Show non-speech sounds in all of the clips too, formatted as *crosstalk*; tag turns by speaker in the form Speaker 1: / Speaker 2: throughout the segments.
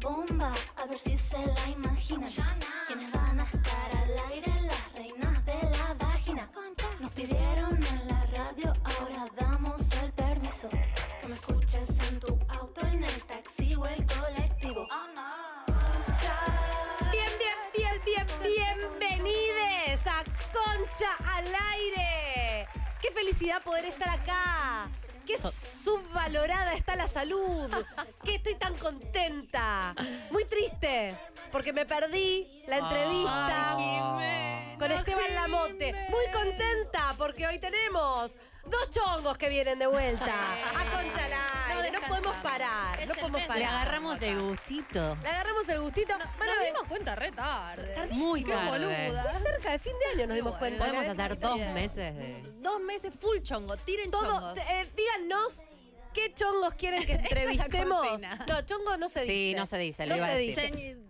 Speaker 1: rumba, a ver si se la imaginan. Quienes van a estar al aire, las reinas de la vagina. Nos pidieron en la radio, ahora damos el permiso. Que me escuches en tu auto, en el taxi o el colectivo.
Speaker 2: Bien, bien, bien, bien, bienvenides a Concha al aire. Qué felicidad poder estar acá. Qué
Speaker 3: Oh.
Speaker 2: subvalorada está la salud. Qué estoy tan contenta. Muy triste porque me perdí la entrevista con Esteban Lamote. Muy contenta porque hoy tenemos dos chongos que vienen de vuelta a Ah, Concha al aire. No,
Speaker 3: descansamos.
Speaker 2: podemos parar,
Speaker 3: Es
Speaker 2: no
Speaker 3: el
Speaker 2: podemos
Speaker 3: mes de
Speaker 2: parar.
Speaker 4: Le
Speaker 3: Pará,
Speaker 4: agarramos
Speaker 3: acá.
Speaker 4: el gustito.
Speaker 2: Le agarramos el gustito. Van a
Speaker 3: Nos
Speaker 2: ver-
Speaker 3: dimos cuenta re tarde.
Speaker 2: Tardísimo.
Speaker 4: Muy
Speaker 3: Qué
Speaker 4: tarde.
Speaker 3: boluda.
Speaker 2: Muy cerca de fin de año nos dimos
Speaker 3: bueno.
Speaker 2: cuenta.
Speaker 4: Podemos
Speaker 2: ¿eh?
Speaker 4: hacer dos meses de.
Speaker 3: Dos meses full chongo. Tiren
Speaker 2: Todo.
Speaker 3: chongos.
Speaker 2: eh, díganos qué chongos quieren
Speaker 4: *laughs*
Speaker 2: que entrevistemos.
Speaker 3: Esa es la consigna.
Speaker 2: no, chongo no se
Speaker 4: Sí,
Speaker 2: dice.
Speaker 4: no se dice, lo
Speaker 2: No
Speaker 4: iba a
Speaker 2: se
Speaker 4: decir.
Speaker 2: dice.
Speaker 3: Señ-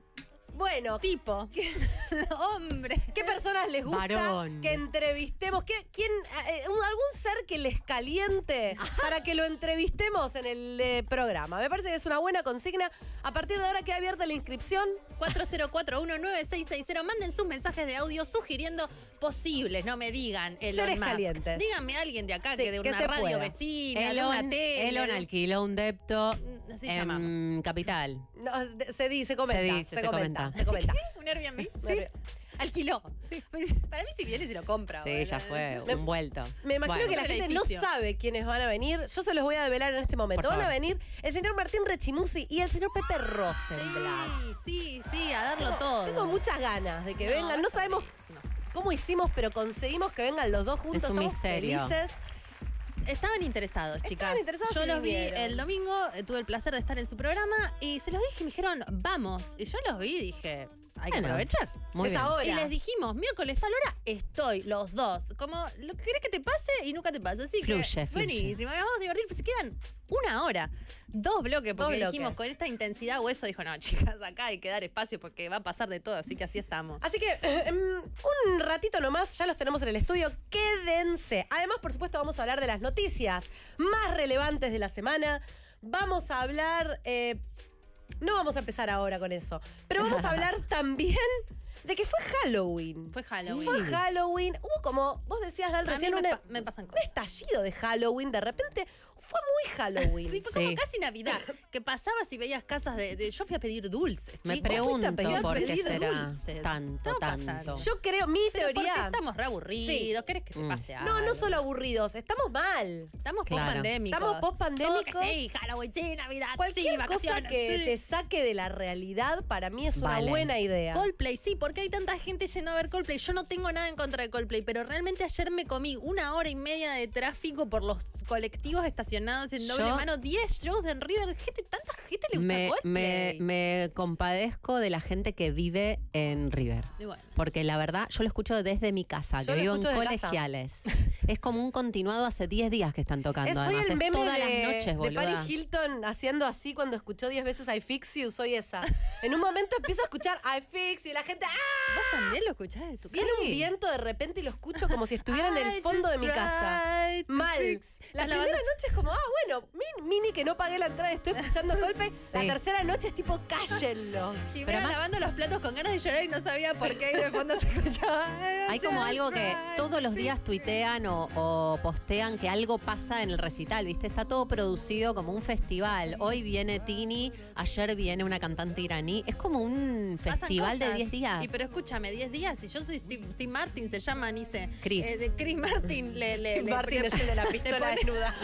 Speaker 2: Bueno, *laughs*
Speaker 3: Tipo. *laughs* Hombre.
Speaker 2: ¿qué personas les gusta
Speaker 4: Varón.
Speaker 2: que entrevistemos? ¿Qué- quién, eh, un- ¿Algún ser que les caliente para que lo entrevistemos en el eh, programa? Me parece que es una buena consigna. A partir de ahora queda abierta la inscripción.
Speaker 3: 40419660. Manden sus mensajes de audio sugiriendo posibles. No me digan Elon
Speaker 2: Seres
Speaker 3: Musk.
Speaker 2: calientes.
Speaker 3: Díganme a alguien de acá
Speaker 2: Sí,
Speaker 3: que de
Speaker 2: que
Speaker 3: una
Speaker 2: se
Speaker 3: radio
Speaker 2: pueda.
Speaker 3: vecina, de una
Speaker 4: Elon,
Speaker 3: tele.
Speaker 4: Elon alquiló un depto
Speaker 3: Así
Speaker 4: en
Speaker 3: llamamos.
Speaker 4: Capital.
Speaker 2: No, se dice, se comenta.
Speaker 4: dice, se comenta.
Speaker 2: Se comenta. *laughs*
Speaker 3: Un Airbnb.
Speaker 2: Sí.
Speaker 3: Alquiló. Para mí si viene se lo compra.
Speaker 4: Sí,
Speaker 3: bueno.
Speaker 4: ya fue,
Speaker 2: Me-
Speaker 4: un vuelto.
Speaker 2: eh. Me imagino
Speaker 4: Bueno,
Speaker 2: que la
Speaker 3: Es el
Speaker 2: gente
Speaker 3: edificio.
Speaker 2: no sabe quiénes van a venir. Yo se los voy a develar en este momento.
Speaker 4: Por
Speaker 2: Van a
Speaker 4: favor.
Speaker 2: venir el señor Martín Rechimusi y el señor Pepe Rosenblatt.
Speaker 3: Sí, sí, sí, a darlo todo.
Speaker 2: Tengo muchas ganas de que vengan. No sabemos cómo hicimos, pero conseguimos que vengan los dos juntos.
Speaker 4: Es un
Speaker 2: Estamos
Speaker 4: misterio.
Speaker 2: felices.
Speaker 3: Estaban interesados, chicas.
Speaker 2: interesados
Speaker 3: Yo
Speaker 2: y
Speaker 3: los vi
Speaker 2: vinieron.
Speaker 3: el domingo, eh, tuve el placer de estar en su programa y se los dije, me dijeron, vamos. Y yo los vi y dije, hay que
Speaker 4: Bueno,
Speaker 3: aprovechar.
Speaker 4: Muy
Speaker 2: es
Speaker 4: bien.
Speaker 2: ahora.
Speaker 3: Y les dijimos, miércoles tal hora estoy, los dos. Como lo que querés que te pase y nunca te pasa. Así
Speaker 4: Fluye,
Speaker 3: que
Speaker 4: fluye.
Speaker 3: buenísimo, nos vamos a divertir. Pues se quedan una hora, dos bloques, porque
Speaker 2: Dos
Speaker 3: dijimos
Speaker 2: bloques.
Speaker 3: con esta intensidad hueso, dijo, no, chicas, acá hay que dar espacio porque va a pasar de todo, así que así estamos.
Speaker 2: Así que *laughs* em, un ratito nomás, ya los tenemos en el estudio. Quédense. Además, por supuesto, vamos a hablar de las noticias más relevantes de la semana. Vamos a hablar. eh, no vamos a empezar ahora con eso, pero vamos a
Speaker 3: *laughs*
Speaker 2: hablar también de que fue Halloween.
Speaker 3: Fue Halloween.
Speaker 2: Fue Halloween. Hubo como, vos decías, Dal,
Speaker 3: A mí
Speaker 2: recién
Speaker 3: me
Speaker 2: una-
Speaker 3: pa- me pasan
Speaker 2: un
Speaker 3: cosas.
Speaker 2: estallido de Halloween. De repente fue
Speaker 3: *laughs*
Speaker 2: muy Halloween.
Speaker 3: Sí, fue
Speaker 4: Sí.
Speaker 3: como casi Navidad. Que pasabas y veías casas de, de- Yo fui a pedir dulces.
Speaker 4: Me
Speaker 2: fuiste
Speaker 3: chicos.
Speaker 4: pregunto
Speaker 2: a pedir
Speaker 4: por qué
Speaker 3: pedido
Speaker 4: será
Speaker 3: dulces.
Speaker 4: tanto,
Speaker 3: Estaba
Speaker 4: tanto.
Speaker 3: pasando.
Speaker 2: Yo creo, mi
Speaker 3: Pero ¿por qué
Speaker 2: teoría.
Speaker 3: estamos re aburridos. ¿Querés que te
Speaker 4: Mm.
Speaker 3: pase algo?
Speaker 2: No, no solo aburridos, estamos mal.
Speaker 3: Estamos
Speaker 4: Claro.
Speaker 3: post-pandémicos.
Speaker 2: Estamos post-pandémicos.
Speaker 3: Todo que Sí, Halloween, sí, Navidad,
Speaker 2: Cualquier
Speaker 3: sí,
Speaker 2: cosa
Speaker 3: vacaciones,
Speaker 2: que
Speaker 3: sí.
Speaker 2: te saque de la realidad para mí es una
Speaker 4: Vale.
Speaker 2: buena idea.
Speaker 3: Coldplay, sí, porque hay tanta gente yendo a ver Coldplay. Yo no tengo nada en contra de Coldplay, pero realmente ayer me comí una hora y media de tráfico por los colectivos estacionados en doble
Speaker 4: Yo-
Speaker 3: mano. 10 shows en River. Gente, tanta gente le gusta
Speaker 4: Me, me,
Speaker 3: Coldplay.
Speaker 4: me compadezco de la gente que vive en River.
Speaker 3: Y bueno.
Speaker 4: Porque la verdad, yo lo escucho desde mi casa,
Speaker 2: Yo
Speaker 4: que
Speaker 2: lo
Speaker 4: vivo en
Speaker 2: escucho de casa.
Speaker 4: colegiales. es como un continuado hace 10 días que están
Speaker 3: Ah,
Speaker 4: tocando.
Speaker 2: Es- soy
Speaker 4: además.
Speaker 2: el
Speaker 4: Es
Speaker 2: meme
Speaker 4: todas
Speaker 2: de,
Speaker 4: las noches,
Speaker 2: de
Speaker 4: boluda.
Speaker 2: Paris Hilton haciendo así cuando escuchó 10 veces I Fix You, soy esa. En un momento empiezo a escuchar I Fix You y la gente ¡ah!
Speaker 3: ¿Vos también lo escuchás de tu
Speaker 2: Viene
Speaker 3: casa?
Speaker 2: un viento de repente y lo escucho como si estuviera en
Speaker 3: I
Speaker 2: el fondo de
Speaker 3: just
Speaker 2: mi casa.
Speaker 3: tried to
Speaker 2: Mal.
Speaker 3: fix.
Speaker 2: La
Speaker 3: A la
Speaker 2: primera
Speaker 3: banda-
Speaker 2: noche es como, ah, bueno, min- mini que no pagué la entrada, estoy
Speaker 3: *laughs*
Speaker 2: escuchando Coldplay.
Speaker 4: Sí.
Speaker 2: La tercera noche es tipo, cállenlo.
Speaker 3: Jimena
Speaker 4: Pero además-
Speaker 3: lavando los platos con ganas de llorar y no sabía por qué y de fondo se escuchaba.
Speaker 4: Hay como algo que todos los días tuitean o, o postean que algo pasa en el recital, ¿viste? Está todo producido como un festival. Hoy viene Tini, ayer viene una cantante iraní. Es como un
Speaker 3: Pasan
Speaker 4: festival de
Speaker 3: cosas.
Speaker 4: 10 días.
Speaker 3: Y pero escúchame, 10 días. Y yo soy Steve, Steve Martin, se llaman, dice.
Speaker 4: Chris.
Speaker 3: Eh, de Chris Martin le. *laughs* le
Speaker 2: Tim
Speaker 3: le-
Speaker 2: Martin
Speaker 3: le-
Speaker 2: es el de la
Speaker 3: *laughs* le
Speaker 2: pistola
Speaker 3: pone-
Speaker 2: desnuda.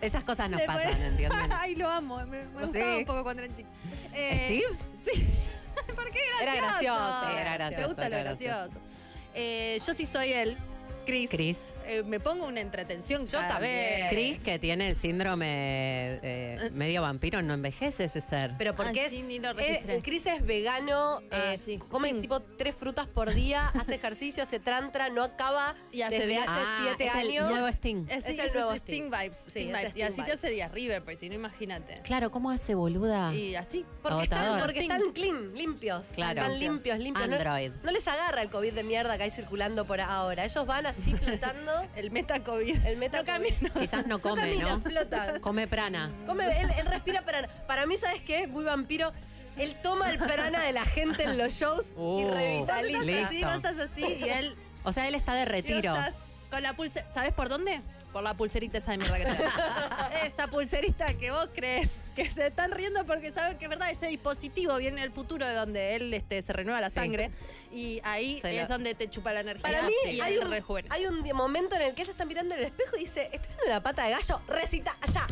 Speaker 4: Esas cosas nos
Speaker 3: le
Speaker 4: pasan,
Speaker 3: pone- *laughs*
Speaker 4: ¿entienden?
Speaker 3: Ay, lo amo. Me, me
Speaker 4: Sí.
Speaker 3: gustaba un poco cuando era chica. Eh,
Speaker 4: ¿Steve?
Speaker 3: *laughs* Porque
Speaker 4: Era
Speaker 3: era gracioso.
Speaker 4: gracioso, era gracioso,
Speaker 3: Me gusta
Speaker 4: era
Speaker 3: lo
Speaker 4: gracioso.
Speaker 3: gracioso. Eh, yo sí soy el Chris.
Speaker 4: Chris.
Speaker 3: Eh, me pongo una entretención
Speaker 2: Yo
Speaker 3: cada
Speaker 2: también.
Speaker 3: vez.
Speaker 4: Chris, que tiene el síndrome eh, medio vampiro, no envejece ese ser.
Speaker 2: Pero porque
Speaker 3: Ah,
Speaker 2: es,
Speaker 3: sí, ni lo
Speaker 2: eh,
Speaker 3: registré.
Speaker 2: Cris es vegano,
Speaker 3: Ah,
Speaker 2: eh,
Speaker 3: sí.
Speaker 2: come
Speaker 3: Sí.
Speaker 2: tipo tres frutas por día, *laughs* hace ejercicio, hace trantra, no acaba
Speaker 3: Y hace Eh.
Speaker 2: desde
Speaker 3: diez-
Speaker 2: hace
Speaker 4: Ah,
Speaker 2: siete
Speaker 4: es el
Speaker 2: años.
Speaker 4: nuevo Sting.
Speaker 3: Es,
Speaker 2: Es
Speaker 3: es
Speaker 2: el
Speaker 3: el
Speaker 2: nuevo Sting.
Speaker 3: Sting Vibes.
Speaker 2: Sí,
Speaker 3: Sting
Speaker 2: es
Speaker 3: Vibes. Y
Speaker 2: Sting
Speaker 3: así te
Speaker 2: Vibes.
Speaker 3: hace días River, pues si no, imagínate.
Speaker 4: Claro, ¿cómo hace, boluda?
Speaker 3: Y así.
Speaker 2: porque están,
Speaker 4: Ah. Agotador.
Speaker 2: porque
Speaker 3: Sting.
Speaker 2: están clean, limpios.
Speaker 4: Claro.
Speaker 2: Están limpios, limpios. No-
Speaker 4: Android.
Speaker 2: No, les agarra el COVID de mierda que hay circulando por ahora. Ellos van a
Speaker 3: *laughs*
Speaker 2: así flotando.
Speaker 3: El meta COVID. *laughs*
Speaker 2: El meta *laughs*
Speaker 3: No camina.
Speaker 4: Quizás no come,
Speaker 2: camina,
Speaker 3: *laughs*
Speaker 4: ¿no?
Speaker 2: flota.
Speaker 4: Come prana.
Speaker 2: Come, él, él respira prana. Para mí, ¿sabes qué? Es muy vampiro. Él toma el prana de la gente en los shows y
Speaker 4: Oh,
Speaker 3: Uh.
Speaker 2: revitaliza.
Speaker 3: Vos estás así,
Speaker 4: Listo.
Speaker 3: vos estás así y él
Speaker 4: O sea, él está de retiro.
Speaker 2: Yo estás-
Speaker 3: con la pulsera. ¿Sabes por dónde? Por la pulserita esa de mierda
Speaker 2: *laughs*
Speaker 3: que tenés. Esa pulserita que vos crees que se están riendo porque saben que es verdad, ese dispositivo viene del futuro de donde él este, se renueva la
Speaker 4: Sí.
Speaker 3: sangre y ahí
Speaker 4: Se
Speaker 3: es
Speaker 4: la-
Speaker 3: donde te chupa la energía
Speaker 2: Para mí
Speaker 3: y
Speaker 2: hay,
Speaker 3: él
Speaker 2: un,
Speaker 3: rejuvenece.
Speaker 2: hay un di- momento en el que él se está mirando en el espejo y dice, estoy viendo una pata de gallo, recita allá.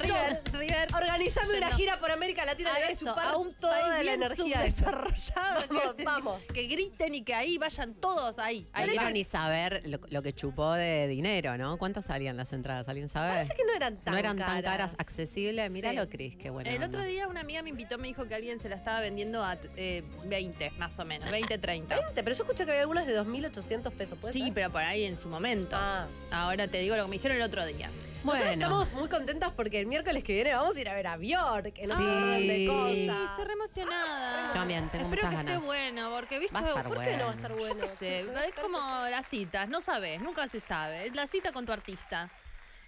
Speaker 3: River,
Speaker 2: Yo,
Speaker 3: River.
Speaker 2: Organizame una
Speaker 3: yendo
Speaker 2: gira por América Latina,
Speaker 3: a
Speaker 2: le voy a
Speaker 3: eso,
Speaker 2: chupar
Speaker 3: a un
Speaker 2: toda
Speaker 3: país
Speaker 2: la
Speaker 3: bien
Speaker 2: energía. esa.
Speaker 3: subdesarrollado.
Speaker 2: *laughs* Vamos,
Speaker 3: que,
Speaker 2: vamos.
Speaker 3: que griten y que ahí vayan todos ahí.
Speaker 4: Ahí
Speaker 3: ahí van.
Speaker 4: quiero ni saber lo, lo que chupó de dinero, ¿no? ¿Cuántas salían las entradas? ¿Alguien sabe?
Speaker 2: Parece que no eran tan
Speaker 4: no eran tan
Speaker 2: caras.
Speaker 4: caras, accesibles. Míralo, Cris, qué bueno.
Speaker 3: El otro día una amiga me invitó, me dijo que alguien se la estaba vendiendo a eh, 20, más o menos, 20, 30.
Speaker 2: Pero yo escuché que había algunas de 2.800 pesos, ¿puede
Speaker 3: Sí,
Speaker 2: ser?
Speaker 3: pero por ahí en su momento.
Speaker 2: Ah.
Speaker 3: Ahora te digo lo que me dijeron el otro día.
Speaker 2: Nosotros
Speaker 4: Bueno.
Speaker 2: estamos muy contentas porque el miércoles que viene vamos a ir a ver a Bjork. en un
Speaker 4: Sí.
Speaker 2: montón de
Speaker 4: Sí,
Speaker 2: cosas.
Speaker 3: ah, estoy re emocionada.
Speaker 4: Yo también tengo
Speaker 3: Espero
Speaker 4: muchas
Speaker 3: que
Speaker 4: ganas.
Speaker 3: esté bueno, porque viste,
Speaker 4: Va a estar
Speaker 3: ¿por
Speaker 4: bueno.
Speaker 3: qué no va a
Speaker 4: estar
Speaker 3: estar bueno? Yo qué sé, es como las citas, no sabes, nunca se sabe. Es La cita con tu artista.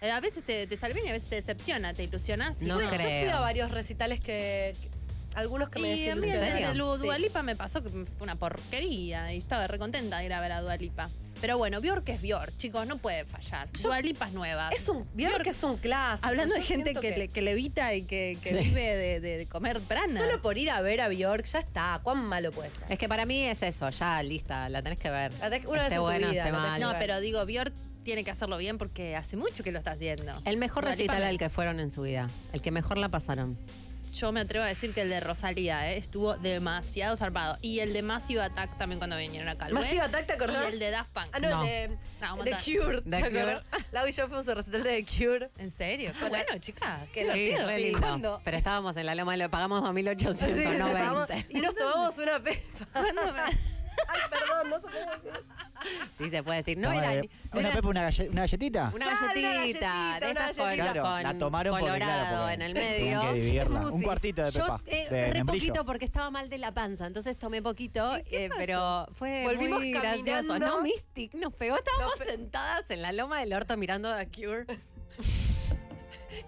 Speaker 3: Eh, A veces te, te sale bien y a veces te decepciona, te ilusionas.
Speaker 4: No
Speaker 2: Bueno, Yo fui
Speaker 4: creo.
Speaker 2: a varios recitales que. que- algunos que me
Speaker 3: Y a mí el
Speaker 4: desilusionaron.
Speaker 3: de Lu-
Speaker 2: Sí.
Speaker 3: Dualipa me pasó que fue una porquería y estaba recontenta de ir a ver a Dualipa. Pero bueno, Bjork es Bjork, chicos, no puede fallar. Dualipa es nueva.
Speaker 2: Es un. Vieron que es un clásico.
Speaker 3: Hablando de
Speaker 2: Yo
Speaker 3: gente
Speaker 2: siento
Speaker 3: Pues que, le- que levita y que, que vive de, de- de comer prana.
Speaker 2: Solo por ir a ver a Bjork ya está. ¿Cuán malo puede ser?
Speaker 4: Es que para mí es eso, ya lista, la tenés que ver.
Speaker 2: La tenés- una vez
Speaker 4: esté
Speaker 2: en tu
Speaker 4: buena,
Speaker 2: vida,
Speaker 4: esté
Speaker 2: la tenés
Speaker 4: mal.
Speaker 2: que
Speaker 3: no,
Speaker 2: ver.
Speaker 3: pero digo, Bjork tiene que hacerlo bien porque hace mucho que lo está haciendo.
Speaker 4: El mejor
Speaker 3: Dua Lipa
Speaker 4: recital
Speaker 3: no
Speaker 4: al
Speaker 3: es.
Speaker 4: que fueron en su vida, el que mejor la pasaron.
Speaker 3: Yo me atrevo a decir que el de Rosalía eh, estuvo demasiado zarpado. Y el de Massive Attack también cuando vinieron acá. al
Speaker 2: Massive
Speaker 3: West.
Speaker 2: Attack, ¿te acordás?
Speaker 3: Y el de Daft Punk.
Speaker 2: Ah, no,
Speaker 4: No.
Speaker 2: el de.
Speaker 3: No, un
Speaker 2: el de
Speaker 3: montón.
Speaker 2: Cure.
Speaker 4: The
Speaker 2: ¿te acordás? Lau y yo fuimos a un recital de The Cure.
Speaker 3: ¿En serio? Qué bueno, chicas. Qué
Speaker 4: Sí,
Speaker 3: divertido.
Speaker 4: re lindo.
Speaker 3: ¿Cuándo?
Speaker 4: Pero estábamos en la loma, le pagamos 2.800,
Speaker 2: Sí,
Speaker 4: no
Speaker 2: nos
Speaker 4: 20.
Speaker 2: tomamos- y nos tomamos una pepa.
Speaker 3: ¿Cuándo me-
Speaker 2: Ay, perdón, no se puede decir.
Speaker 4: Sí, se puede decir. No
Speaker 5: Toma,
Speaker 4: era
Speaker 5: eh,
Speaker 4: ni-
Speaker 5: ¿Una
Speaker 4: era-
Speaker 5: pepa, una, galle- una galletita?
Speaker 4: una
Speaker 2: Claro, una
Speaker 4: galletita,
Speaker 2: galletita,
Speaker 4: de esas
Speaker 2: una
Speaker 4: con,
Speaker 2: galletita.
Speaker 5: Claro,
Speaker 4: con
Speaker 5: la tomaron porque,
Speaker 4: colorado
Speaker 5: claro, porque
Speaker 4: en el
Speaker 5: tuvieron que
Speaker 4: medio.
Speaker 5: dividirla.
Speaker 2: Smoothie.
Speaker 5: Un cuartito de
Speaker 4: Yo
Speaker 5: pepa.
Speaker 4: eh,
Speaker 5: de
Speaker 4: re
Speaker 5: membrillo.
Speaker 4: poquito porque estaba mal de la panza, entonces tomé poquito, eh, pero fue
Speaker 2: Volvimos
Speaker 4: muy gracioso.
Speaker 2: caminando.
Speaker 4: No, Mystic nos pegó, estábamos
Speaker 2: Nos pe-
Speaker 4: sentadas en la loma del orto mirando The Cure. *laughs*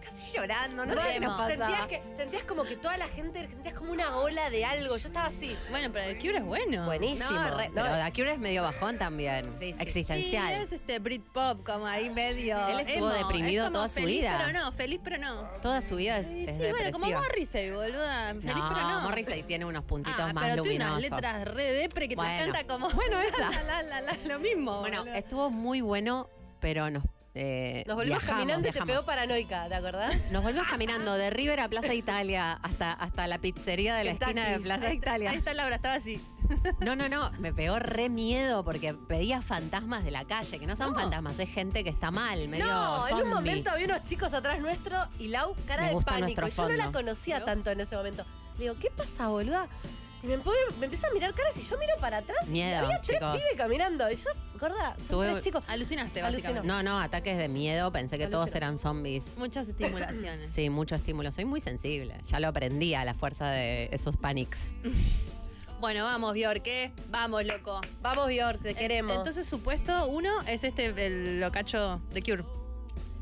Speaker 4: Casi llorando, no sé qué
Speaker 3: Remo.
Speaker 4: nos pasaba.
Speaker 2: Sentías, que, sentías como que toda la gente, sentías como una ola de algo. Yo estaba así.
Speaker 3: Bueno, pero el Cure es bueno.
Speaker 2: Buenísimo.
Speaker 4: No, re-
Speaker 2: No,
Speaker 4: pero The Cure es medio bajón también,
Speaker 2: Sí, sí.
Speaker 3: Sí,
Speaker 4: existencial.
Speaker 3: es este Britpop, como ahí medio.
Speaker 4: Ah, Él estuvo
Speaker 3: emo.
Speaker 4: deprimido
Speaker 3: Es como
Speaker 4: toda su
Speaker 3: feliz,
Speaker 4: vida.
Speaker 3: Pero no, feliz, pero no.
Speaker 4: Toda su vida es,
Speaker 3: Sí,
Speaker 4: es
Speaker 3: sí, bueno,
Speaker 4: depresiva.
Speaker 3: como Morrissey, boluda. Feliz,
Speaker 4: no,
Speaker 3: pero no.
Speaker 4: Morrissey tiene unos puntitos
Speaker 3: Ah,
Speaker 4: más
Speaker 3: pero tiene unas
Speaker 4: luminosos.
Speaker 3: letras re depre que
Speaker 4: *laughs* Bueno.
Speaker 3: te canta como. Bueno, esa. *laughs* La, la, la, lo mismo.
Speaker 4: Bueno,
Speaker 3: boludo.
Speaker 4: estuvo muy bueno, pero nos. eh,
Speaker 2: Nos volvimos
Speaker 4: viajamos,
Speaker 2: caminando y te
Speaker 4: viajamos.
Speaker 2: pegó paranoica, ¿te acordás?
Speaker 4: Nos volvimos caminando de River a Plaza Italia hasta, hasta la pizzería de la
Speaker 2: Kentucky.
Speaker 4: esquina de Plaza
Speaker 3: Ahí está- Ahí
Speaker 4: Italia.
Speaker 3: está Laura, estaba así.
Speaker 4: No, no, no, me pegó re miedo porque pedía fantasmas de la calle, que no son
Speaker 3: No.
Speaker 4: fantasmas, es gente que está mal, medio
Speaker 2: No, en un
Speaker 4: zombie.
Speaker 2: momento había unos chicos atrás nuestro y Lau, cara
Speaker 4: Me
Speaker 2: de
Speaker 4: gusta
Speaker 2: pánico.
Speaker 4: nuestro
Speaker 2: Y yo no la
Speaker 4: fondo.
Speaker 2: conocía
Speaker 3: ¿No?
Speaker 2: tanto en ese momento. Le digo, ¿qué pasa, boluda? Y me, pone- me empieza a mirar caras y yo miro para atrás. y
Speaker 4: Miedo,
Speaker 2: había tres
Speaker 4: chicos.
Speaker 2: pibes caminando. Y yo, gorda, son
Speaker 4: Tuve-
Speaker 2: tres chicos.
Speaker 3: Alucinaste,
Speaker 2: Alucinó.
Speaker 3: básicamente.
Speaker 4: No, no, ataques de miedo, pensé que todos
Speaker 2: Alucina. Mm.
Speaker 4: eran zombies.
Speaker 3: Muchas estimulaciones.
Speaker 4: *coughs* Sí, mucho estímulo, soy muy sensible, ya lo aprendí a la fuerza de esos panics.
Speaker 3: Bueno, vamos, Bjork, ¿eh? Vamos, loco.
Speaker 2: Vamos, Bjork, te queremos.
Speaker 3: eh, Entonces, supuesto uno es este, el locacho de Cure.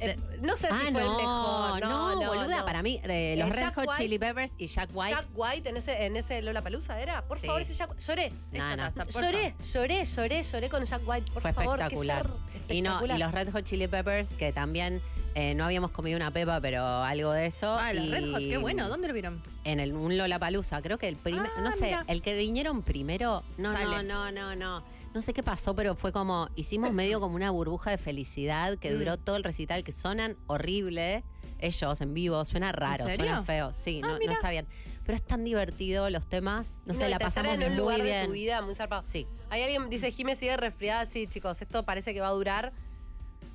Speaker 2: Eh, no sé si
Speaker 4: ah,
Speaker 2: fue
Speaker 4: no,
Speaker 2: el mejor.
Speaker 4: no, boluda, para mí, eh, los
Speaker 2: Eh,
Speaker 4: Red
Speaker 2: Jack
Speaker 4: Hot
Speaker 2: White-
Speaker 4: Chili Peppers y Jack White.
Speaker 2: Jack White en ese, en ese Lola Palusa era. Por
Speaker 4: Sí.
Speaker 2: favor, ese Jack White. Lloré.
Speaker 4: No, no.
Speaker 3: Esta taza, por
Speaker 2: Lloré, lloré, lloré, lloré con Jack White. Por
Speaker 4: Fue
Speaker 2: favor, qué
Speaker 4: espectacular.
Speaker 2: ser
Speaker 4: Y no, y
Speaker 2: espectacular.
Speaker 4: los Red Hot Chili Peppers, que también eh, no habíamos comido una pepa, pero algo de eso.
Speaker 3: Ah, los
Speaker 4: Oh, y
Speaker 3: Red Hot, qué bueno. ¿Dónde lo vieron?
Speaker 4: En el, un Lollapalooza, creo que el primer,
Speaker 3: Ah,
Speaker 4: no sé,
Speaker 3: mira.
Speaker 4: el que vinieron primero, no,
Speaker 3: Sale.
Speaker 4: no, no, no, no. No sé qué pasó, pero fue como, hicimos medio como una burbuja de felicidad que
Speaker 3: Mm.
Speaker 4: duró todo el recital, que sonan horrible ellos en vivo, suena raro, suena
Speaker 3: serio?
Speaker 4: feo, sí,
Speaker 3: Ah,
Speaker 4: no, no
Speaker 3: mira.
Speaker 4: está bien. Pero es tan divertido los temas, no, sé,
Speaker 2: y
Speaker 4: la
Speaker 2: te estar
Speaker 4: pasamos
Speaker 2: en un
Speaker 4: muy
Speaker 2: lugar
Speaker 4: bien.
Speaker 2: de tu vida muy zarpado.
Speaker 4: Sí.
Speaker 2: Hay alguien dice, Jimé sigue resfriada. Sí, chicos, esto parece que va a durar.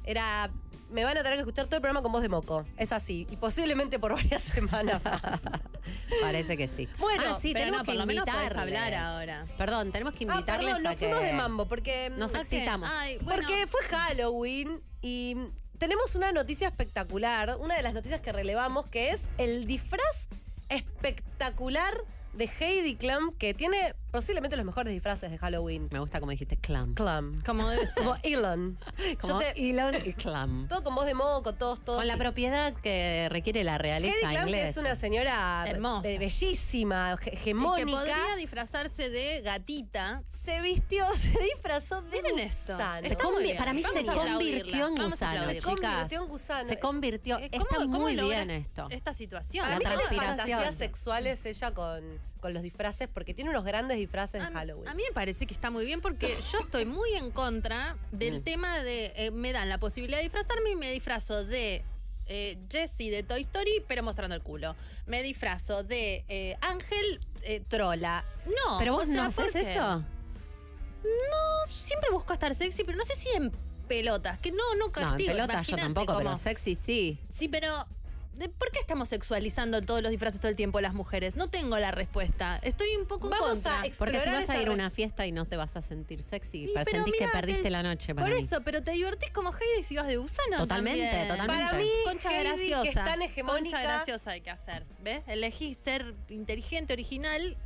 Speaker 2: Era... Me van a tener que escuchar todo el programa con voz de moco. Es así. Y posiblemente por *laughs* varias semanas.
Speaker 4: *laughs*
Speaker 2: más. Ah,
Speaker 4: Parece que sí.
Speaker 2: Bueno,
Speaker 4: Ah, sí,
Speaker 3: pero
Speaker 4: tenemos
Speaker 3: no,
Speaker 4: que
Speaker 3: por lo menos podés
Speaker 4: invitarles.
Speaker 3: hablar ahora.
Speaker 4: Perdón, tenemos que
Speaker 2: ah,
Speaker 4: invitarles
Speaker 2: perdón,
Speaker 4: a
Speaker 2: nos
Speaker 4: que
Speaker 2: fuimos de mambo porque...
Speaker 4: Nos
Speaker 3: Ok.
Speaker 4: excitamos.
Speaker 3: Ay, bueno.
Speaker 2: Porque fue Halloween y tenemos una noticia espectacular, una de las noticias que relevamos, que es el disfraz espectacular de Heidi Klum, que tiene posiblemente los mejores disfraces de Halloween.
Speaker 4: Me gusta como dijiste, clam.
Speaker 2: Clam.
Speaker 3: Como debe
Speaker 4: *laughs*
Speaker 3: ser.
Speaker 2: Como Elon.
Speaker 4: Como
Speaker 2: Yo te-
Speaker 4: Elon y clam.
Speaker 2: Todo con voz de moco, todos, *laughs* todos.
Speaker 4: Con la propiedad que requiere la realeza
Speaker 2: Heidi Klum, que
Speaker 4: inglesa.
Speaker 2: es una señora
Speaker 3: Hermosa.
Speaker 2: eh, bellísima, hege-
Speaker 3: Y
Speaker 2: hegemónica.
Speaker 3: que podría disfrazarse de gatita.
Speaker 2: Se vistió, *laughs* se disfrazó de
Speaker 3: Miren esto.
Speaker 2: gusano.
Speaker 4: Se
Speaker 3: Está
Speaker 4: convi-
Speaker 3: muy bien.
Speaker 4: Para mí
Speaker 3: Vamos
Speaker 4: se
Speaker 3: a aplaudirla.
Speaker 4: convirtió en
Speaker 3: Vamos a
Speaker 4: gusano,
Speaker 3: aplaudirla.
Speaker 2: Se
Speaker 4: chicas.
Speaker 2: convirtió en gusano.
Speaker 4: Se convirtió.
Speaker 3: Eh,
Speaker 4: Está
Speaker 3: ¿cómo- cómo
Speaker 4: muy
Speaker 3: logra
Speaker 4: bien esto.
Speaker 3: Esta situación.
Speaker 4: La
Speaker 2: Para mí tiene
Speaker 4: transpiración.
Speaker 2: fantasías sexuales ella con, con los disfraces, porque tiene unos grandes disfraces
Speaker 3: A
Speaker 2: de
Speaker 3: mí-
Speaker 2: Halloween.
Speaker 3: A mí me parece que está muy bien
Speaker 4: *laughs*
Speaker 3: porque yo estoy muy en contra del tema de eh, me dan la posibilidad de disfrazarme y me disfrazo de eh, Jessie de Toy Story pero mostrando el culo. Me disfrazo de eh, Ángel eh, trola. No.
Speaker 4: Pero
Speaker 3: o
Speaker 4: vos
Speaker 3: sea,
Speaker 4: no
Speaker 3: ¿por
Speaker 4: haces
Speaker 3: qué?
Speaker 4: eso.
Speaker 3: No, siempre busco estar sexy, pero no sé si en pelotas, que no no
Speaker 4: No, en
Speaker 3: castigo,
Speaker 4: pelotas yo
Speaker 3: pues, imagínate
Speaker 4: tampoco, pero
Speaker 3: cómo-
Speaker 4: sexy sí.
Speaker 3: Sí, pero ¿de- ¿por qué estamos sexualizando todos los disfraces todo el tiempo las mujeres? No tengo la respuesta. Estoy un poco en
Speaker 2: Vamos a
Speaker 3: contra.
Speaker 2: ex-
Speaker 4: Porque si
Speaker 2: Explorar
Speaker 4: vas a
Speaker 2: esa
Speaker 4: ir a
Speaker 2: re-
Speaker 4: una fiesta y no te vas a sentir sexy,
Speaker 3: Y
Speaker 4: pa-
Speaker 3: pero
Speaker 4: sentís que
Speaker 3: mirá,
Speaker 4: perdiste
Speaker 3: te-
Speaker 4: la noche para
Speaker 3: Por
Speaker 4: mí.
Speaker 3: eso, pero te divertís como Heidi si vas de gusano.
Speaker 4: Totalmente,
Speaker 3: también.
Speaker 4: totalmente.
Speaker 2: Para mí,
Speaker 3: Concha
Speaker 2: Heidi,
Speaker 3: graciosa.
Speaker 2: que es tan hegemónica.
Speaker 3: Concha graciosa hay que hacer. ¿Ves? Elegí ser inteligente, original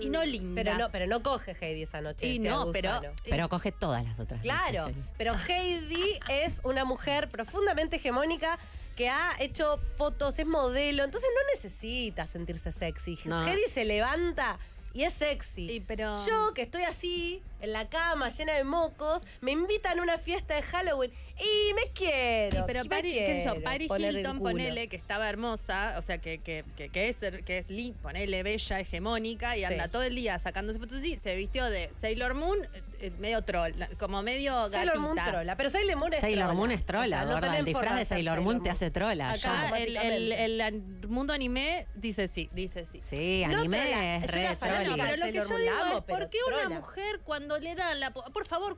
Speaker 3: y no linda.
Speaker 2: Mm, Pero no, pero no coge Heidi esa noche.
Speaker 3: y
Speaker 2: vestida de
Speaker 3: no, pero.
Speaker 2: gusano.
Speaker 4: Pero coge todas las otras.
Speaker 2: Claro,
Speaker 4: noches, Feli.
Speaker 2: pero Heidi es una mujer profundamente hegemónica que ha hecho fotos, es modelo, entonces no necesita sentirse sexy.
Speaker 4: No.
Speaker 2: Heidi se levanta y es sexy.
Speaker 3: Y ah. pero-
Speaker 2: Yo que estoy así, en la cama, llena de mocos, me invitan a una fiesta de Halloween y me quiero.
Speaker 3: Sí, pero
Speaker 2: me
Speaker 3: Paris, qué sé yo,
Speaker 2: quiero
Speaker 3: Paris
Speaker 2: poner el
Speaker 3: Hilton,
Speaker 2: culo.
Speaker 3: ponele, que estaba hermosa, o sea, que, que, que, que es, que es lin- ponele, bella, hegemónica, y anda todo el día sacándose fotos así, se vistió de Sailor Moon, eh, eh, medio troll, como medio gatita.
Speaker 2: Sailor Moon trola, pero Sailor Moon es
Speaker 4: Sailor
Speaker 2: trola.
Speaker 4: Moon es
Speaker 2: O
Speaker 4: trola,
Speaker 2: sea, no
Speaker 4: gorda. El
Speaker 2: tenés por
Speaker 4: disfraz
Speaker 2: qué
Speaker 4: de
Speaker 2: hacer
Speaker 4: Sailor Moon te hace trola.
Speaker 3: Acá
Speaker 4: ya.
Speaker 3: el, el- el- el mundo anime dice sí, dice sí.
Speaker 4: Sí,
Speaker 2: No,
Speaker 4: anime
Speaker 2: trola.
Speaker 4: es
Speaker 2: Yo era
Speaker 4: re
Speaker 2: fanática
Speaker 3: No,
Speaker 2: Trola.
Speaker 3: pero
Speaker 4: troli.
Speaker 3: lo que yo
Speaker 2: Sailor Moon
Speaker 3: digo
Speaker 2: la amo,
Speaker 3: es, ¿por
Speaker 2: pero
Speaker 3: qué una
Speaker 2: trola.
Speaker 3: mujer cuando le dan la... po- Por favor,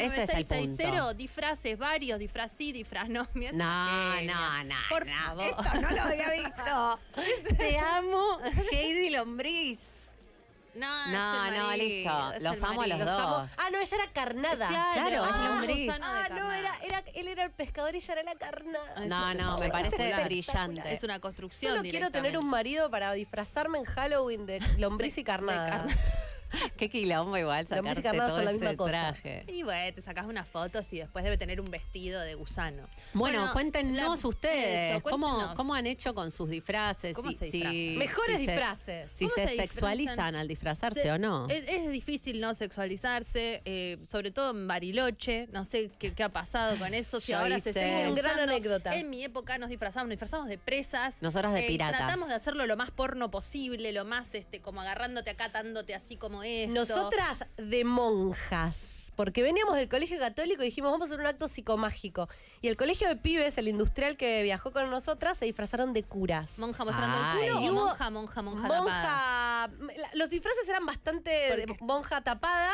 Speaker 4: Ese es el punto.
Speaker 3: 40419660, disfraces varios, disfraz sí, disfraz no. *laughs* me hace
Speaker 4: No,
Speaker 3: genia.
Speaker 4: no, no.
Speaker 3: Por
Speaker 4: no.
Speaker 3: favor.
Speaker 4: Esto no lo había visto. *laughs* Te amo,
Speaker 2: *laughs*
Speaker 4: Heidi Lombriz.
Speaker 3: No, es
Speaker 4: No,
Speaker 3: el
Speaker 4: no,
Speaker 3: marido,
Speaker 4: listo.
Speaker 3: es
Speaker 4: Los
Speaker 3: el
Speaker 4: amo a los
Speaker 3: marido.
Speaker 4: dos.
Speaker 2: Amo- Ah, no, ella era carnada.
Speaker 4: Claro, es
Speaker 3: ah,
Speaker 4: lombriz.
Speaker 3: gusano de
Speaker 2: Ah, no,
Speaker 3: carnada. Ah,
Speaker 2: era, era- él era el pescador y ella era la carnada.
Speaker 3: Ay,
Speaker 4: No,
Speaker 3: es
Speaker 4: no, me parece
Speaker 3: espectacular.
Speaker 4: brillante.
Speaker 3: Es una construcción
Speaker 2: Este, Solo quiero tener un
Speaker 3: directamente.
Speaker 2: marido para disfrazarme en Halloween de lombriz y
Speaker 3: de
Speaker 2: carnada.
Speaker 3: carnada.
Speaker 4: Qué quilombo igual
Speaker 2: La música
Speaker 4: sacarte
Speaker 2: armada
Speaker 4: todo
Speaker 2: son la
Speaker 4: ese
Speaker 2: misma cosa.
Speaker 4: traje.
Speaker 3: Y bueno, te sacas unas fotos y después debe tener un vestido de gusano.
Speaker 4: Bueno,
Speaker 3: la-
Speaker 4: cuéntenos ustedes
Speaker 3: eso,
Speaker 4: ¿cómo,
Speaker 3: cuéntenos.
Speaker 4: cómo han hecho con sus disfraces.
Speaker 3: ¿Cómo
Speaker 4: si-
Speaker 3: se
Speaker 4: si-
Speaker 3: disfrazan?
Speaker 2: Mejores
Speaker 4: si se-
Speaker 2: disfraces.
Speaker 4: Si
Speaker 3: ¿Cómo
Speaker 4: se,
Speaker 3: se disfrazan?
Speaker 4: sexualizan al disfrazarse
Speaker 3: Se-
Speaker 4: o no.
Speaker 3: Es, es difícil no sexualizarse, eh, sobre todo en Bariloche. No sé qué, qué ha pasado con eso. Si
Speaker 4: Yo
Speaker 3: ahora se
Speaker 4: hice-
Speaker 3: sigue
Speaker 2: Tengo un gran
Speaker 3: usando.
Speaker 2: anécdota.
Speaker 3: En mi época nos disfrazamos, nos disfrazamos de presas. Eh,
Speaker 4: Nosotras de piratas.
Speaker 3: Tratamos de hacerlo lo más porno posible, lo más este, como agarrándote acá, atándote así como esto.
Speaker 2: Nosotras de monjas, porque veníamos del colegio católico y dijimos, vamos a hacer un acto psicomágico. Y el colegio de pibes, el industrial que viajó con nosotras, se disfrazaron de curas.
Speaker 3: Monja mostrando
Speaker 4: Ay.
Speaker 3: el culo.
Speaker 2: Y
Speaker 3: o
Speaker 2: hubo
Speaker 3: monja, monja, monja, tapada.
Speaker 2: monja la- los disfraces eran bastante de
Speaker 3: Porque-
Speaker 2: monja tapada,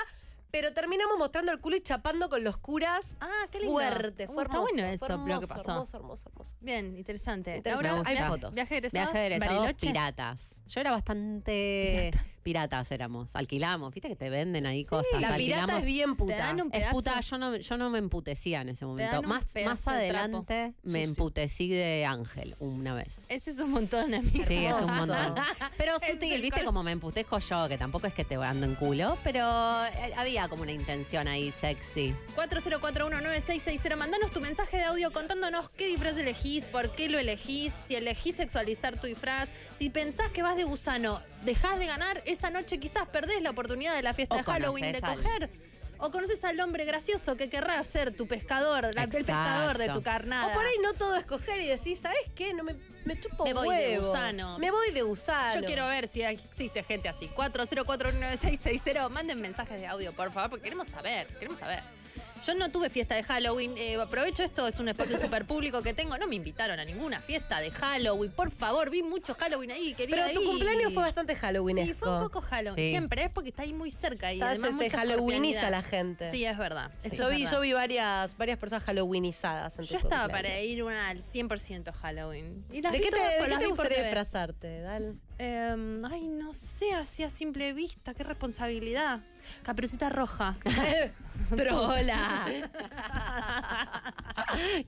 Speaker 2: pero terminamos mostrando el culo y chapando con los curas.
Speaker 3: Ah, qué lindo.
Speaker 2: Fuerte,
Speaker 3: Uh,
Speaker 2: fue
Speaker 3: está
Speaker 2: hermoso,
Speaker 3: bueno eso,
Speaker 2: fue
Speaker 3: lo que
Speaker 2: hermoso,
Speaker 3: pasó.
Speaker 2: Hermoso, hermoso, hermoso.
Speaker 3: Bien, interesante.
Speaker 2: Interesante.
Speaker 3: Ahora
Speaker 2: Me gusta.
Speaker 3: Viaje egresado.
Speaker 4: Viaje egresado,
Speaker 3: Bariloche.
Speaker 4: piratas. Yo era bastante piratas éramos. Alquilamos, viste que te venden ahí cosas.
Speaker 2: La pirata
Speaker 4: alquilamos.
Speaker 2: es bien puta.
Speaker 3: Te dan un
Speaker 4: Es
Speaker 3: pedazo.
Speaker 4: puta, yo no, yo no me emputecía en ese momento.
Speaker 3: dan un
Speaker 4: Más,
Speaker 3: pedazo
Speaker 4: más
Speaker 3: de
Speaker 4: adelante
Speaker 3: trapo.
Speaker 4: me
Speaker 3: Sí, sí.
Speaker 4: emputecí de Ángel una vez.
Speaker 3: Ese es un montón, amigo.
Speaker 4: Sí, es un
Speaker 2: hermoso.
Speaker 4: montón. Pero
Speaker 3: Es
Speaker 4: sutil,
Speaker 3: *laughs* el
Speaker 4: viste
Speaker 3: colmo.
Speaker 4: como me emputejo yo, que tampoco es que te ando en culo, pero eh, había como una intención ahí sexy. *laughs*
Speaker 3: 40419660. Mandanos tu mensaje de audio contándonos qué disfraz elegís, por qué lo elegís, si elegís sexualizar tu disfraz, si pensás que vas de gusano, dejás de ganar, esa noche quizás perdés la oportunidad de la fiesta
Speaker 4: O
Speaker 3: de Halloween de
Speaker 4: conocés al-
Speaker 3: coger. O conoces al hombre gracioso que querrá ser tu pescador, la- el
Speaker 4: Exacto.
Speaker 3: pescador de tu carnada.
Speaker 2: O por ahí no todo escoger y decís, ¿sabes qué? No me, me chupo
Speaker 3: Me voy de
Speaker 2: huevo.
Speaker 3: gusano.
Speaker 2: Me voy de gusano.
Speaker 3: Yo quiero ver si existe gente así. 40419660. Manden mensajes de audio, por favor, porque queremos saber, queremos saber. Yo no tuve fiesta de Halloween. eh, aprovecho esto, es un espacio súper público que tengo. No me invitaron a ninguna fiesta de Halloween. Por favor, vi mucho Halloween ahí. Quería
Speaker 2: Pero tu
Speaker 3: ir.
Speaker 2: cumpleaños fue bastante Halloween.
Speaker 3: Sí, fue un poco Halloween.
Speaker 4: Sí.
Speaker 3: Siempre es porque está ahí muy cerca. Y
Speaker 2: Entonces
Speaker 3: además
Speaker 2: se
Speaker 3: mucha
Speaker 2: halloweeniza
Speaker 3: escorpianidad.
Speaker 2: la gente.
Speaker 3: Sí, es verdad. eso
Speaker 2: yo,
Speaker 3: es
Speaker 2: vi,
Speaker 3: verdad.
Speaker 2: yo vi varias, varias personas halloweenizadas en tu
Speaker 3: Yo estaba
Speaker 2: cumpleaños.
Speaker 3: para ir una al 100% Halloween. Y las
Speaker 2: ¿De
Speaker 3: vi
Speaker 2: qué te,
Speaker 3: todas,
Speaker 2: de
Speaker 3: pues
Speaker 2: qué
Speaker 3: las
Speaker 2: te
Speaker 3: vi por
Speaker 2: gustaría
Speaker 3: TV.
Speaker 2: disfrazarte? *laughs* Dal?
Speaker 3: Em, ay, no sé, así a simple vista, qué responsabilidad.
Speaker 2: *laughs*
Speaker 3: Caperucita roja. *laughs*
Speaker 2: Trola.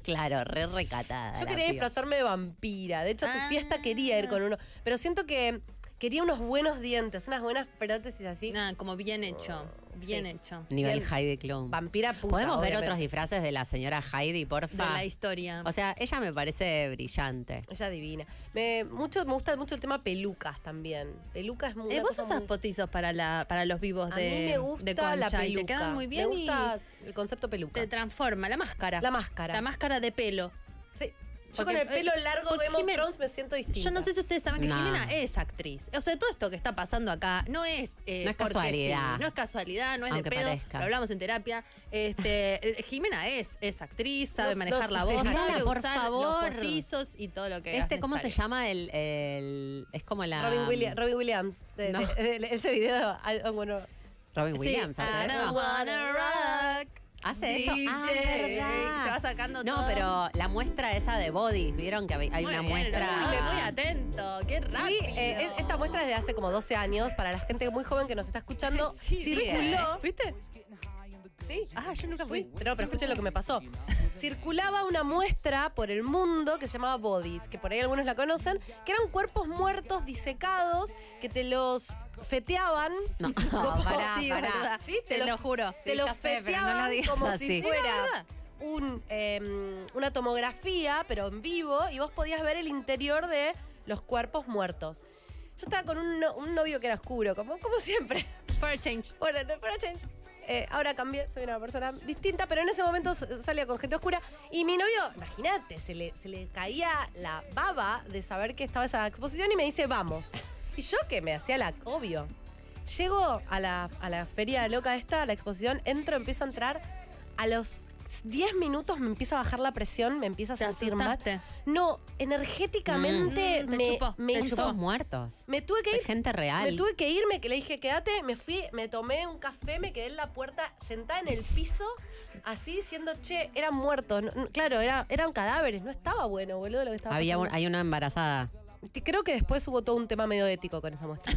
Speaker 4: Claro, re recatada.
Speaker 2: Yo
Speaker 4: la
Speaker 2: quería
Speaker 4: piba.
Speaker 2: disfrazarme de vampira. De hecho, a tu
Speaker 3: Ah.
Speaker 2: fiesta quería ir con uno. Pero siento que Quería unos buenos dientes, unas buenas prótesis así.
Speaker 3: Nada, como bien hecho. Bien hecho.
Speaker 4: Nivel
Speaker 2: Bien.
Speaker 4: Heidi Klum.
Speaker 2: Vampira puta.
Speaker 4: ¿Podemos ver
Speaker 2: obviamente.
Speaker 4: otros disfraces de la señora Heidi,
Speaker 3: De
Speaker 4: porfa?
Speaker 3: la historia.
Speaker 4: O sea, ella me parece brillante.
Speaker 2: Ella divina. Me, mucho, me gusta mucho el tema pelucas también. Pelucas muy.
Speaker 3: Eh,
Speaker 2: una
Speaker 3: vos
Speaker 2: cosa
Speaker 3: usás
Speaker 2: muy-
Speaker 3: potizos para, la, para los vivos
Speaker 2: A
Speaker 3: de,
Speaker 2: mí me gusta
Speaker 3: de concha
Speaker 2: la peluca.
Speaker 3: y te quedan muy bien
Speaker 2: Me
Speaker 3: y
Speaker 2: gusta el concepto peluca.
Speaker 3: te transforma. La máscara.
Speaker 2: La máscara.
Speaker 3: La máscara de pelo.
Speaker 2: Sí. Yo
Speaker 3: Porque,
Speaker 2: con el
Speaker 3: eh,
Speaker 2: pelo largo de
Speaker 3: porque
Speaker 2: Game of
Speaker 3: Jimena-
Speaker 2: Thrones me siento distinta.
Speaker 3: Yo no sé si ustedes saben que
Speaker 4: Nah.
Speaker 3: Jimena es actriz. O sea, todo esto que está pasando acá no es, eh,
Speaker 4: No es
Speaker 3: porque
Speaker 4: casualidad.
Speaker 3: sí, no es casualidad, no es
Speaker 4: Aunque
Speaker 3: de pedo.
Speaker 4: parezca.
Speaker 3: Lo hablamos en terapia. Este, eh, Jimena es, es actriz, sabe
Speaker 2: Los-
Speaker 3: manejar
Speaker 2: los-
Speaker 3: la voz,
Speaker 4: Mirala,
Speaker 3: sabe
Speaker 4: por
Speaker 3: usar
Speaker 4: favor.
Speaker 3: los postizos y todo lo que es
Speaker 4: Este, ¿cómo se
Speaker 3: necesario.
Speaker 4: llama? El, el- es como la...
Speaker 2: Robin, Williams, Robin Williams. de-
Speaker 4: No.
Speaker 2: de- de- ese video. ah, ah, bueno.
Speaker 4: Robin
Speaker 3: Sí, ah,
Speaker 4: Williams, ¿hace
Speaker 3: I
Speaker 4: eso?
Speaker 3: don't wanna rock.
Speaker 4: Hace esto. Ah,
Speaker 3: DJ.
Speaker 4: ¿verdad?
Speaker 3: Se va sacando
Speaker 4: No,
Speaker 3: todo.
Speaker 4: pero la muestra esa de bodies, ¿vieron que hay hay
Speaker 3: Muy
Speaker 4: una
Speaker 3: bien,
Speaker 4: muestra?
Speaker 3: Uy, muy atento. Qué rápido.
Speaker 2: Fui, eh, es- esta muestra es de hace como 12 años. Para la gente muy joven que nos está
Speaker 4: *laughs*
Speaker 2: escuchando,
Speaker 3: Sí, sí,
Speaker 2: circuló.
Speaker 3: eh.
Speaker 2: ¿Viste? Sí.
Speaker 3: Ah, yo nunca fui.
Speaker 2: Fui, pero, pero escuchen lo que me pasó. Circulaba una muestra por el mundo que se llamaba Bodies, que por ahí algunos la conocen, que eran cuerpos muertos disecados que te los feteaban. *laughs*
Speaker 4: No, pará,
Speaker 3: Sí, boluda.
Speaker 4: pará.
Speaker 2: Sí,
Speaker 3: te,
Speaker 2: te
Speaker 3: lo
Speaker 2: lo-
Speaker 3: juro.
Speaker 2: te los
Speaker 4: ya sé, pero no lo
Speaker 2: feteaban
Speaker 4: digas
Speaker 2: como
Speaker 4: así.
Speaker 2: si
Speaker 4: Sí, la
Speaker 2: fuera
Speaker 3: verdad.
Speaker 2: un, eh, una tomografía, pero en vivo, y vos podías ver el interior de los cuerpos muertos. Yo estaba con un, no- un novio que era oscuro, como, como siempre.
Speaker 3: For a change.
Speaker 2: Bueno, no, pero change. Eh, ahora cambié, soy una persona distinta, pero en ese momento s- salía con gente oscura. Y mi novio, imagínate, se le, se le caía la baba de saber que estaba esa exposición y me dice, vamos. Y yo que me hacía la obvio. Llego a la, a la feria loca esta, a la exposición, entro, empiezo a entrar. A los 10 minutos me empieza a bajar la presión, me empieza a
Speaker 3: Te
Speaker 2: sentir mal.
Speaker 3: asustaste.
Speaker 2: No, energéticamente
Speaker 3: Mm, te
Speaker 2: me,
Speaker 3: chupó,
Speaker 2: me
Speaker 3: te
Speaker 2: hizo-
Speaker 4: Todos muertos.
Speaker 2: Me tuve que
Speaker 4: Es
Speaker 2: ir
Speaker 4: gente real.
Speaker 2: me tuve que irme, que le dije, quédate, me fui, me tomé un café, me quedé en la puerta, sentada en el piso, así diciendo, che, eran muertos. No- no- claro, era, eran cadáveres, no estaba bueno, boludo, lo que estaba
Speaker 4: Había un-
Speaker 2: pasando.
Speaker 4: hay una embarazada.
Speaker 2: Te- Creo que después hubo todo un tema medio ético con esa
Speaker 4: *laughs*
Speaker 2: muestra.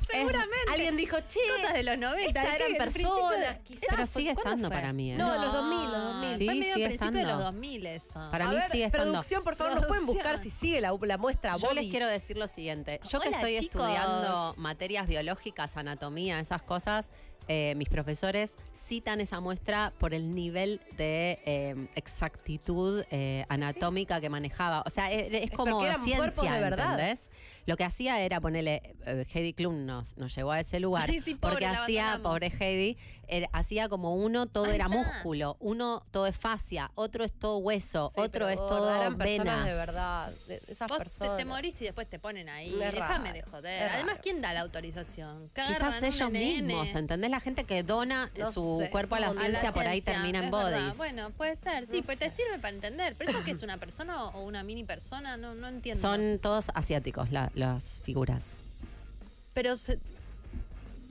Speaker 3: Seguramente.
Speaker 2: Alguien dijo, che,
Speaker 3: Cosas de los 90.
Speaker 2: estas
Speaker 3: creo que
Speaker 2: eran
Speaker 3: el
Speaker 2: personas,
Speaker 3: principio de-
Speaker 2: quizás.
Speaker 4: Pero
Speaker 3: ¿Esa fue-
Speaker 4: sigue
Speaker 3: cuándo
Speaker 4: estando
Speaker 3: fue?
Speaker 4: para mí, ¿eh?
Speaker 2: No, los 2000, los 2000.
Speaker 3: Fue
Speaker 4: Sí,
Speaker 3: medio
Speaker 4: sigue
Speaker 3: principio de
Speaker 4: estando.
Speaker 3: los 2000 eso.
Speaker 4: Para
Speaker 2: a
Speaker 4: mí
Speaker 2: ver,
Speaker 4: sigue estando.
Speaker 2: producción, por favor, nos pueden
Speaker 3: Producción.
Speaker 2: buscar si sigue la, la muestra.
Speaker 4: Yo les
Speaker 2: Body?
Speaker 4: quiero decir lo siguiente. Yo que
Speaker 3: Hola,
Speaker 4: estoy
Speaker 3: chicos.
Speaker 4: estudiando materias biológicas, anatomía, esas cosas, eh, mis profesores citan esa muestra por el nivel de eh, exactitud eh, anatómica que manejaba. O sea, es, es como
Speaker 2: porque eran cuerpos
Speaker 4: ciencia,
Speaker 2: de verdad.
Speaker 4: ¿entendés? Lo que hacía era ponerle, eh, Heidi Klum nos, nos llevó a ese
Speaker 2: *laughs*
Speaker 4: lugar,
Speaker 3: Ay, sí, pobre,
Speaker 4: porque
Speaker 3: la
Speaker 4: hacía,
Speaker 3: abandonamos.
Speaker 4: pobre Heidi, era- hacía como uno todo
Speaker 3: Ahí
Speaker 4: era
Speaker 3: está.
Speaker 4: músculo, uno todo es fascia, otro es todo hueso,
Speaker 2: Sí,
Speaker 4: otro
Speaker 2: pero
Speaker 4: es
Speaker 2: gorda,
Speaker 4: todo
Speaker 2: eran personas
Speaker 4: venas.
Speaker 2: de verdad, de- esas
Speaker 3: Vos te,
Speaker 2: personas.
Speaker 3: te morís y después te ponen ahí.
Speaker 2: Es raro,
Speaker 3: Déjame de joder.
Speaker 2: es
Speaker 3: Además,
Speaker 2: raro.
Speaker 3: ¿quién da la autorización? Que
Speaker 4: Quizás
Speaker 3: agarran un
Speaker 4: ellos
Speaker 3: NN.
Speaker 4: mismos, ¿entendés? La gente que dona
Speaker 2: No
Speaker 4: su
Speaker 2: sé,
Speaker 4: cuerpo a la
Speaker 2: somos-
Speaker 4: ciencia por ahí
Speaker 3: ciencia,
Speaker 4: termina en
Speaker 3: es verdad.
Speaker 4: bodies.
Speaker 3: Bueno, puede ser, sí,
Speaker 2: No
Speaker 3: pues
Speaker 2: sé.
Speaker 3: te sirve para entender. Pero eso que es una persona o una mini persona, no, no entiendo.
Speaker 4: Son todos asiáticos la- las figuras.
Speaker 3: Pero se-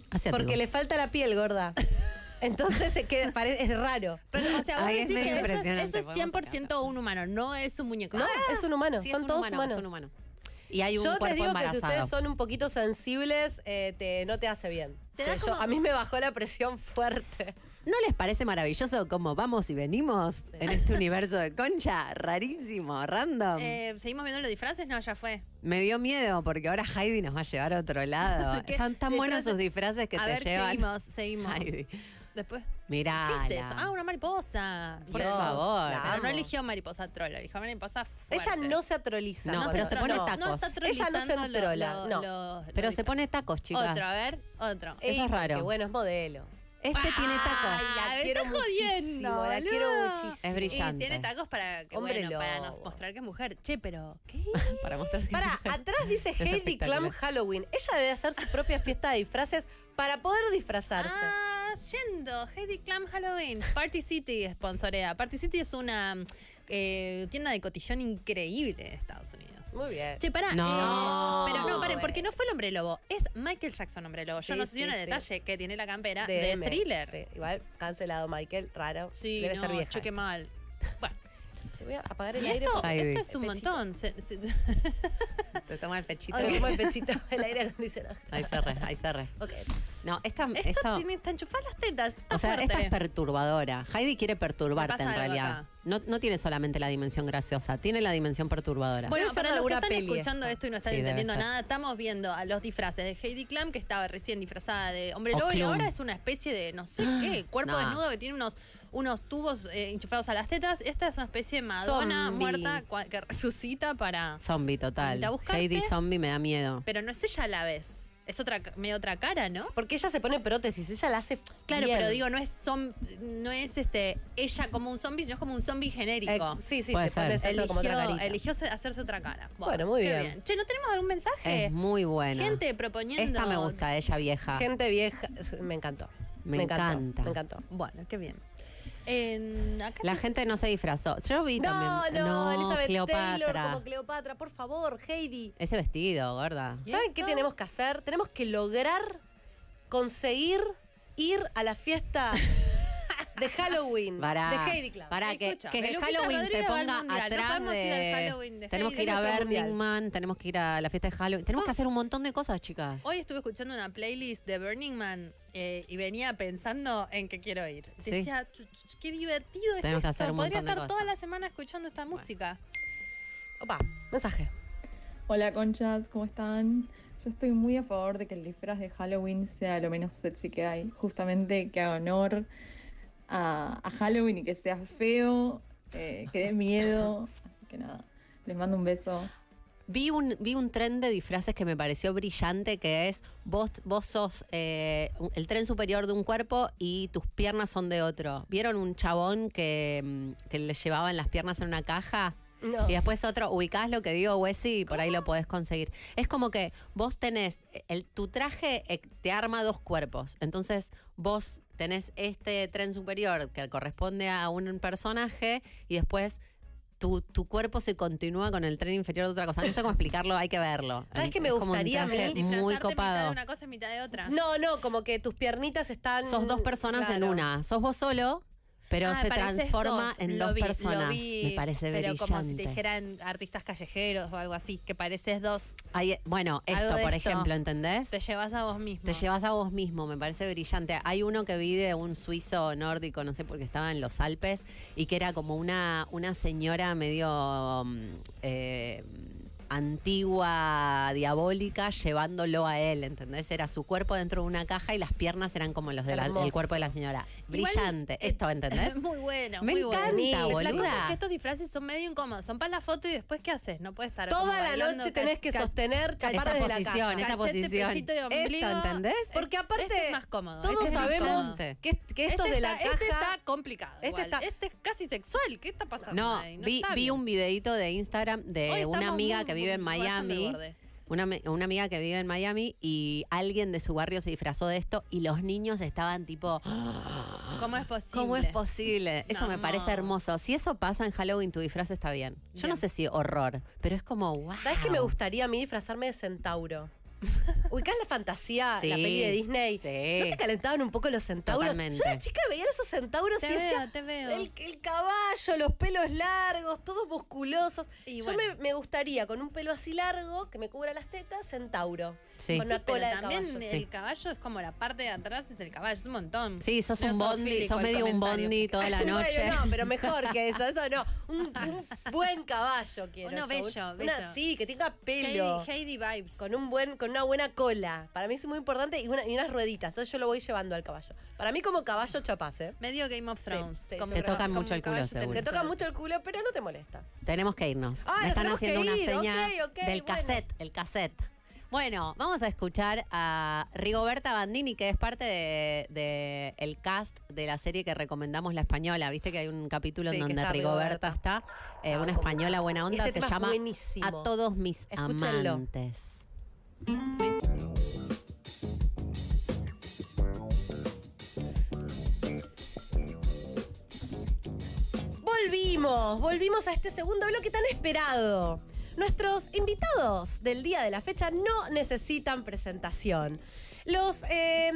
Speaker 4: Asiáticos.
Speaker 2: Porque le falta la piel,
Speaker 4: *laughs*
Speaker 2: gorda. Entonces se queda- pare- es raro.
Speaker 3: Pero, o sea, vos
Speaker 4: Ay, es
Speaker 3: decís que
Speaker 4: medio
Speaker 3: eso es-
Speaker 4: impresionante,
Speaker 3: eso es,
Speaker 4: podemos
Speaker 3: 100% un humano, no es un muñeco.
Speaker 2: No, es un humano,
Speaker 4: Ah, Sí, es
Speaker 2: son
Speaker 4: un
Speaker 2: todos
Speaker 4: humano,
Speaker 2: humanos.
Speaker 4: es un humano. Y hay un
Speaker 2: Yo
Speaker 4: cuerpo
Speaker 2: les digo que si
Speaker 4: embarazado.
Speaker 2: ustedes son un poquito sensibles, eh, te- no te hace bien.
Speaker 3: Te
Speaker 2: Que
Speaker 3: da
Speaker 2: yo-
Speaker 3: como-
Speaker 2: a mí me bajó la presión fuerte.
Speaker 4: ¿No les parece maravilloso cómo vamos y venimos
Speaker 3: *laughs*
Speaker 4: en este universo de concha? Rarísimo, random.
Speaker 3: Eh, ¿Seguimos viendo los disfraces? No, ya fue.
Speaker 4: Me dio miedo porque ahora Heidi nos va a llevar a otro lado.
Speaker 3: *laughs* ¿Qué
Speaker 4: Son tan buenos
Speaker 3: disfraces?
Speaker 4: sus disfraces que
Speaker 3: a
Speaker 4: te
Speaker 3: ver,
Speaker 4: llevan.
Speaker 3: seguimos, seguimos.
Speaker 4: Heidi.
Speaker 3: Después.
Speaker 4: Mirá.
Speaker 3: ¿Qué es eso? Ah, una mariposa.
Speaker 4: Por
Speaker 3: Dios.
Speaker 4: favor.
Speaker 2: la
Speaker 3: Pero
Speaker 2: amo.
Speaker 3: no eligió mariposa trola, eligió mariposa fuerte.
Speaker 2: Ella no se atroliza.
Speaker 4: No,
Speaker 3: No
Speaker 4: pero se pone
Speaker 3: atroló, No
Speaker 4: tacos.
Speaker 3: está
Speaker 2: Ella no se
Speaker 3: trolizando lo-
Speaker 2: trola,
Speaker 3: lo-
Speaker 2: no.
Speaker 3: lo- lo
Speaker 4: Pero se
Speaker 3: disfraz.
Speaker 4: pone tacos, chicas.
Speaker 3: Otro, a ver, otro.
Speaker 4: Eso es raro.
Speaker 2: Que bueno, es modelo.
Speaker 4: Este tiene tacos. Ah,
Speaker 3: Ay,
Speaker 2: La
Speaker 3: me
Speaker 2: quiero
Speaker 3: estás jodiendo,
Speaker 2: muchísimo, la quiero
Speaker 3: boludo.
Speaker 2: muchísimo.
Speaker 4: Es brillante.
Speaker 3: Y tiene tacos para, que,
Speaker 2: Hombre
Speaker 3: bueno, para nos
Speaker 2: lobo.
Speaker 3: mostrar que es mujer. Che, pero ¿qué?
Speaker 4: *laughs* Para mostrar.
Speaker 2: Pará, atrás dice Heidi
Speaker 4: espectacular.
Speaker 2: Clam Halloween. Ella debe hacer su propia fiesta de disfraces para poder disfrazarse.
Speaker 3: Ah, yendo. Heidi Clam Halloween. Party City sponsorea. Party City es una eh, tienda de cotillón increíble de Estados Unidos.
Speaker 2: Muy bien.
Speaker 3: Che, pará.
Speaker 4: No.
Speaker 3: eh, pero no, paren, porque no fue el hombre lobo. Es Michael Jackson hombre lobo. Yo
Speaker 2: Sí,
Speaker 3: no sé si
Speaker 2: sí,
Speaker 3: en el
Speaker 2: sí.
Speaker 3: detalle que tiene la campera de,
Speaker 2: DM,
Speaker 3: thriller. Sí,
Speaker 2: sí. Igual, cancelado Michael, raro. Debe
Speaker 3: no,
Speaker 2: ser vieja.
Speaker 3: che, qué mal. Bueno,
Speaker 2: Che, voy a apagar el
Speaker 3: y
Speaker 2: aire.
Speaker 3: esto,
Speaker 2: porque-
Speaker 4: Heidi.
Speaker 3: esto es un
Speaker 2: Pechito.
Speaker 3: montón. Se- se- *laughs*
Speaker 4: Te toma el
Speaker 2: *laughs*
Speaker 4: pechito.
Speaker 2: Ahora como el pechito el aire acondicionado.
Speaker 4: Ahí se re, ahí se re.
Speaker 2: Ok.
Speaker 4: No, esta,
Speaker 3: Esto,
Speaker 4: esto-
Speaker 3: tiene, está enchufadas las tetas. Está
Speaker 4: o sea,
Speaker 3: fuerte.
Speaker 4: esta es perturbadora. Heidi quiere perturbarte
Speaker 3: Me
Speaker 4: en
Speaker 3: pasa algo
Speaker 4: realidad.
Speaker 3: acá.
Speaker 4: No, no tiene solamente la dimensión graciosa, tiene la dimensión perturbadora.
Speaker 2: Debe
Speaker 3: Bueno,
Speaker 2: ser de
Speaker 3: para los que
Speaker 2: alguna
Speaker 3: están
Speaker 2: peli Ah,
Speaker 3: escuchando
Speaker 2: esta.
Speaker 3: esto y no están
Speaker 4: Sí, debe
Speaker 3: entendiendo
Speaker 4: ser.
Speaker 3: nada, estamos viendo a los disfraces de Heidi Klum, que estaba recién disfrazada de hombre
Speaker 4: O
Speaker 3: lobo, y
Speaker 4: Klum.
Speaker 3: ahora es una especie de, no sé
Speaker 2: *gasps*
Speaker 3: qué, cuerpo
Speaker 4: No.
Speaker 3: desnudo que tiene unos, unos tubos eh, enchufados a las tetas. Esta es una especie de Madonna
Speaker 4: Zombie.
Speaker 3: muerta cua- que resucita para...
Speaker 4: Zombie total.
Speaker 3: ¿La buscaste?
Speaker 4: Heidi zombie me da miedo.
Speaker 3: Pero no es ella a la vez. Es otra, ca- medio otra cara, ¿no?
Speaker 2: Porque ella se pone prótesis, ella la hace.
Speaker 3: Claro,
Speaker 2: bien.
Speaker 3: pero digo, no es zom- no es este ella como un zombie, sino es como un zombie
Speaker 2: Eh,
Speaker 3: genérico.
Speaker 2: sí, sí,
Speaker 4: Puede
Speaker 2: se pone
Speaker 4: ser.
Speaker 2: hacerlo como otra
Speaker 3: eligió,
Speaker 2: carita.
Speaker 3: eligió se- hacerse otra cara.
Speaker 2: Bueno, muy
Speaker 3: qué
Speaker 2: bien.
Speaker 3: Che, ¿no tenemos algún mensaje?
Speaker 4: Es muy buena.
Speaker 3: Gente proponiendo.
Speaker 4: Esta me gusta, ella vieja.
Speaker 2: Ah. Gente vieja, *laughs* me encantó.
Speaker 4: Me
Speaker 2: encantó,
Speaker 4: encanta.
Speaker 2: Me encantó.
Speaker 3: Bueno, qué bien. En- acá
Speaker 4: La gente no se disfrazó. Yo vi también. Cleopatra.
Speaker 2: como Cleopatra, por favor, Heidi.
Speaker 4: Ese vestido, gorda.
Speaker 3: ¿Y
Speaker 2: ¿Saben qué
Speaker 3: esto?
Speaker 2: tenemos que hacer? Tenemos que lograr conseguir ir a la fiesta
Speaker 4: *laughs*
Speaker 2: de Halloween
Speaker 4: Para,
Speaker 2: de Heidi Club.
Speaker 4: para que,
Speaker 3: Escucha,
Speaker 4: que el
Speaker 3: Peluquita
Speaker 4: Halloween se
Speaker 3: Rodríguez va al
Speaker 4: ponga
Speaker 3: mundial. No
Speaker 4: atrás
Speaker 3: podemos
Speaker 4: de,
Speaker 3: ir al Halloween de
Speaker 4: Tenemos que ir
Speaker 3: Heidi.
Speaker 4: a
Speaker 2: Tenemos que ir al
Speaker 4: Burning
Speaker 2: mundial.
Speaker 4: Man, tenemos que ir a la fiesta de Halloween. Tenemos que hacer un montón de cosas, chicas.
Speaker 3: Hoy estuve escuchando una playlist de Burning Man eh, y venía pensando en que quiero ir.
Speaker 4: Sí.
Speaker 3: Decía, "Chu, chu, chu, qué divertido es
Speaker 4: Tenemos que
Speaker 3: esto.
Speaker 4: hacer un
Speaker 3: Podría
Speaker 4: montón de
Speaker 3: estar toda
Speaker 4: cosas".
Speaker 3: la semana escuchando esta música.
Speaker 2: Opa, mensaje.
Speaker 5: Hola conchas, ¿cómo están? Yo estoy muy a favor de que el disfraz de Halloween sea lo menos sexy que hay, justamente que haga honor a, a Halloween y que sea feo, eh, que dé miedo, así que nada, les mando un beso.
Speaker 4: Vi un, vi un tren de disfraces que me pareció brillante, que es vos, vos sos eh, un- el tren superior de un cuerpo y tus piernas son de otro. ¿Vieron un chabón que, mm, que le llevaban las piernas en una caja?
Speaker 2: No.
Speaker 4: Y después otro, ubicás lo que digo, Wessi, y por ahí lo podés conseguir. Es como que vos tenés, el, tu traje eh, te arma dos cuerpos. Entonces vos tenés este tren superior que corresponde a un personaje y después tu, tu cuerpo se continúa con el tren inferior de otra cosa. No sé cómo explicarlo, hay que verlo.
Speaker 2: ¿Sabes qué me
Speaker 4: Es como un
Speaker 2: gustaría a mí?
Speaker 4: traje
Speaker 3: Disfrazarte
Speaker 4: Muy
Speaker 3: mitad de
Speaker 4: copado.
Speaker 3: una cosa y mitad de otra.
Speaker 2: No, no, como que tus piernitas están.
Speaker 4: Sos dos personas en
Speaker 2: Claro.
Speaker 4: una. Sos vos solo, pero
Speaker 3: Ah,
Speaker 4: se
Speaker 3: pareces
Speaker 4: transforma
Speaker 3: dos.
Speaker 4: en
Speaker 3: Lo
Speaker 4: dos
Speaker 3: vi, lo
Speaker 4: personas.
Speaker 3: vi,
Speaker 4: me parece
Speaker 3: Pero
Speaker 4: brillante.
Speaker 3: como si te dijeran artistas callejeros o algo así, que pareces dos,
Speaker 4: Hay- bueno, esto,
Speaker 3: Algo de
Speaker 4: por
Speaker 3: esto.
Speaker 4: ejemplo, ¿entendés?
Speaker 3: te llevas a vos mismo.
Speaker 4: Te llevas a vos mismo, me parece brillante. Hay uno que vi de un suizo nórdico, no sé por qué estaba en los Alpes, y que era como una, una señora medio mm, eh, antigua, diabólica, llevándolo a él, ¿entendés? Era su cuerpo dentro de una caja y las piernas eran como los del
Speaker 2: Hermoso.
Speaker 4: cuerpo de la señora.
Speaker 3: Igual,
Speaker 4: Brillante,
Speaker 3: eh, *laughs*
Speaker 4: esto, ¿entendés?
Speaker 3: muy bueno,
Speaker 4: Me
Speaker 3: muy bueno.
Speaker 4: encanta,
Speaker 3: La cosa es
Speaker 4: boluda.
Speaker 3: que estos disfraces son medio incómodos. Son para la foto y después, ¿qué haces? No puedes estar como
Speaker 2: Toda la
Speaker 3: bailando
Speaker 2: noche
Speaker 3: ca-
Speaker 2: tenés que
Speaker 3: ca-
Speaker 2: sostener chapar
Speaker 4: Esa
Speaker 2: desde la
Speaker 4: posición,
Speaker 2: caja.
Speaker 3: cachete,
Speaker 4: esa posición.
Speaker 3: pechito y
Speaker 4: Esto,
Speaker 3: ombligo.
Speaker 4: ¿entendés?
Speaker 3: Eh,
Speaker 2: Porque aparte,
Speaker 3: Este es más cómodo.
Speaker 2: Todos
Speaker 3: este es más
Speaker 2: sabemos
Speaker 3: cómodo.
Speaker 4: Brillante.
Speaker 2: que, que esto
Speaker 3: Este
Speaker 2: de la
Speaker 3: está, Este
Speaker 2: caja.
Speaker 3: está complicado.
Speaker 2: Este
Speaker 3: Este,
Speaker 2: está-
Speaker 3: este es casi sexual. ¿Qué está pasando?
Speaker 4: No,
Speaker 3: ahí?
Speaker 4: vi,
Speaker 3: está
Speaker 4: vi
Speaker 3: bien.
Speaker 4: un videito de Instagram
Speaker 3: Hoy
Speaker 4: de
Speaker 3: estamos
Speaker 4: una amiga
Speaker 3: muy
Speaker 4: que vive en
Speaker 3: rayando el
Speaker 4: Miami.
Speaker 3: borde.
Speaker 4: Una, ami- una amiga que vive en Miami y alguien de su barrio se disfrazó de esto y los niños estaban tipo, "Ah,
Speaker 3: ¿Cómo es posible?
Speaker 4: ¿cómo es posible? Eso me
Speaker 3: No.
Speaker 4: parece hermoso. Si eso pasa en Halloween, tu disfraz está bien. Yo no
Speaker 3: Bien.
Speaker 4: sé si horror, pero es como, wow.
Speaker 2: ¿Sabes qué me gustaría a mí disfrazarme de
Speaker 3: *laughs*
Speaker 2: centauro? Ubicás la fantasía,
Speaker 4: Sí,
Speaker 2: la peli de Disney.
Speaker 4: sí.
Speaker 2: ¿No te calentaban un poco los centauros?
Speaker 4: Totalmente.
Speaker 2: Yo era chica veía esos centauros
Speaker 3: Te
Speaker 2: y decía,
Speaker 3: veo, te veo.
Speaker 2: El, el caballo, los pelos largos, todos musculosos.
Speaker 3: Y
Speaker 2: Yo
Speaker 3: bueno.
Speaker 2: me, me gustaría con un pelo así largo que me cubra las tetas, centauro.
Speaker 4: Sí.
Speaker 2: Con una
Speaker 3: Pero
Speaker 2: cola de
Speaker 3: también
Speaker 2: caballo.
Speaker 3: el caballo es como la parte de atrás es el caballo, es un montón.
Speaker 4: Sí, sos un bondi,
Speaker 3: Neosofílico
Speaker 4: sos
Speaker 3: el
Speaker 4: medio un
Speaker 3: comentario.
Speaker 4: bondi toda
Speaker 2: *laughs*
Speaker 4: la
Speaker 2: Bueno,
Speaker 4: noche.
Speaker 2: no, pero mejor que eso, eso no. Un,
Speaker 3: *laughs*
Speaker 2: un buen caballo quiero.
Speaker 3: Uno
Speaker 2: yo,
Speaker 3: bello,
Speaker 2: un-
Speaker 3: bello.
Speaker 2: Una, sí, que tenga pelo.
Speaker 3: Heidi, Heidi Vibes.
Speaker 2: Con un buen, con una buena cola. Para mí es muy importante y, una- y unas rueditas. Entonces yo lo voy llevando al caballo. Para mí como caballo chapaz, ¿eh?
Speaker 3: Medio Game of Thrones.
Speaker 2: sí, yo
Speaker 3: como
Speaker 2: Te
Speaker 3: un ca-
Speaker 4: tocan
Speaker 3: como
Speaker 4: mucho
Speaker 3: un
Speaker 4: el culo,
Speaker 3: caballo
Speaker 4: seguro.
Speaker 2: Te
Speaker 3: tenso.
Speaker 2: toca mucho el culo, pero no te molesta.
Speaker 4: Tenemos que irnos.
Speaker 2: Ah,
Speaker 4: Me
Speaker 2: nos
Speaker 4: están
Speaker 2: tenemos que
Speaker 4: haciendo una
Speaker 2: ir,
Speaker 4: seña
Speaker 2: ok, ok,
Speaker 4: del
Speaker 2: bueno.
Speaker 4: cassette, el cassette. Bueno, vamos a escuchar a Rigoberta Bandini, que es parte de, de el cast de la serie que recomendamos La Española. Viste que hay un capítulo
Speaker 2: Sí, que
Speaker 4: en donde
Speaker 2: está Ah,
Speaker 4: Rigoberta, está, eh, una española buena onda,
Speaker 2: Este
Speaker 4: se
Speaker 2: tema es
Speaker 4: llama
Speaker 2: buenísimo.
Speaker 4: A todos mis
Speaker 2: Escúchenlo.
Speaker 4: amantes.
Speaker 2: Volvimos, volvimos a este segundo bloque tan esperado. Nuestros invitados del día de la fecha no necesitan presentación. Los eh,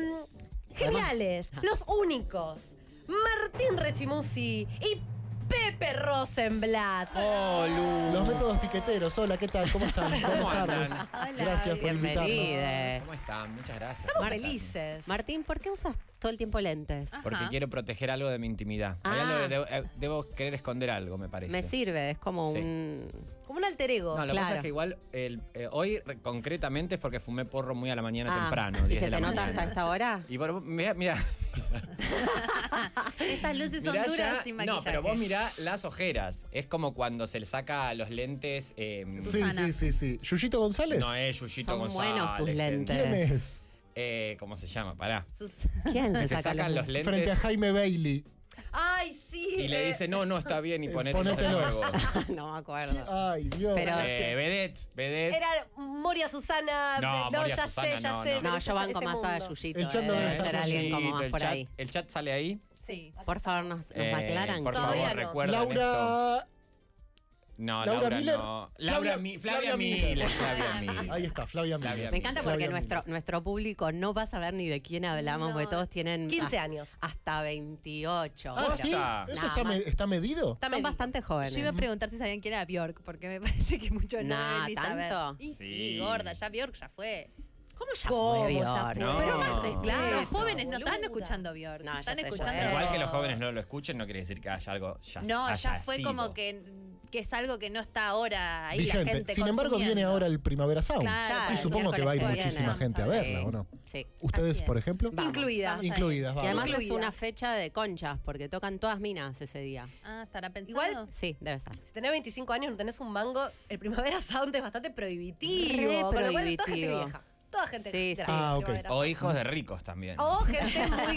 Speaker 2: geniales, los únicos, Martín Rechimusi y Pepe Rosenblatt.
Speaker 6: Oh, Lu.
Speaker 7: Los métodos piqueteros. Hola, ¿qué tal? ¿Cómo
Speaker 6: *laughs*
Speaker 7: están?
Speaker 6: ¿Cómo
Speaker 7: Buenas tardes.
Speaker 6: andan?
Speaker 3: Hola,
Speaker 7: Gracias por invitarnos.
Speaker 4: Bienvenides.
Speaker 6: ¿Cómo están? Muchas gracias.
Speaker 2: Estamos
Speaker 6: Marta.
Speaker 2: felices.
Speaker 4: Martín, ¿por qué usas todo el tiempo lentes?
Speaker 3: Ah,
Speaker 6: Porque
Speaker 3: Ajá.
Speaker 6: quiero proteger algo de mi intimidad.
Speaker 4: Ah.
Speaker 6: Hay algo que debo, eh, debo querer esconder algo, me parece.
Speaker 4: Me sirve, es como
Speaker 6: Sí.
Speaker 4: un...
Speaker 2: Como un alter ego.
Speaker 6: No, lo que pasa
Speaker 4: claro.
Speaker 6: es que igual el- eh, hoy re- concretamente es porque fumé porro muy a la mañana
Speaker 4: Ah,
Speaker 6: temprano.
Speaker 4: ¿Y
Speaker 6: 10
Speaker 4: se
Speaker 6: de la
Speaker 4: te nota
Speaker 6: mañana.
Speaker 4: hasta esta hora?
Speaker 6: Y por-
Speaker 4: *laughs*
Speaker 6: mirá, mirá,
Speaker 3: Estas luces son
Speaker 6: mirá
Speaker 3: duras
Speaker 6: ya-
Speaker 3: sin
Speaker 6: No,
Speaker 3: maquillaje.
Speaker 6: pero vos mirá las ojeras. Es como cuando se le saca a los lentes. eh,
Speaker 7: Sí,
Speaker 3: Susana.
Speaker 7: sí, sí, sí. ¿Yuyito González?
Speaker 6: no eh, es Yuyito
Speaker 4: Son
Speaker 6: González.
Speaker 4: buenos tus
Speaker 6: gente.
Speaker 4: lentes.
Speaker 7: ¿Quién es?
Speaker 6: Eh, ¿Cómo se llama? Pará.
Speaker 3: Sus-
Speaker 4: *laughs* ¿Quién
Speaker 6: Que
Speaker 4: se
Speaker 6: se
Speaker 4: saca
Speaker 6: sacan los
Speaker 4: los... *laughs*
Speaker 6: lentes
Speaker 7: Frente a Jaime Bailey.
Speaker 2: Ay, sí.
Speaker 6: y le
Speaker 2: eh,
Speaker 6: dice, no, no, está bien y
Speaker 7: Eh,
Speaker 6: ponete los de
Speaker 7: ponételos.
Speaker 6: nuevo.
Speaker 4: Ah, no me acuerdo.
Speaker 7: Ay, Dios.
Speaker 4: Pero-
Speaker 6: Eh, vedette, vedette.
Speaker 2: Era Moria Susana.
Speaker 6: No,
Speaker 2: no
Speaker 6: Moria
Speaker 2: ya sé,
Speaker 6: Susana,
Speaker 2: ya
Speaker 6: no,
Speaker 2: sé.
Speaker 6: no.
Speaker 2: pero
Speaker 4: No,
Speaker 2: ese-
Speaker 4: yo banco
Speaker 2: ese
Speaker 4: más a
Speaker 2: mundo.
Speaker 4: Yuyito.
Speaker 7: El chat no
Speaker 4: eh,
Speaker 7: debe
Speaker 4: debe
Speaker 7: estar
Speaker 4: ser
Speaker 7: con
Speaker 4: alguien como
Speaker 6: Yuyito,
Speaker 4: más
Speaker 6: el
Speaker 4: por
Speaker 6: chat-
Speaker 4: ahí.
Speaker 6: El chat sale ahí.
Speaker 3: Sí.
Speaker 4: Por favor, nos, nos
Speaker 6: Eh,
Speaker 4: aclaran.
Speaker 6: Por
Speaker 2: Todavía
Speaker 6: favor,
Speaker 2: no.
Speaker 6: recuerden esto.
Speaker 7: Laura.
Speaker 6: No,
Speaker 7: Laura
Speaker 6: Laura,
Speaker 7: Miller.
Speaker 6: no.
Speaker 7: Flavia-
Speaker 6: Laura, Mi- Flavia,
Speaker 7: Flavia Miller.
Speaker 6: Miller. Flavia
Speaker 7: *laughs* Ahí
Speaker 6: Miller.
Speaker 7: está, Flavia Miller.
Speaker 6: Flavia
Speaker 4: Me encanta porque
Speaker 7: Flavia
Speaker 4: nuestro,
Speaker 7: Miller.
Speaker 4: nuestro público no va a saber ni de quién hablamos,
Speaker 3: No.
Speaker 4: porque todos tienen
Speaker 2: 15
Speaker 4: a-
Speaker 2: años.
Speaker 4: hasta 28.
Speaker 7: Ah,
Speaker 4: Bueno,
Speaker 7: ¿sí?
Speaker 6: Posta.
Speaker 7: ¿Eso
Speaker 4: Nah,
Speaker 7: está, me-
Speaker 4: man.
Speaker 7: está medido?
Speaker 4: Son bastante jóvenes.
Speaker 3: Yo iba a preguntar si sabían quién era Bjork, porque me *laughs* parece que mucho no
Speaker 4: Nah,
Speaker 3: deben ni saber.
Speaker 4: ¿tanto?
Speaker 3: Y sí,
Speaker 6: Sí.
Speaker 3: gorda, ya Bjork ya fue.
Speaker 2: ¿Cómo ya
Speaker 4: ¿Cómo
Speaker 2: fue?
Speaker 4: ya
Speaker 6: fue? No.
Speaker 2: Pero más
Speaker 6: Los
Speaker 2: claro.
Speaker 3: Los jóvenes no están
Speaker 2: boluda.
Speaker 3: escuchando Bjork.
Speaker 4: No, ya
Speaker 3: están
Speaker 4: sé, ya
Speaker 3: escuchando.
Speaker 4: sé.
Speaker 6: Igual que los jóvenes no lo escuchen, no quiere decir que haya algo ya
Speaker 3: No, ya
Speaker 6: haya
Speaker 3: fue
Speaker 6: sido.
Speaker 3: como que, que es algo que no está ahora ahí la gente.
Speaker 7: Sin embargo, viene
Speaker 3: consumiendo.
Speaker 7: ahora el Primavera Sound.
Speaker 3: Claro,
Speaker 4: Ya,
Speaker 7: y
Speaker 4: el
Speaker 7: supongo que va a ir
Speaker 4: miércoles
Speaker 3: viene,
Speaker 7: muchísima
Speaker 3: vamos
Speaker 7: gente a
Speaker 3: a ver.
Speaker 7: verla, ¿o no?
Speaker 4: Sí. sí.
Speaker 7: ¿Ustedes,
Speaker 3: Así
Speaker 7: por
Speaker 3: es.
Speaker 7: ejemplo?
Speaker 4: Vamos,
Speaker 2: Incluida.
Speaker 4: vamos ahí.
Speaker 7: Incluidas,
Speaker 4: Que además
Speaker 7: vamos.
Speaker 4: es
Speaker 2: Incluida.
Speaker 4: una fecha de conchas, porque tocan todas minas ese día.
Speaker 3: Ah, estará pensando.
Speaker 2: Igual-
Speaker 4: Sí, debe ser.
Speaker 2: Si tenés 25 años y no tenés un mango, el Primavera *laughs* Sound es bastante prohibitivo.
Speaker 4: Re
Speaker 2: con lo cual, toda gente
Speaker 4: prohibitivo.
Speaker 2: vieja. Toda gente
Speaker 4: Sí,
Speaker 2: grande,
Speaker 4: sí.
Speaker 7: Ah, ok.
Speaker 2: Primavera
Speaker 6: O
Speaker 2: Sound.
Speaker 6: hijos de ricos también.
Speaker 2: O gente muy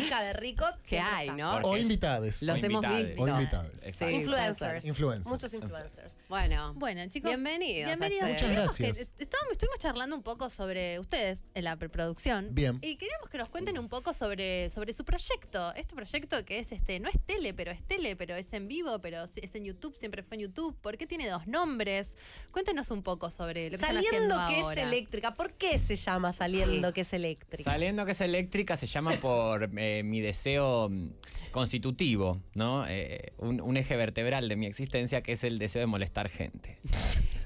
Speaker 2: hija de rico.
Speaker 4: Que
Speaker 2: siempre
Speaker 4: hay,
Speaker 2: está.
Speaker 4: ¿no?
Speaker 6: Porque-
Speaker 7: O invitades.
Speaker 4: Los
Speaker 6: O
Speaker 4: hemos
Speaker 6: invitades.
Speaker 4: visto.
Speaker 7: O invitades.
Speaker 4: Sí,
Speaker 6: Exacto.
Speaker 4: puede ser.
Speaker 2: Influencers.
Speaker 7: Influencers.
Speaker 2: Muchos influencers.
Speaker 4: Bueno,
Speaker 3: Bueno, chicos.
Speaker 4: Bienvenidos a
Speaker 3: Bienvenidos.
Speaker 4: este-
Speaker 3: Queremos que-
Speaker 7: Muchas gracias.
Speaker 3: estábamos, estuvimos charlando un poco sobre ustedes en la preproducción.
Speaker 7: Bien.
Speaker 3: Y queríamos que nos cuenten un poco sobre, sobre su proyecto. Este proyecto que es este, no es tele, pero es tele, pero es en vivo, pero sí- es en YouTube, siempre fue en YouTube. ¿Por qué tiene dos nombres? Cuéntenos un poco sobre lo que
Speaker 2: Saliendo
Speaker 3: están haciendo
Speaker 2: que
Speaker 3: ahora.
Speaker 2: es eléctrica. ¿Por qué se llama Saliendo que es eléctrica?
Speaker 6: Saliendo que es eléctrica se llama por eh, mi deseo mm, constitutivo, ¿no? Eh, un, un eje vertebral de mi existencia que es el deseo de molestar gente.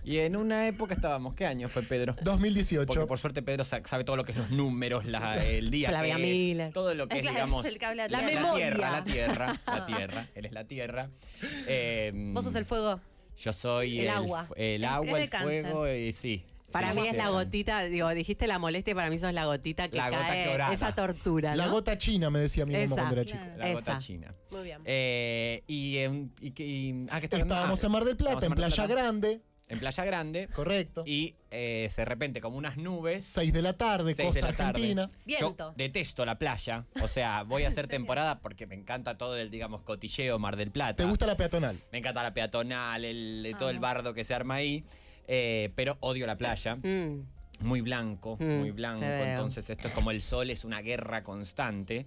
Speaker 6: Y en una época estábamos, ¿qué año fue Pedro?
Speaker 7: 2018.
Speaker 6: Porque por suerte Pedro sa- sabe todo lo que es los números, la- el
Speaker 4: *laughs*
Speaker 6: día.
Speaker 4: Flavia
Speaker 6: que es,
Speaker 4: Miller.
Speaker 6: Todo lo que es,
Speaker 3: Claro,
Speaker 6: digamos.
Speaker 3: es el cable a
Speaker 6: la,
Speaker 3: tierra.
Speaker 6: la
Speaker 2: memoria.
Speaker 6: tierra, la tierra, la tierra. Él es
Speaker 4: *laughs*
Speaker 6: la tierra. Eh,
Speaker 2: Vos sos el fuego.
Speaker 6: Yo soy
Speaker 2: el
Speaker 6: el,
Speaker 2: agua.
Speaker 6: fu- El
Speaker 3: Es-
Speaker 6: agua,
Speaker 3: es de
Speaker 6: el fuego y sí.
Speaker 4: Para
Speaker 6: Sí,
Speaker 4: mí
Speaker 6: sí,
Speaker 4: es la
Speaker 6: sí.
Speaker 4: gotita, digo, dijiste la molestia y para mí sos la gotita que
Speaker 6: La gota
Speaker 4: cae,
Speaker 6: que orana.
Speaker 4: esa tortura,
Speaker 7: La
Speaker 4: ¿no?
Speaker 7: gota china, me decía mi mamá
Speaker 4: Esa.
Speaker 7: cuando era
Speaker 3: Claro.
Speaker 7: chico.
Speaker 6: La gota
Speaker 4: Esa.
Speaker 6: china.
Speaker 2: Muy bien.
Speaker 6: Eh, y, en- y que- y- ah, que está-
Speaker 7: Estábamos
Speaker 6: ah,
Speaker 7: en Mar del Plata,
Speaker 6: estábamos
Speaker 7: en
Speaker 6: Mar del
Speaker 7: Playa
Speaker 6: Plata.
Speaker 7: Grande,
Speaker 6: En Playa Grande.
Speaker 7: correcto.
Speaker 6: Y eh, de repente, como unas nubes.
Speaker 7: 6 de la tarde,
Speaker 6: Seis
Speaker 7: costa argentina.
Speaker 2: Viento.
Speaker 6: Yo detesto la playa. O sea, voy
Speaker 7: *laughs*
Speaker 6: a hacer temporada porque me encanta todo el, digamos, cotilleo Mar del Plata.
Speaker 7: ¿Te gusta la peatonal?
Speaker 6: Me encanta la peatonal, el,
Speaker 7: Ah,
Speaker 6: todo el
Speaker 3: Amo.
Speaker 6: bardo que se arma ahí. Eh, pero odio la playa.
Speaker 4: Mm.
Speaker 6: Muy blanco,
Speaker 4: Mm,
Speaker 6: muy blanco.
Speaker 4: te veo.
Speaker 6: Entonces, esto es como el sol, es una guerra constante.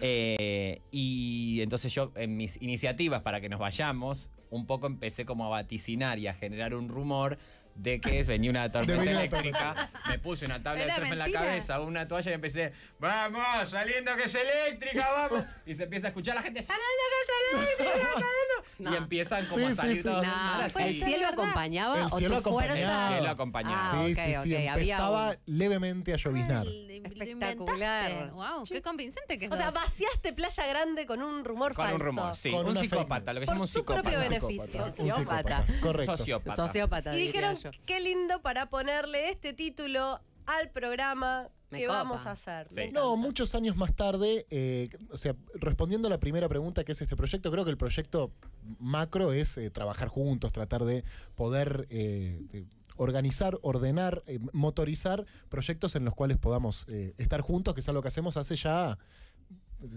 Speaker 6: Eh, y entonces yo, en mis iniciativas para que nos vayamos, un poco empecé como a vaticinar y a generar un rumor de que venía una tormenta
Speaker 7: venir una
Speaker 6: eléctrica. Me puse una tabla de
Speaker 3: Era
Speaker 6: surf en la
Speaker 3: mentira.
Speaker 6: cabeza, una toalla y empecé, vamos, saliendo que es eléctrica, vamos. Y se empieza a escuchar la gente, saliendo que es eléctrica, saliendo.
Speaker 4: No.
Speaker 6: Y empiezan como
Speaker 7: Sí,
Speaker 6: a
Speaker 7: sí,
Speaker 6: salir
Speaker 7: sí.
Speaker 6: todos
Speaker 4: No,
Speaker 6: mal
Speaker 4: ¿El
Speaker 6: así.
Speaker 4: cielo acompañaba
Speaker 7: El
Speaker 4: o
Speaker 7: cielo
Speaker 4: tu fuerza?
Speaker 7: acompañaba.
Speaker 6: El cielo acompañaba.
Speaker 4: Ah,
Speaker 7: sí,
Speaker 4: ok,
Speaker 7: sí, sí.
Speaker 4: ok, había
Speaker 7: Empezaba
Speaker 4: un-
Speaker 7: levemente a lloviznar.
Speaker 4: Espectacular.
Speaker 3: Wow, qué convincente que
Speaker 2: O sea,
Speaker 3: sos.
Speaker 2: vaciaste Playa Grande con un rumor
Speaker 6: Con
Speaker 2: falso.
Speaker 6: un rumor, sí.
Speaker 7: Con
Speaker 6: un
Speaker 7: una fake
Speaker 6: psicópata,
Speaker 7: news.
Speaker 6: lo que se
Speaker 2: Por
Speaker 6: llama un
Speaker 2: tu propio
Speaker 6: psicópata.
Speaker 2: beneficio.
Speaker 7: Un psicópata. Correcto.
Speaker 6: Sociópata.
Speaker 4: Sociópata,
Speaker 2: Y
Speaker 4: diría
Speaker 2: dijeron,
Speaker 4: yo.
Speaker 2: qué lindo para ponerle este título al programa
Speaker 4: Me
Speaker 2: que
Speaker 4: copa.
Speaker 2: vamos a hacer.
Speaker 6: Sí.
Speaker 2: Me encanta.
Speaker 7: No, muchos años más tarde, eh, o sea, respondiendo a la primera pregunta que es este proyecto, creo que el proyecto macro es eh, trabajar juntos, tratar de poder eh, de organizar, ordenar, eh, motorizar proyectos en los cuales podamos eh, estar juntos, que es algo que hacemos hace ya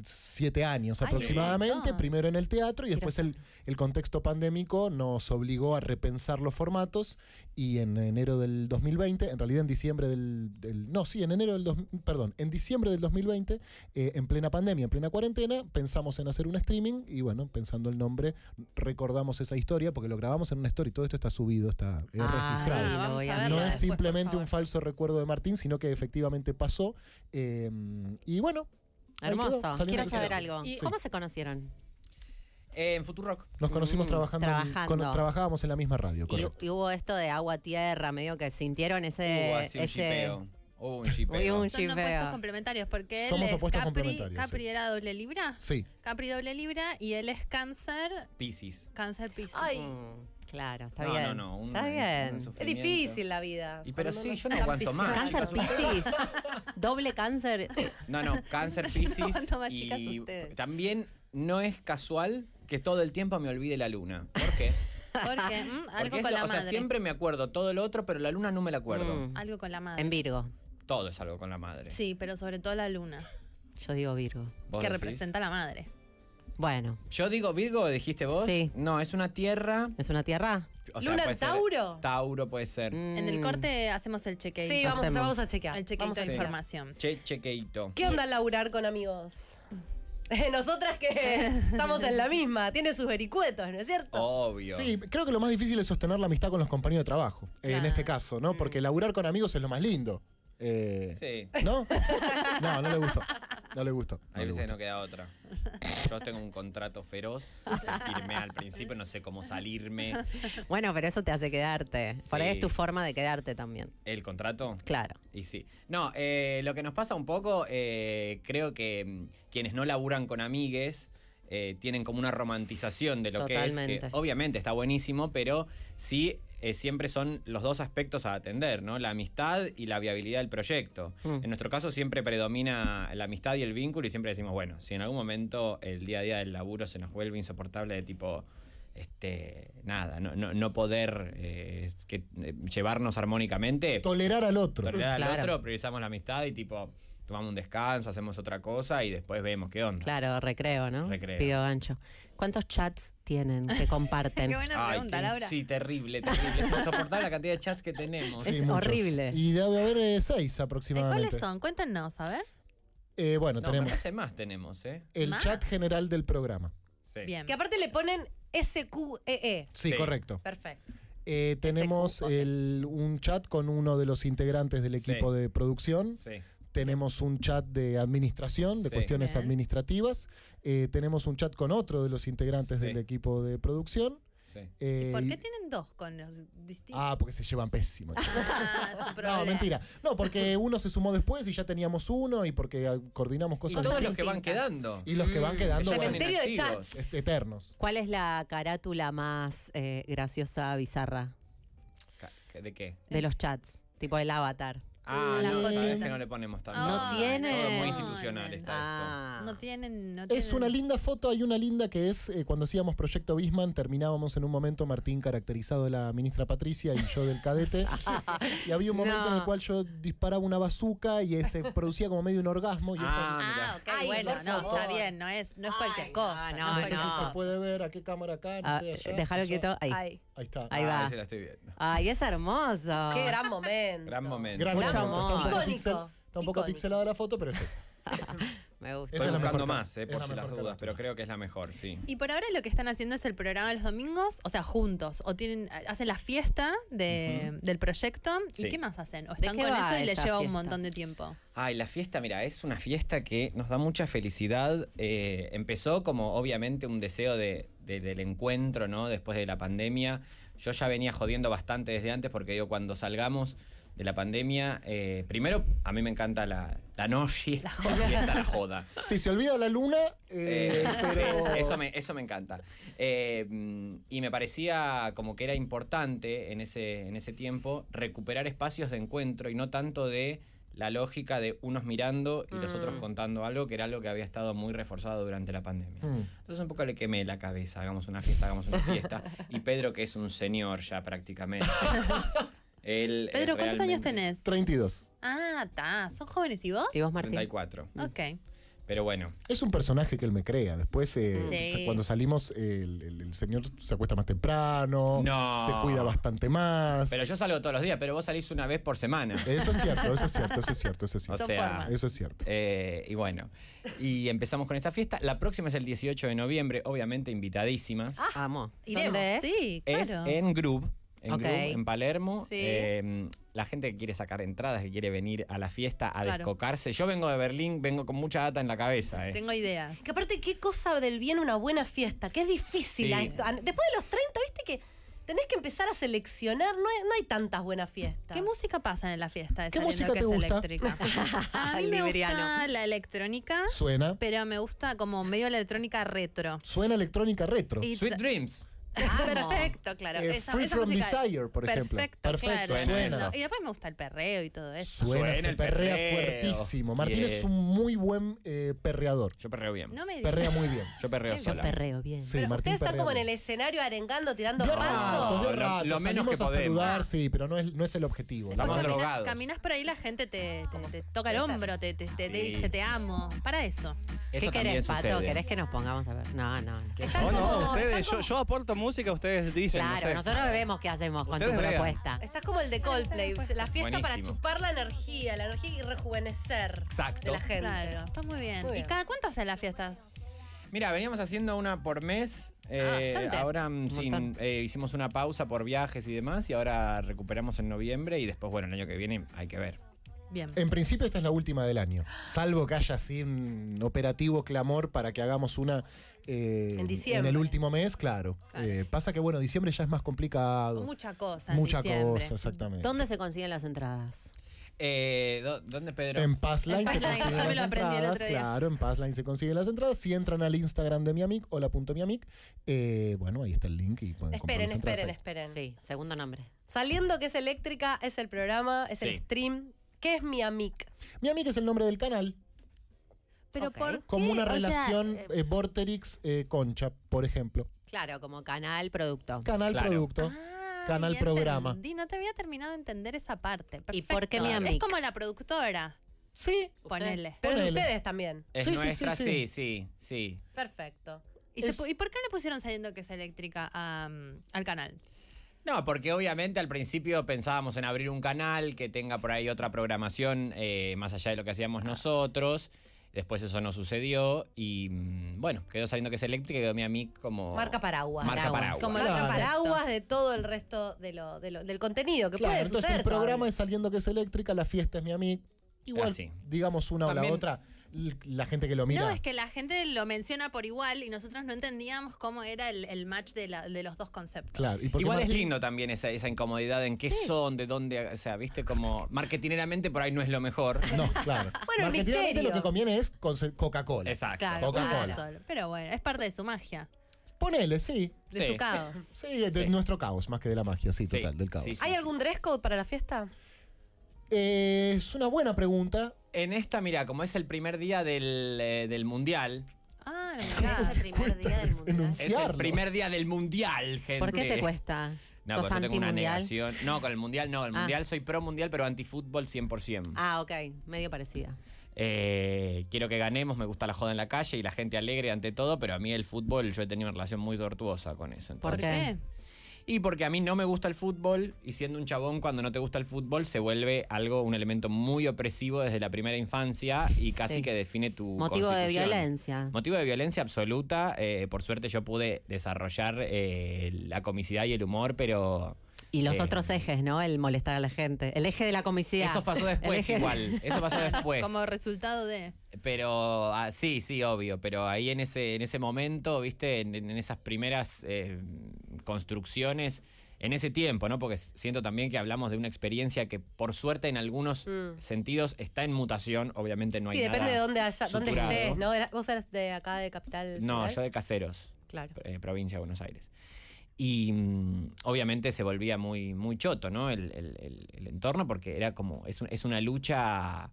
Speaker 7: siete años
Speaker 3: Ay,
Speaker 7: aproximadamente,
Speaker 3: montón.
Speaker 7: primero en el teatro y después el, el contexto pandémico nos obligó a repensar los formatos y en enero del 2020, en realidad en diciembre del, del- no, sí, en enero del dos- perdón, en diciembre del 2020, eh, en plena pandemia, en plena cuarentena, pensamos en hacer un streaming y bueno, pensando el nombre, recordamos esa historia porque lo grabamos en una story, todo esto está subido, está
Speaker 6: Eh,
Speaker 7: es
Speaker 4: Ah,
Speaker 7: registrado.
Speaker 3: Ah, vamos
Speaker 4: voy
Speaker 3: a
Speaker 4: a
Speaker 3: verla
Speaker 7: No
Speaker 4: mirar.
Speaker 7: es
Speaker 3: después, por
Speaker 7: simplemente un
Speaker 3: favor.
Speaker 7: falso recuerdo de Martín, sino que efectivamente pasó. eh, y bueno, ahí quedó,
Speaker 4: Hermoso.
Speaker 7: saliendo
Speaker 4: Quiero
Speaker 7: que
Speaker 4: saber
Speaker 7: quedó.
Speaker 4: algo.
Speaker 3: Y-
Speaker 4: ¿Cómo se conocieron?
Speaker 6: Eh, en Futurock.
Speaker 8: Nos conocimos
Speaker 4: Mm,
Speaker 8: trabajando. en-
Speaker 4: trabajando.
Speaker 8: con- trabajábamos en la misma radio,
Speaker 4: Y,
Speaker 8: correcto.
Speaker 4: y hubo esto de agua-tierra, medio que sintieron ese...
Speaker 6: Hubo así un
Speaker 4: ese
Speaker 6: chipeo. Hubo un chipeo.
Speaker 4: Hubo un
Speaker 3: Son opuestos
Speaker 4: chipeo.
Speaker 3: complementarios porque
Speaker 8: Somos
Speaker 3: él es
Speaker 8: opuestos
Speaker 3: Capri,
Speaker 8: complementarios,
Speaker 3: Capri
Speaker 8: sí.
Speaker 3: era doble libra,
Speaker 8: Sí.
Speaker 3: Capri doble libra y él es cáncer,
Speaker 6: Piscis.
Speaker 3: cáncer Piscis.
Speaker 2: Ay,
Speaker 4: Mm, Claro, está
Speaker 6: no,
Speaker 4: bien.
Speaker 6: no, no, un-
Speaker 4: está
Speaker 6: un
Speaker 4: bien.
Speaker 2: es
Speaker 6: sufrimiento.
Speaker 2: difícil la vida.
Speaker 6: Y pero
Speaker 2: Cuando
Speaker 6: sí,
Speaker 2: uno
Speaker 6: yo Ah, no
Speaker 2: está
Speaker 6: aguanto más.
Speaker 4: Cáncer
Speaker 6: chicas, ustedes-
Speaker 4: Piscis.
Speaker 6: *laughs*
Speaker 4: Doble cáncer.
Speaker 6: No, no, cáncer
Speaker 3: Yo no
Speaker 6: Piscis.
Speaker 3: aguanto más, chicas,
Speaker 6: y
Speaker 3: ustedes.
Speaker 6: también no es casual que todo el tiempo me olvide la luna. ¿Por qué?
Speaker 3: Porque mm, algo
Speaker 6: Porque
Speaker 3: con
Speaker 6: es-
Speaker 3: la
Speaker 6: o sea,
Speaker 3: madre.
Speaker 6: siempre me acuerdo todo lo otro, pero la luna no me la acuerdo.
Speaker 4: Mm.
Speaker 3: Algo con la madre.
Speaker 4: En Virgo.
Speaker 6: Todo es algo con la madre.
Speaker 3: Sí, pero sobre todo la luna,
Speaker 4: Yo digo Virgo.
Speaker 6: ¿Vos
Speaker 3: que
Speaker 6: decís?
Speaker 3: representa a la madre.
Speaker 4: Bueno,
Speaker 6: Yo digo Virgo, dijiste vos.
Speaker 4: Sí.
Speaker 6: No, es una tierra.
Speaker 4: ¿es una tierra?
Speaker 6: o sea,
Speaker 2: ¿Luna en
Speaker 6: puede ser-
Speaker 2: Tauro?
Speaker 6: Tauro puede ser.
Speaker 3: En el corte hacemos el chequeo.
Speaker 2: Sí, vamos, a hacer-
Speaker 4: Hacemos.
Speaker 2: vamos a chequear.
Speaker 3: el chequeo
Speaker 2: Vamos a
Speaker 3: de
Speaker 6: chequeito.
Speaker 2: chequear.
Speaker 3: información.
Speaker 6: Che, chequeito.
Speaker 2: ¿Qué onda laburar con amigos? *laughs* Nosotras que estamos en la misma, tiene sus vericuetos, ¿no es cierto?
Speaker 6: Obvio.
Speaker 8: Sí, creo que lo más difícil es sostener la amistad con los compañeros de trabajo, en
Speaker 3: Claro.
Speaker 8: este caso, ¿no? Porque laburar con amigos es lo más lindo. Eh,
Speaker 6: Sí.
Speaker 8: ¿No? No, no le gustó. No le gustó. no
Speaker 6: Hay
Speaker 8: le
Speaker 6: veces que
Speaker 8: gustó.
Speaker 6: no queda otra. Yo tengo un contrato feroz. que Firmé al principio, no sé cómo salirme.
Speaker 4: Bueno, pero eso te hace quedarte. Por ahí
Speaker 6: Sí.
Speaker 4: es tu forma de quedarte también.
Speaker 6: ¿El contrato?
Speaker 4: Claro.
Speaker 6: Y sí. No, eh, lo que nos pasa un poco, eh, creo que mm, quienes no laburan con amigues eh, tienen como una romantización de lo que es.
Speaker 4: Totalmente.
Speaker 6: Que obviamente está buenísimo, pero sí eh, siempre son los dos aspectos a atender, ¿no? La amistad y la viabilidad del proyecto.
Speaker 4: Mm.
Speaker 6: En nuestro caso siempre predomina la amistad y el vínculo y siempre decimos, bueno, si en algún momento el día a día del laburo se nos vuelve insoportable de tipo... Este, nada, no, no, no poder eh, es que, eh, llevarnos armónicamente,
Speaker 8: Tolerar al otro.
Speaker 6: prioridad al
Speaker 4: Claro.
Speaker 6: otro, priorizamos la amistad y tipo, tomamos un descanso, hacemos otra cosa y después vemos qué onda.
Speaker 4: Claro, recreo, ¿no?
Speaker 6: Recreo.
Speaker 4: Pido gancho. ¿Cuántos chats tienen que
Speaker 3: *laughs*
Speaker 4: comparten?
Speaker 3: Qué buena
Speaker 6: Ay,
Speaker 3: pregunta,
Speaker 6: qué-
Speaker 3: Laura.
Speaker 6: Sí, terrible, terrible. Es insoportable la cantidad de chats que tenemos.
Speaker 4: Es
Speaker 8: muchos.
Speaker 4: horrible.
Speaker 8: Y debe haber eh, seis
Speaker 3: Eh,
Speaker 8: aproximadamente.
Speaker 3: ¿Cuáles son? Cuéntenos, a ver.
Speaker 8: Eh, bueno,
Speaker 6: no, me
Speaker 8: tenemos
Speaker 6: parece más tenemos, ¿eh?
Speaker 8: el
Speaker 3: Más.
Speaker 8: chat general del programa.
Speaker 6: Sí.
Speaker 3: Bien.
Speaker 2: Que aparte le ponen SQEE.
Speaker 8: Sí,
Speaker 6: Sí.
Speaker 8: correcto.
Speaker 2: E. Perfecto.
Speaker 8: Eh, tenemos
Speaker 2: SQ, ok.
Speaker 8: el- un chat con uno de los integrantes del
Speaker 6: Sí.
Speaker 8: equipo de producción.
Speaker 6: Sí.
Speaker 8: Tenemos un chat de administración, de
Speaker 6: Sí.
Speaker 8: cuestiones
Speaker 3: Bien.
Speaker 8: administrativas. Eh, tenemos un chat con otro de los integrantes
Speaker 6: Sí.
Speaker 8: del equipo de producción.
Speaker 6: sí.
Speaker 8: Eh,
Speaker 3: ¿Por
Speaker 8: y-
Speaker 3: qué tienen dos con los distintos?
Speaker 8: Ah, porque se llevan pésimo. chicos.
Speaker 3: Ah, su
Speaker 8: No,
Speaker 3: problema.
Speaker 8: mentira. No,
Speaker 3: *laughs*
Speaker 8: porque uno se sumó después y ya teníamos uno y porque ah, coordinamos
Speaker 6: Y
Speaker 8: cosas.
Speaker 6: todos los
Speaker 8: distintas.
Speaker 6: que van quedando.
Speaker 8: Y los que van quedando
Speaker 6: Ellos son
Speaker 8: bueno,
Speaker 2: Cementerio de
Speaker 6: inactivos.
Speaker 2: chats.
Speaker 8: es- eternos.
Speaker 4: ¿Cuál es la carátula más eh, graciosa, bizarra
Speaker 6: Ca- ¿De qué?
Speaker 4: de los chats? Tipo el avatar.
Speaker 6: Ah,
Speaker 3: La
Speaker 6: no, sabes
Speaker 3: fotita.
Speaker 6: que no le ponemos tanto.
Speaker 3: No
Speaker 6: Todo
Speaker 4: tienen.
Speaker 6: muy institucional está
Speaker 4: Ah,
Speaker 3: No tienen, no
Speaker 8: Es
Speaker 3: tienen-
Speaker 8: una linda foto, hay una linda que es eh, cuando hacíamos Proyecto Bisman, terminábamos en un momento Martín caracterizado de la ministra Patricia y yo del
Speaker 4: *laughs*
Speaker 8: cadete. y había un momento en el
Speaker 4: No.
Speaker 8: cual yo disparaba una bazuca y eh, se
Speaker 4: *laughs*
Speaker 8: producía como medio un orgasmo. Y esto-
Speaker 6: Ah,
Speaker 3: Ah,
Speaker 6: mirá.
Speaker 3: ok,
Speaker 2: Ay,
Speaker 3: bueno,
Speaker 2: por
Speaker 3: no, está
Speaker 2: favor.
Speaker 3: bien, no es, no es cualquier
Speaker 4: Ay,
Speaker 3: cosa.
Speaker 4: no,
Speaker 3: no es
Speaker 4: no,
Speaker 8: no sé
Speaker 3: cualquier
Speaker 4: no.
Speaker 8: si
Speaker 3: cosa.
Speaker 8: se puede ver, a qué cámara acá, no
Speaker 4: Ah,
Speaker 8: sé, allá,
Speaker 4: déjalo
Speaker 8: allá.
Speaker 4: quieto. Ahí.
Speaker 2: Ay,
Speaker 8: Ahí está.
Speaker 4: Ahí
Speaker 6: Ah,
Speaker 4: va.
Speaker 6: ese la estoy viendo.
Speaker 4: Ay, es hermoso.
Speaker 2: qué gran momento.
Speaker 6: Gran momento.
Speaker 8: Gran
Speaker 4: Mucho
Speaker 8: momento.
Speaker 4: amor.
Speaker 8: Está un poco,
Speaker 2: Icónico.
Speaker 8: pixel- está un poco
Speaker 2: Icónico.
Speaker 8: pixelada la foto, pero es
Speaker 4: *laughs*
Speaker 8: esa.
Speaker 4: Me gusta.
Speaker 8: Esa
Speaker 6: Estoy buscando
Speaker 8: es la mejor cara-
Speaker 6: más, eh,
Speaker 8: es
Speaker 6: por
Speaker 8: la
Speaker 6: si las
Speaker 8: mejor
Speaker 6: dudas,
Speaker 8: carátula.
Speaker 6: pero creo que es la mejor, sí.
Speaker 3: Y por ahora lo que están haciendo es el programa los domingos, o sea, juntos, o tienen hacen la fiesta de- del proyecto.
Speaker 6: Sí.
Speaker 3: ¿Y qué más hacen? O están
Speaker 4: qué
Speaker 3: con
Speaker 4: va
Speaker 3: eso y les
Speaker 4: esa
Speaker 3: lleva un
Speaker 4: fiesta?
Speaker 3: montón de tiempo.
Speaker 6: Ay, la fiesta, mira, es una fiesta que nos da mucha felicidad. Eh, empezó como obviamente un deseo de, de- del encuentro, ¿no? Después de la pandemia. Yo ya venía jodiendo bastante desde antes porque digo, cuando salgamos de la pandemia, eh, primero, a mí me encanta la, la noche, la, *laughs* fiesta, la joda.
Speaker 8: Si se olvida la luna,
Speaker 4: *laughs*
Speaker 6: Eh,
Speaker 8: eh, *laughs* pero...
Speaker 6: sí, eso, me, eso me encanta. Eh, mm, y me parecía como que era importante en ese, en ese tiempo recuperar espacios de encuentro y no tanto de la lógica de unos mirando y los
Speaker 8: Mm.
Speaker 6: otros contando algo, que era algo que había estado muy reforzado durante la pandemia.
Speaker 8: Mm.
Speaker 6: Entonces un poco le quemé la cabeza, hagamos una fiesta, hagamos una
Speaker 8: *laughs*
Speaker 6: fiesta. Y Pedro, que es un señor ya prácticamente. él, eh,
Speaker 3: Pedro, ¿cuántos años
Speaker 6: realmente-
Speaker 3: tenés?
Speaker 8: 32.
Speaker 3: Ah, ta, son jóvenes y vos.
Speaker 4: ¿Y vos, Martín?
Speaker 6: 34.
Speaker 3: Ok.
Speaker 6: Pero bueno,
Speaker 8: Es un personaje que él me crea. Después, eh,
Speaker 3: Sí.
Speaker 8: se- cuando salimos, eh, el, el- el señor se acuesta más temprano,
Speaker 6: No.
Speaker 8: se cuida bastante más.
Speaker 6: pero yo salgo todos los días, pero vos salís una vez por semana.
Speaker 8: Eso es cierto, eso es cierto, eso es cierto, eso es
Speaker 6: O
Speaker 8: cierto.
Speaker 6: sea,
Speaker 8: eso es cierto.
Speaker 6: Eh, y bueno, y empezamos con esa fiesta. La próxima es el 18 de noviembre, obviamente invitadísimas.
Speaker 4: Amo.
Speaker 2: Iremos.
Speaker 4: Ah. ¿Dónde es?
Speaker 6: E.
Speaker 3: Sí, claro.
Speaker 6: Es en Groove, en,
Speaker 4: Ok.
Speaker 6: Grub, en Palermo.
Speaker 3: Sí.
Speaker 6: Eh, la gente que quiere sacar entradas, que quiere venir a la fiesta, a
Speaker 3: Claro.
Speaker 6: descocarse. Yo vengo de Berlín, vengo con mucha data en la cabeza. eh.
Speaker 3: Tengo ideas.
Speaker 2: Que aparte, qué cosa del bien una buena fiesta, que es difícil.
Speaker 6: Sí.
Speaker 2: a esto. A- Después de los 30, viste que tenés que empezar a seleccionar, no hay, no hay tantas buenas fiestas.
Speaker 3: ¿Qué música pasa en la fiesta? de
Speaker 8: ¿Qué
Speaker 3: Saliendo
Speaker 8: música
Speaker 3: que
Speaker 8: te
Speaker 3: es *laughs*
Speaker 8: gusta?
Speaker 3: eléctrica? A mí me gusta
Speaker 4: Libriano.
Speaker 3: la electrónica,
Speaker 8: Suena.
Speaker 3: pero me gusta como medio la electrónica retro.
Speaker 8: Suena electrónica retro.
Speaker 3: Y-
Speaker 6: Sweet Dreams.
Speaker 3: *laughs* Perfecto, claro.
Speaker 8: Eh,
Speaker 3: esa-
Speaker 8: Free
Speaker 3: esa
Speaker 8: From
Speaker 3: música-
Speaker 8: Desire, por ejemplo.
Speaker 3: Perfecto,
Speaker 8: Perfecto,
Speaker 3: claro.
Speaker 6: suena.
Speaker 3: No, Y después me gusta el perreo y todo eso.
Speaker 8: Suena,
Speaker 6: Suena
Speaker 8: se
Speaker 6: el
Speaker 8: perrea
Speaker 6: perreo.
Speaker 8: fuertísimo. Martín
Speaker 6: Yeah.
Speaker 8: es un muy buen eh, perreador.
Speaker 6: Yo perreo bien.
Speaker 3: No me digas.
Speaker 8: Perrea
Speaker 3: *laughs*
Speaker 8: muy bien.
Speaker 6: Yo perreo
Speaker 4: Yo
Speaker 6: sola.
Speaker 4: perreo bien.
Speaker 8: Sí,
Speaker 2: Pero
Speaker 8: Martín
Speaker 2: ustedes están
Speaker 8: perrea
Speaker 2: como en
Speaker 8: bien.
Speaker 2: el escenario arengando, tirando
Speaker 8: De
Speaker 2: pasos.
Speaker 8: ratos, de
Speaker 6: No, lo-
Speaker 8: ratos.
Speaker 6: lo menos
Speaker 8: Salimos
Speaker 6: que
Speaker 8: a
Speaker 6: podemos.
Speaker 8: saludar, sí, pero no es, no es el objetivo.
Speaker 3: Después
Speaker 6: Estamos
Speaker 8: ¿no?
Speaker 3: caminás-
Speaker 6: drogados.
Speaker 3: Caminás por ahí, la gente te, te- te toca el hombro, te, te, te- te
Speaker 6: Sí.
Speaker 3: dice te amo. Para eso.
Speaker 6: Eso
Speaker 4: ¿Qué
Speaker 6: también
Speaker 4: querés, Pato?
Speaker 6: sucede.
Speaker 4: ¿Querés que nos pongamos a ver? No, no.
Speaker 9: No, no, ustedes, yo, yo aporto música, ustedes dicen.
Speaker 4: Claro,
Speaker 9: no sé.
Speaker 4: nosotros vemos qué hacemos con tu
Speaker 9: Ustedes vean.
Speaker 4: propuesta.
Speaker 2: Estás como el de Coldplay,
Speaker 3: pues.
Speaker 2: la fiesta para
Speaker 6: Buenísimo.
Speaker 2: chupar la energía, la energía y rejuvenecer
Speaker 6: Exacto.
Speaker 2: de la gente.
Speaker 3: Claro, está muy bien.
Speaker 2: Muy
Speaker 3: ¿Y
Speaker 2: bien.
Speaker 3: cada cuánto haces las fiestas?
Speaker 6: Mira, veníamos haciendo una por mes. eh,
Speaker 3: bastante.
Speaker 6: ahora mm,
Speaker 4: Un
Speaker 6: sin-
Speaker 4: montón.
Speaker 6: eh, hicimos una pausa por viajes y demás y ahora recuperamos en noviembre y después, bueno, el año que viene hay que ver.
Speaker 3: Bien.
Speaker 8: En principio esta es la última del año, salvo que haya así un operativo clamor para que hagamos una eh,
Speaker 2: En diciembre.
Speaker 8: el último mes, claro. Eh, pasa que bueno, diciembre ya es más complicado.
Speaker 3: Mucha cosa. en
Speaker 8: Mucha
Speaker 3: diciembre.
Speaker 8: cosa, exactamente.
Speaker 4: ¿Dónde se consiguen las entradas?
Speaker 6: Eh, ¿dó- ¿Dónde Pedro?
Speaker 8: En Passline
Speaker 3: En
Speaker 8: se
Speaker 3: Passline,
Speaker 8: consiguen
Speaker 3: yo me
Speaker 8: las
Speaker 3: lo aprendí el
Speaker 8: entradas.
Speaker 3: otro día.
Speaker 8: Claro, en Passline se consiguen las entradas. Si entran al Instagram de mi amic, hola.miamic, eh, bueno, ahí está el link y pueden comprar
Speaker 2: Esperen,
Speaker 8: las entradas
Speaker 2: esperen,
Speaker 8: ahí.
Speaker 2: esperen.
Speaker 4: Sí, segundo nombre.
Speaker 2: Saliendo que es eléctrica, es el programa, es el
Speaker 6: Sí.
Speaker 2: stream. ¿Qué es mi amic?
Speaker 8: Mi amic es el nombre del canal,
Speaker 3: Pero
Speaker 4: Ok.
Speaker 3: por
Speaker 8: como
Speaker 3: qué?
Speaker 8: una
Speaker 3: O sea,
Speaker 8: relación
Speaker 3: eh,
Speaker 8: eh, Vorterix eh, Concha, por ejemplo.
Speaker 4: Claro, como canal, producto.
Speaker 8: Canal
Speaker 6: Claro.
Speaker 8: producto,
Speaker 3: ah,
Speaker 8: canal
Speaker 3: ya
Speaker 8: programa.
Speaker 3: entendí, no te había terminado de entender esa parte.
Speaker 4: ¿Y por qué
Speaker 3: Perfecto.
Speaker 4: mi
Speaker 3: Es
Speaker 4: amic?
Speaker 3: como la productora.
Speaker 8: Sí,
Speaker 3: Ponele.
Speaker 2: Pero es de
Speaker 8: Ponele.
Speaker 2: ustedes también.
Speaker 6: Es
Speaker 8: Sí, sí, sí,
Speaker 6: nuestra,
Speaker 8: sí.
Speaker 6: sí, sí, sí.
Speaker 2: Perfecto.
Speaker 3: ¿Y, se
Speaker 8: Es-
Speaker 3: pu- y por qué le pusieron saliendo que es eléctrica a, um, al canal?
Speaker 6: No, porque obviamente al principio pensábamos en abrir un canal que tenga por ahí otra programación eh, más allá de lo que hacíamos nosotros. Después eso no sucedió y mm, bueno, quedó saliendo que es eléctrica y quedó mi amic como...
Speaker 2: Marca paraguas.
Speaker 6: Marca
Speaker 4: Paraguas.
Speaker 6: paraguas.
Speaker 2: Como
Speaker 3: Claro.
Speaker 2: marca paraguas de todo el resto de lo, de lo- del contenido que
Speaker 8: claro.
Speaker 2: puede
Speaker 8: Entonces
Speaker 2: suceder.
Speaker 8: el programa
Speaker 2: todavía.
Speaker 8: es saliendo que es eléctrica, la fiesta es mi amic. Igual,
Speaker 6: Así.
Speaker 8: digamos una o
Speaker 6: También-
Speaker 8: la otra, l- la gente que lo mira.
Speaker 3: No, es que la gente lo menciona por igual y nosotros no entendíamos cómo era el, el match de, la- de los dos conceptos.
Speaker 8: Claro, y porque
Speaker 6: Igual es
Speaker 8: Martín-
Speaker 6: lindo también esa, esa incomodidad en qué son, de dónde, o sea, viste, como marketineramente por ahí no es lo mejor.
Speaker 8: No, claro.
Speaker 2: Bueno, el
Speaker 8: Marketingamente lo
Speaker 2: misterio.
Speaker 8: que conviene es conce- Coca-Cola.
Speaker 6: Exacto.
Speaker 3: Claro,
Speaker 8: Coca-Cola.
Speaker 3: claro, solo. Pero bueno, es parte de su magia,
Speaker 8: Ponele, sí.
Speaker 3: de
Speaker 6: Sí.
Speaker 3: su
Speaker 8: *laughs*
Speaker 3: caos.
Speaker 8: Sí, de
Speaker 6: Sí.
Speaker 8: nuestro caos, más que de la magia, sí,
Speaker 6: Sí,
Speaker 8: total, del caos.
Speaker 6: sí, sí.
Speaker 2: ¿Hay algún dress code para la fiesta?
Speaker 8: Eh, es una buena pregunta.
Speaker 6: En esta, mira, como es el primer día del, eh, del mundial,
Speaker 3: Ah, no, claro.
Speaker 4: el primer día del mundial.
Speaker 6: es el
Speaker 8: Enunciarlo.
Speaker 6: primer día del mundial, gente.
Speaker 4: ¿Por qué te cuesta?
Speaker 6: Eh, No,
Speaker 4: ¿Sos
Speaker 6: porque yo tengo una
Speaker 4: antimundial?
Speaker 6: negación. No, con el mundial no, el
Speaker 4: Ah.
Speaker 6: mundial soy pro mundial, pero antifútbol 100%.
Speaker 4: Ah, ok, medio parecida.
Speaker 6: Eh, quiero que ganemos, me gusta la joda en la calle y la gente alegre ante todo, pero a mí el fútbol, yo he tenido una relación muy tortuosa con eso.
Speaker 4: ¿Por
Speaker 6: entonces-
Speaker 4: qué?
Speaker 6: Y porque a mí no me gusta el fútbol, y siendo un chabón, cuando no te gusta el fútbol, se vuelve algo, un elemento muy opresivo desde la primera infancia y casi
Speaker 4: Sí.
Speaker 6: que define tu.
Speaker 4: Motivo de
Speaker 6: Uh, constitución.
Speaker 4: violencia.
Speaker 6: Motivo de violencia absoluta. eh, por suerte yo pude desarrollar eh, la comicidad y el humor, pero.
Speaker 4: Y los
Speaker 6: eh,
Speaker 4: otros ejes, ¿no? El molestar a la gente. El eje de la comicidad.
Speaker 6: Eso pasó
Speaker 4: ah, *laughs* El
Speaker 6: después
Speaker 4: eje-
Speaker 6: igual.
Speaker 4: *laughs*
Speaker 6: Eso pasó después.
Speaker 3: Como resultado de.
Speaker 6: Pero ah, sí, sí, obvio. Pero ahí en ese, en ese momento, viste, en, en esas primeras eh, construcciones, en ese tiempo, ¿no? Porque siento también que hablamos de una experiencia que, por suerte, en algunos
Speaker 2: Mm.
Speaker 6: sentidos está en mutación. Obviamente no
Speaker 2: sí,
Speaker 6: hay
Speaker 2: depende de
Speaker 6: nada
Speaker 2: dónde, haya, dónde
Speaker 6: suturado.
Speaker 2: estés, ¿no? Era- Vos eres de acá, de Capital.
Speaker 6: No,
Speaker 2: Federal.
Speaker 6: yo de Caseros,
Speaker 2: Claro.
Speaker 6: eh, provincia de Buenos Aires. Y mm, obviamente se volvía muy, muy choto, ¿no? El, el- el- el entorno, porque era como. Es, un- es una lucha.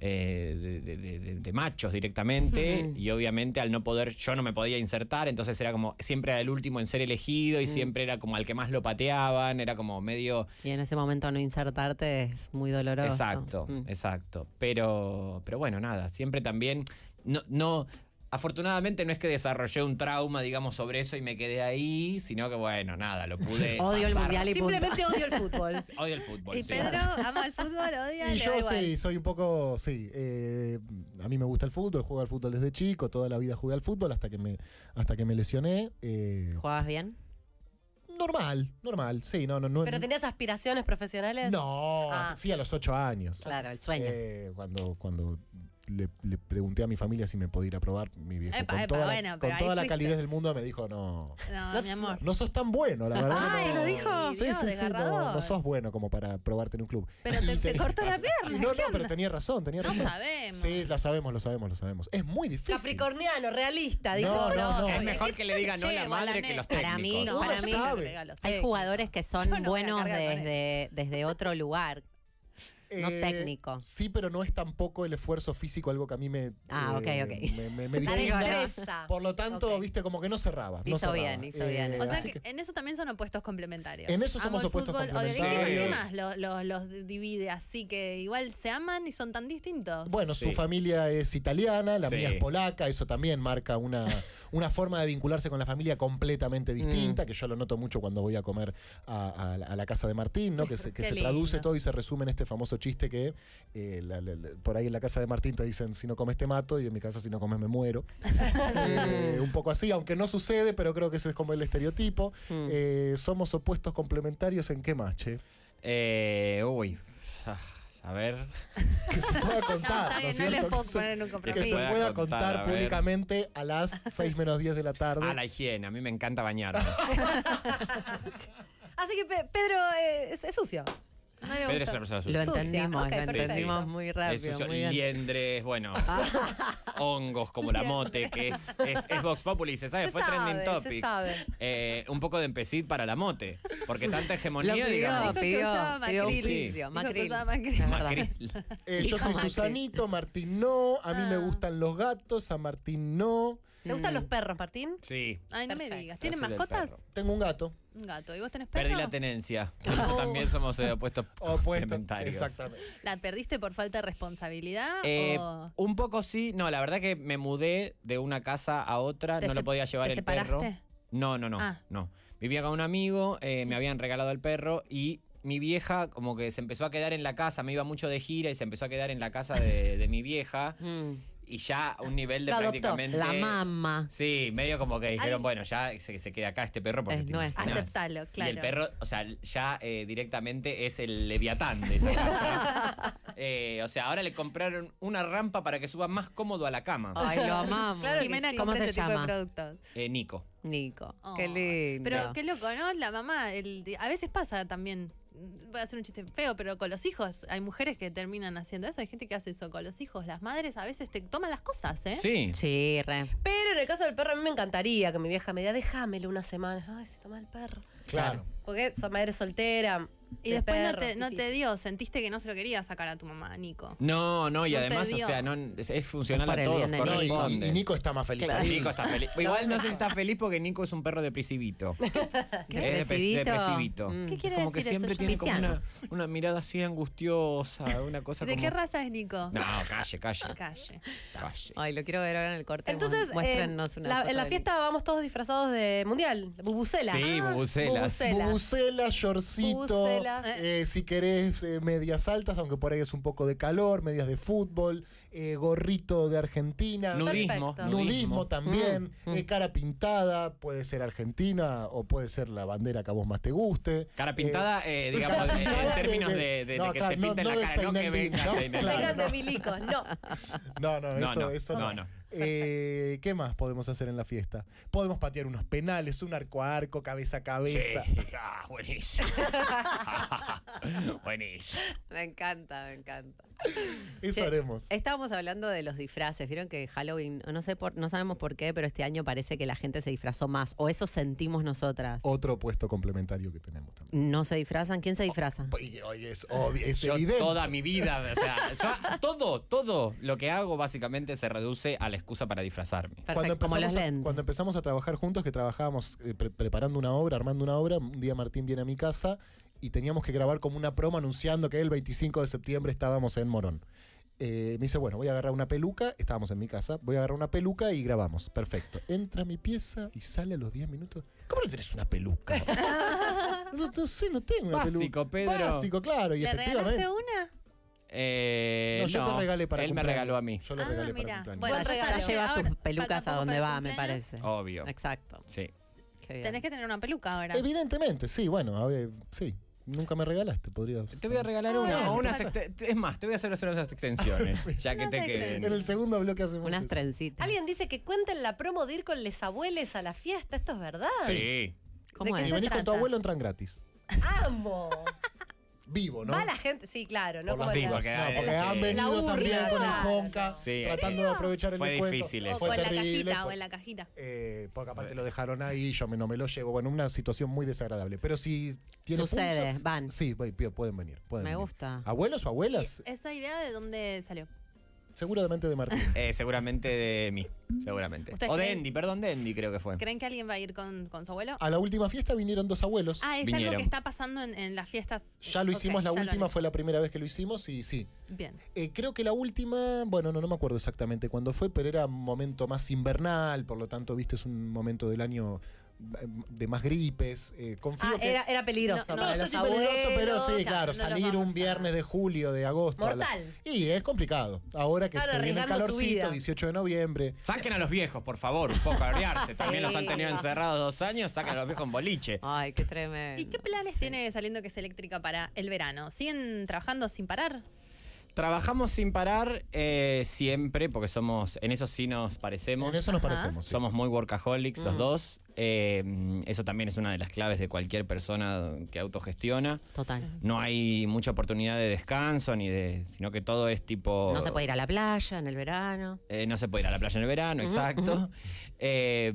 Speaker 6: eh, de, de- de- de- de machos directamente
Speaker 4: Ujú.
Speaker 6: y obviamente al no poder yo no me podía insertar entonces era como siempre era el último en ser elegido y
Speaker 2: Mm.
Speaker 6: siempre era como al que más lo pateaban era como medio
Speaker 4: Y en ese momento no insertarte es muy doloroso.
Speaker 6: Exacto,
Speaker 4: Mm.
Speaker 6: exacto. Pero, pero bueno, nada, siempre también. No, no, afortunadamente no es que desarrollé un trauma, digamos, sobre eso y me quedé ahí, sino que bueno, nada, lo pude.
Speaker 4: Odio el
Speaker 6: pasar.
Speaker 4: mundial y punto. *laughs*
Speaker 2: Simplemente odio el
Speaker 6: *laughs*
Speaker 2: fútbol.
Speaker 6: Odio el fútbol.
Speaker 3: Y
Speaker 6: Pues sí.
Speaker 3: Pedro ama el fútbol, odia,
Speaker 8: Y
Speaker 3: le da
Speaker 8: yo
Speaker 3: igual.
Speaker 8: sí, soy un poco, sí, eh, a mí me gusta el fútbol, juego al fútbol desde chico, toda la vida jugué al fútbol hasta que me, hasta que me lesioné. eh,
Speaker 4: ¿Jugabas bien?
Speaker 8: Normal, normal. Sí, no, no, no.
Speaker 2: ¿Pero tenías aspiraciones profesionales?
Speaker 8: No,
Speaker 2: Ah.
Speaker 8: sí, a los ocho años.
Speaker 4: Claro, el sueño.
Speaker 8: Eh, cuando cuando le, le pregunté a mi familia si me podía ir a probar, mi viejo,
Speaker 3: Epa,
Speaker 8: con
Speaker 3: epa,
Speaker 8: toda,
Speaker 3: bueno,
Speaker 8: la,
Speaker 3: pero
Speaker 8: con
Speaker 3: ahí
Speaker 8: toda la
Speaker 3: fuiste.
Speaker 8: calidez del mundo, me dijo, no,
Speaker 3: No, mi amor.
Speaker 8: no sos tan bueno, la verdad.
Speaker 3: Ay,
Speaker 8: no,
Speaker 3: lo dijo, Dios,
Speaker 8: Sí, sí, sí, no,
Speaker 3: desgarrador.
Speaker 8: no sos bueno como para probarte en un club.
Speaker 3: Pero te, te cortó la
Speaker 8: *laughs* Y
Speaker 3: pierna.
Speaker 8: no,
Speaker 3: ¿qué
Speaker 8: no, pero
Speaker 3: onda?
Speaker 8: tenía razón, tenía
Speaker 3: No
Speaker 8: razón.
Speaker 3: sabemos.
Speaker 8: Sí, la sabemos, lo sabemos, lo sabemos. Es muy difícil.
Speaker 2: Capricorniano, realista, dijo.
Speaker 8: No, no, no.
Speaker 3: obvio,
Speaker 8: Es
Speaker 6: mejor
Speaker 3: ¿qué
Speaker 6: que le
Speaker 3: te
Speaker 6: diga no la
Speaker 3: llevo a
Speaker 6: madre que
Speaker 3: neta?
Speaker 6: los
Speaker 4: Para mí,
Speaker 6: técnicos.
Speaker 4: para mí,
Speaker 8: sabe.
Speaker 4: Hay jugadores que son
Speaker 3: Yo no voy a
Speaker 4: buenos
Speaker 3: cargar con
Speaker 4: desde, desde otro lugar. No técnico.
Speaker 8: Eh, Sí, pero no es tampoco el esfuerzo físico algo que a mí me. eh,
Speaker 4: Ah, ok, ok.
Speaker 8: Me, me,
Speaker 3: *laughs*
Speaker 8: me
Speaker 2: La
Speaker 8: distinga.
Speaker 2: destreza.
Speaker 8: Por lo tanto,
Speaker 2: Ok.
Speaker 8: viste, como que no cerraba. no
Speaker 4: Hizo
Speaker 8: cerraba. Eh,
Speaker 4: bien, hizo bien.
Speaker 3: O sea
Speaker 8: así
Speaker 3: que, en eso también son opuestos complementarios.
Speaker 8: En eso somos
Speaker 3: Amo el
Speaker 8: opuestos
Speaker 3: fútbol, odio el equipo,
Speaker 9: complementarios.
Speaker 3: ¿Qué más los, los, los divide? Así que igual se aman y son tan distintos.
Speaker 8: Bueno,
Speaker 9: Sí.
Speaker 8: su familia es italiana, la
Speaker 9: Sí.
Speaker 8: mía es polaca, eso también
Speaker 4: *laughs*
Speaker 8: marca una, una forma de vincularse con la familia completamente
Speaker 4: Mm.
Speaker 8: distinta, que yo lo noto mucho cuando voy a comer a, a la- a la casa de Martín, ¿no?
Speaker 3: *laughs*
Speaker 8: que se, que
Speaker 3: Qué
Speaker 8: se traduce
Speaker 3: lindo.
Speaker 8: todo y se resume en este famoso chiste que eh, la- la- la- por ahí en la casa de Martín te dicen, si no comes te mato, y en mi casa si no comes me muero.
Speaker 3: *laughs*
Speaker 8: Eh, un poco así, aunque no sucede, pero creo que ese es como el estereotipo.
Speaker 3: Hmm.
Speaker 8: Eh, somos opuestos complementarios en qué más, che?
Speaker 6: Eh, uy, *sighs* a ver.
Speaker 8: Que se pueda contar.
Speaker 3: está
Speaker 8: ¿no
Speaker 3: bien, *laughs*
Speaker 8: es
Speaker 3: no les
Speaker 8: cierto?
Speaker 3: puedo
Speaker 8: *laughs* Que se-
Speaker 3: poner en un
Speaker 8: que
Speaker 3: compromiso.
Speaker 8: se
Speaker 6: pueda contar,
Speaker 8: pueda contar
Speaker 6: a ver.
Speaker 8: públicamente
Speaker 3: *laughs*
Speaker 8: a las 6 menos 10 de la tarde.
Speaker 6: A la higiene, a mí me encanta bañarme.
Speaker 2: Así que Pe- Pedro eh, es, es sucio.
Speaker 3: No le
Speaker 6: Pedro es
Speaker 3: gusta.
Speaker 6: una persona
Speaker 4: Lo
Speaker 6: sucia.
Speaker 2: Sucia.
Speaker 4: entendimos,
Speaker 2: Ok,
Speaker 4: lo
Speaker 2: perfecto.
Speaker 4: entendimos muy
Speaker 6: Es
Speaker 4: rápido.
Speaker 6: sucio,
Speaker 4: muy bien. Ah. *laughs*
Speaker 6: liendres, bueno, hongos como la mote, que es, es, es Vox Populi, se sabe,
Speaker 2: Se
Speaker 6: fue
Speaker 2: sabe,
Speaker 6: trending
Speaker 2: se
Speaker 6: topic.
Speaker 2: sabe.
Speaker 6: Eh, un poco de empecid para la mote, porque
Speaker 4: Lo
Speaker 6: tanta hegemonía,
Speaker 4: pidió,
Speaker 6: digamos.
Speaker 3: que usaba
Speaker 4: pidió, pidió
Speaker 3: Macril.
Speaker 4: un
Speaker 6: Sí.
Speaker 4: juicio,
Speaker 3: Dijo que
Speaker 4: Macril.
Speaker 3: usaba Macril.
Speaker 4: Es verdad.
Speaker 6: Macril.
Speaker 8: Eh, yo soy
Speaker 4: Hijo de
Speaker 8: Susanito, Martín no, a mí me
Speaker 3: Ah.
Speaker 8: gustan los gatos, a Martín no.
Speaker 2: ¿Te
Speaker 6: Mm.
Speaker 2: gustan los perros, Martín?
Speaker 6: Sí,
Speaker 3: Ay, no
Speaker 2: Perfecto.
Speaker 3: me digas. ¿Tienen
Speaker 6: Ese es el
Speaker 3: mascotas?
Speaker 6: perro.
Speaker 8: Tengo un gato.
Speaker 3: Un gato. ¿Y vos tenés perro?
Speaker 6: perdí la tenencia. Por eso también somos eh, opuestos
Speaker 8: Opuesto.
Speaker 6: complementarios.
Speaker 8: Exactamente.
Speaker 3: ¿La perdiste por falta de responsabilidad?
Speaker 6: Eh,
Speaker 3: o
Speaker 6: Un poco sí, no, la verdad que me mudé de una casa a otra,
Speaker 3: te
Speaker 6: no lo
Speaker 3: se-
Speaker 6: podía llevar
Speaker 3: te
Speaker 6: el
Speaker 3: separaste?
Speaker 6: perro. No, no, no,
Speaker 3: Ah.
Speaker 6: no. Vivía con un amigo, eh, me habían regalado el perro y mi vieja como que se empezó a quedar en la casa, me iba mucho de gira y se empezó a quedar en la casa de, de mi vieja
Speaker 4: Mm.
Speaker 6: y ya a un nivel de
Speaker 2: Lo adoptó.
Speaker 6: prácticamente...
Speaker 4: La mamá.
Speaker 6: Sí, medio como que dijeron,
Speaker 3: Al-
Speaker 6: bueno, ya se, se queda acá este perro porque
Speaker 4: Es
Speaker 6: te
Speaker 4: nuestro.
Speaker 6: imaginas.
Speaker 3: Aceptalo,
Speaker 6: Y el
Speaker 3: claro.
Speaker 6: perro, o sea, ya eh, directamente es el leviatán de esa
Speaker 3: *laughs*
Speaker 6: casa. Eh, o sea, ahora le compraron una rampa para que suba más cómodo a la cama.
Speaker 3: Ah.
Speaker 4: Ay, lo amamos.
Speaker 2: Claro que
Speaker 3: Jimena
Speaker 2: sí.
Speaker 4: ¿Cómo
Speaker 3: compra
Speaker 4: se
Speaker 3: este tipo
Speaker 4: llama?
Speaker 3: de productos.
Speaker 6: Eh, Nico.
Speaker 4: Nico. Qué
Speaker 3: Ay,
Speaker 4: lindo.
Speaker 3: Pero qué loco, ¿no? La mamá, el- a veces pasa también. Voy a hacer un chiste feo, pero con los hijos. Hay mujeres que terminan haciendo eso. Hay gente que hace eso con los hijos. Las madres a veces te toman las cosas, ¿eh?
Speaker 6: Sí.
Speaker 4: Sí, re.
Speaker 2: Pero en el caso del perro, a mí me encantaría que mi vieja me diga, déjamelo una semana. Ay, se toma el perro.
Speaker 8: Claro.
Speaker 2: Porque soy madre soltera.
Speaker 3: Y
Speaker 2: de
Speaker 3: después no,
Speaker 2: perro,
Speaker 3: te, no te
Speaker 2: difícil.
Speaker 3: dio, sentiste que no se lo quería sacar a tu mamá, Nico.
Speaker 6: No, no, y
Speaker 3: No te
Speaker 6: además, o
Speaker 3: dio.
Speaker 6: sea, no, es, es funcional
Speaker 4: Es por
Speaker 6: a
Speaker 4: el
Speaker 6: todos,
Speaker 4: bien de
Speaker 8: No, y-
Speaker 4: Nico.
Speaker 6: corresponde.
Speaker 8: y, y Nico está más feliz.
Speaker 4: Claro.
Speaker 8: ahí.
Speaker 6: Nico
Speaker 3: *laughs*
Speaker 6: está feliz. Igual no sé si está feliz porque Nico es un perro depresivito. Es depres-
Speaker 4: ¿Depresivito?
Speaker 6: depresivito.
Speaker 4: Mm.
Speaker 3: ¿Qué quiere
Speaker 6: como que
Speaker 3: decir
Speaker 6: siempre
Speaker 3: eso?
Speaker 6: tiene como
Speaker 3: Viciano.
Speaker 6: una, una mirada así angustiosa, una cosa
Speaker 3: ¿De
Speaker 6: como...
Speaker 3: qué raza es Nico?
Speaker 6: No, calle, calle.
Speaker 3: Calle.
Speaker 8: Ah.
Speaker 6: calle.
Speaker 4: Ay, lo quiero ver ahora en el corte.
Speaker 2: Entonces,
Speaker 4: Mu- muéstrennos
Speaker 2: eh,
Speaker 4: una
Speaker 2: la-
Speaker 4: foto
Speaker 2: en la
Speaker 4: de
Speaker 2: fiesta vamos todos disfrazados de mundial, bubucela.
Speaker 6: Sí, bubucelas.
Speaker 8: Bubucela, shortcito,
Speaker 2: Bubucela.
Speaker 8: eh, si querés eh, medias altas, aunque por ahí es un poco de calor, medias de fútbol, eh, gorrito de Argentina.
Speaker 6: Nudismo.
Speaker 2: Perfecto.
Speaker 8: Nudismo, también, eh, cara pintada, puede ser argentina o puede ser la bandera que a vos más te guste.
Speaker 6: Cara pintada,
Speaker 8: *laughs*
Speaker 6: eh, digamos,
Speaker 8: cara
Speaker 6: en-
Speaker 8: pintada
Speaker 6: en términos de, de-
Speaker 8: no,
Speaker 6: de que
Speaker 8: claro,
Speaker 6: se pinta
Speaker 8: no-
Speaker 6: en la
Speaker 8: no de
Speaker 6: cara, no que
Speaker 8: Zainal Bin,
Speaker 6: venga
Speaker 8: ¿no?
Speaker 6: Zainal Bin.
Speaker 8: Claro.
Speaker 2: Vengan de
Speaker 8: no.
Speaker 2: milicos, no.
Speaker 8: No, no,
Speaker 6: No,
Speaker 8: eso
Speaker 6: no,
Speaker 8: eso
Speaker 6: no, no.
Speaker 8: Eh, ¿Qué más podemos hacer en la fiesta? Podemos patear unos penales, un arco a arco, cabeza a cabeza.
Speaker 6: Sí. Ah, buenísimo. *laughs* buenísimo.
Speaker 4: Me encanta, me encanta.
Speaker 8: Eso
Speaker 4: Che,
Speaker 8: haremos.
Speaker 4: Estábamos hablando de los disfraces. Vieron que Halloween, no sé por, no sabemos por qué, pero este año parece que la gente se disfrazó más. O eso sentimos nosotras.
Speaker 8: Otro puesto complementario que tenemos también.
Speaker 4: no se disfrazan. ¿Quién se disfraza?
Speaker 8: Oye, oye, es obvio, es
Speaker 6: Yo
Speaker 8: evidente.
Speaker 6: toda mi vida, o sea, yo- todo, todo lo que hago básicamente se reduce a la excusa para disfrazarme.
Speaker 4: Perfecto, como los
Speaker 8: empezamos a-
Speaker 4: lentes.
Speaker 8: cuando empezamos a trabajar juntos, que trabajábamos eh, pre- preparando una obra, armando una obra, un día Martín viene a mi casa y teníamos que grabar como una promo anunciando que el 25 de septiembre estábamos en Morón. Eh, me dice, bueno, voy a agarrar una peluca, estábamos en mi casa, voy a agarrar una peluca y grabamos. Perfecto. Entra a mi pieza y sale a los 10 minutos. ¿Cómo no tenés una
Speaker 3: *laughs*
Speaker 8: peluca? no, no sé, no tengo una
Speaker 6: Básico,
Speaker 8: peluca.
Speaker 6: Pedro.
Speaker 8: Básico, claro. Y
Speaker 3: ¿Le
Speaker 8: efectivamente.
Speaker 3: regalaste una?
Speaker 6: Eh,
Speaker 8: No, yo te regalé para
Speaker 6: Él me
Speaker 8: cumpleaños.
Speaker 6: regaló a mí.
Speaker 8: Yo le
Speaker 3: Ah,
Speaker 8: regalé para
Speaker 3: mira.
Speaker 8: cumpleaños.
Speaker 3: Bueno,
Speaker 4: Ya- ya
Speaker 3: regalo.
Speaker 4: lleva
Speaker 3: Ahora,
Speaker 4: sus
Speaker 3: falta
Speaker 4: pelucas a
Speaker 3: poco
Speaker 4: donde
Speaker 3: para el
Speaker 4: va, me
Speaker 3: cumpleaños.
Speaker 4: parece.
Speaker 6: Obvio.
Speaker 4: Exacto.
Speaker 6: Sí.
Speaker 4: Qué bien.
Speaker 3: Tenés que tener una peluca
Speaker 6: Ah.
Speaker 3: ahora.
Speaker 8: Evidentemente, sí, bueno, a ver, sí. Nunca me regalaste, podría.
Speaker 6: Te voy a regalar una.
Speaker 3: Ah,
Speaker 6: o unas
Speaker 3: claro.
Speaker 6: exten- es más, te voy a hacer hacer unas
Speaker 8: *laughs*
Speaker 6: extensiones, ya que
Speaker 3: Unas
Speaker 6: te
Speaker 3: extensiones.
Speaker 6: queden.
Speaker 8: En el segundo bloque hacemos.
Speaker 4: Unas
Speaker 8: eso.
Speaker 4: trencitas.
Speaker 2: Alguien dice que cuenten la promo de ir con les abuelos a la fiesta. ¿Esto es verdad?
Speaker 6: Sí.
Speaker 4: ¿Cómo
Speaker 3: ¿De qué
Speaker 8: Si
Speaker 4: es?
Speaker 3: se
Speaker 8: venís con tu
Speaker 3: trata?
Speaker 8: abuelo, entran gratis.
Speaker 2: ¡Amo!
Speaker 8: Vivo, ¿no?
Speaker 2: Va la gente. Sí, claro. No
Speaker 8: Por las
Speaker 2: como
Speaker 6: Sí,
Speaker 2: la-
Speaker 8: dudas.
Speaker 6: porque-
Speaker 8: No, porque
Speaker 6: sí.
Speaker 8: han
Speaker 2: La
Speaker 8: venido
Speaker 2: urna,
Speaker 8: también con el
Speaker 2: claro.
Speaker 8: Conca,
Speaker 6: Sí,
Speaker 8: tratando de aprovechar el
Speaker 6: fue
Speaker 8: descuento.
Speaker 6: difícil eso.
Speaker 3: O
Speaker 6: Fue
Speaker 3: con la
Speaker 8: terrible,
Speaker 3: cajita, o
Speaker 8: por-
Speaker 3: en la cajita.
Speaker 8: eh, porque aparte lo dejaron ahí, yo me- no me lo llevo. Bueno, una situación muy desagradable. Pero si tiene
Speaker 4: Sucede,
Speaker 8: pulso,
Speaker 4: van.
Speaker 8: Sí, voy, pido, pueden venir. pueden
Speaker 4: Me
Speaker 8: venir.
Speaker 4: gusta.
Speaker 8: ¿Abuelos o abuelas?
Speaker 3: Esa idea de dónde salió.
Speaker 8: Seguramente de Martín.
Speaker 6: Eh, seguramente de mí, seguramente.
Speaker 3: ¿Ustedes
Speaker 6: O de
Speaker 3: creen-
Speaker 6: Andy, perdón, de Andy creo que fue.
Speaker 3: ¿Creen que alguien va a ir con, con su abuelo?
Speaker 8: A la última fiesta vinieron dos abuelos.
Speaker 3: Ah, es algo
Speaker 6: vinieron.
Speaker 3: que está pasando en, en las fiestas.
Speaker 8: ya lo
Speaker 3: Ok,
Speaker 8: hicimos
Speaker 3: ya
Speaker 8: la
Speaker 3: lo han
Speaker 8: última,
Speaker 3: hecho.
Speaker 8: fue la primera vez que lo hicimos y sí.
Speaker 3: Bien.
Speaker 8: Eh, creo que la última, bueno, no, no me acuerdo exactamente cuándo fue, pero era un momento más invernal, por lo tanto, viste, es un momento del año eh, de más gripes. eh, confío
Speaker 2: Ah,
Speaker 8: que.
Speaker 2: era, era peligroso.
Speaker 3: No,
Speaker 8: No,
Speaker 2: para
Speaker 8: sé
Speaker 2: los
Speaker 8: si peligroso, pero
Speaker 2: abuelos.
Speaker 8: sí,
Speaker 3: ya,
Speaker 8: claro,
Speaker 3: no los
Speaker 8: salir
Speaker 3: vamos
Speaker 8: un
Speaker 3: a-
Speaker 8: viernes de julio, de agosto. a la-
Speaker 2: Mortal.
Speaker 8: Y es complicado. Ahora que
Speaker 2: Claro,
Speaker 8: se viene el
Speaker 2: arriesgando su vida.
Speaker 8: calorcito, 18 de noviembre.
Speaker 6: Saquen a los viejos, por favor, un poco a abriarse. También
Speaker 4: Sí.
Speaker 6: los han tenido encerrados dos años, saquen a los viejos en boliche.
Speaker 4: Ay, qué tremendo.
Speaker 3: ¿Y qué planes tiene saliendo que es eléctrica para el verano? ¿Siguen trabajando sin parar?
Speaker 6: Trabajamos sin parar eh, siempre, porque somos, en eso sí nos parecemos.
Speaker 8: En eso nos
Speaker 3: Ajá.
Speaker 8: parecemos. sí.
Speaker 6: Somos muy workaholics
Speaker 4: Mm.
Speaker 6: los dos. Eh, eso también es una de las claves de cualquier persona que autogestiona.
Speaker 4: Total.
Speaker 6: No hay mucha oportunidad de descanso ni de, sino que todo es tipo.
Speaker 4: No se puede ir a la playa en el verano.
Speaker 6: Eh, no se puede ir a la playa en el verano, exacto. Eh,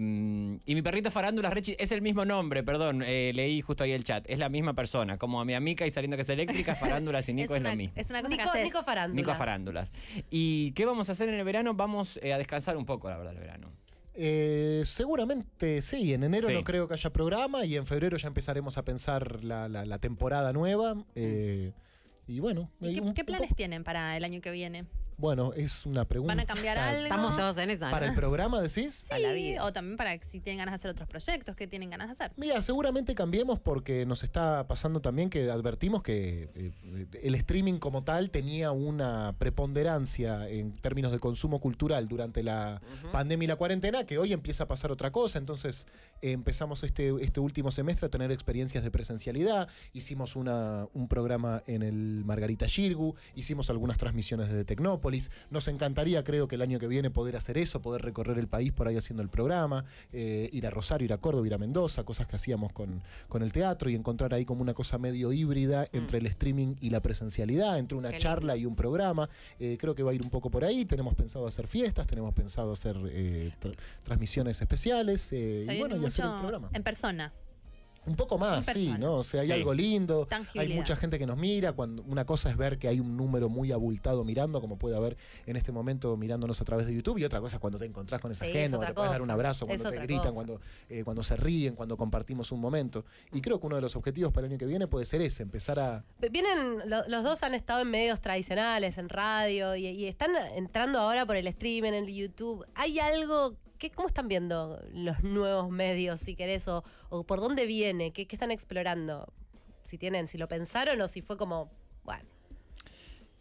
Speaker 6: y mi perrito Farándula Rechi es el mismo nombre, perdón, eh, leí justo ahí el chat. Es la misma persona, como a mi amiga y saliendo que es eléctrica, Farándulas y Nico es,
Speaker 3: una,
Speaker 6: lo mismo.
Speaker 3: es una cosa que
Speaker 2: Nico,
Speaker 3: haces.
Speaker 2: Nico Farándula.
Speaker 6: Nico Farándulas. ¿Y qué vamos a hacer en el verano? Vamos eh, a descansar un poco, la verdad, el verano.
Speaker 8: Eh, seguramente sí, en enero
Speaker 6: Sí.
Speaker 8: no creo que haya programa y en febrero ya empezaremos a pensar la, la- la temporada nueva. eh, y bueno,
Speaker 3: ¿Y
Speaker 8: eh,
Speaker 3: qué,
Speaker 8: un-
Speaker 3: qué
Speaker 8: un
Speaker 3: planes
Speaker 8: poco-
Speaker 3: tienen para el año que viene?
Speaker 8: Bueno, es una pregunta.
Speaker 3: ¿Van a cambiar algo?
Speaker 4: Estamos todos en esa.
Speaker 8: ¿Para el
Speaker 4: ¿no?
Speaker 8: programa decís?
Speaker 4: a la vida.
Speaker 3: O también para si tienen ganas de hacer otros proyectos, ¿qué tienen ganas de hacer?
Speaker 8: Mira, seguramente cambiemos porque nos está pasando también que advertimos que eh, el streaming como tal tenía una preponderancia en términos de consumo cultural durante la pandemia y la cuarentena, que hoy empieza a pasar otra cosa. Entonces eh, empezamos este, este último semestre a tener experiencias de presencialidad, hicimos una, un programa en el Margarita Shirgu, hicimos algunas transmisiones desde Tecnópolis. Nos encantaría, creo que el año que viene, poder hacer eso, poder recorrer el país por ahí haciendo el programa, eh, ir a Rosario, ir a Córdoba, ir a Mendoza, cosas que hacíamos con, con el teatro y encontrar ahí como una cosa medio híbrida entre el streaming y la presencialidad, entre una
Speaker 4: Mm. Qué lindo.
Speaker 8: charla y un programa. Eh, creo que va a ir un poco por ahí. Tenemos pensado hacer fiestas, tenemos pensado hacer eh, tra- transmisiones especiales eh,
Speaker 3: Se
Speaker 8: y bueno,
Speaker 3: viene
Speaker 8: y hacer el
Speaker 3: mucho
Speaker 8: programa.
Speaker 3: en persona.
Speaker 8: Un poco más,
Speaker 3: En
Speaker 8: sí,
Speaker 3: persona.
Speaker 8: ¿no? O sea, hay
Speaker 6: Sí.
Speaker 8: algo lindo, hay
Speaker 3: Tangibilidad.
Speaker 8: mucha gente que nos mira, cuando una cosa es ver que hay un número muy abultado mirando, como puede haber en este momento mirándonos a través de YouTube, y otra cosa es cuando te encontrás con esa
Speaker 2: Sí, es
Speaker 8: gente, cuando
Speaker 2: otra
Speaker 8: te puedes dar un
Speaker 2: cosa,
Speaker 8: abrazo,
Speaker 2: es
Speaker 8: cuando te
Speaker 2: otra
Speaker 8: gritan,
Speaker 2: cosa.
Speaker 8: cuando, eh, cuando se ríen, cuando compartimos un momento. Y creo que uno de los objetivos para el año que viene puede ser ese, empezar a...
Speaker 2: Vienen, lo- los dos han estado en medios tradicionales, en radio, y, y están entrando ahora por el stream, en el YouTube. ¿Hay algo? que ¿Cómo están viendo los nuevos medios, si querés? ¿O, o por dónde viene? ¿Qué, qué están explorando? Si tienen, si lo pensaron o si fue como, bueno,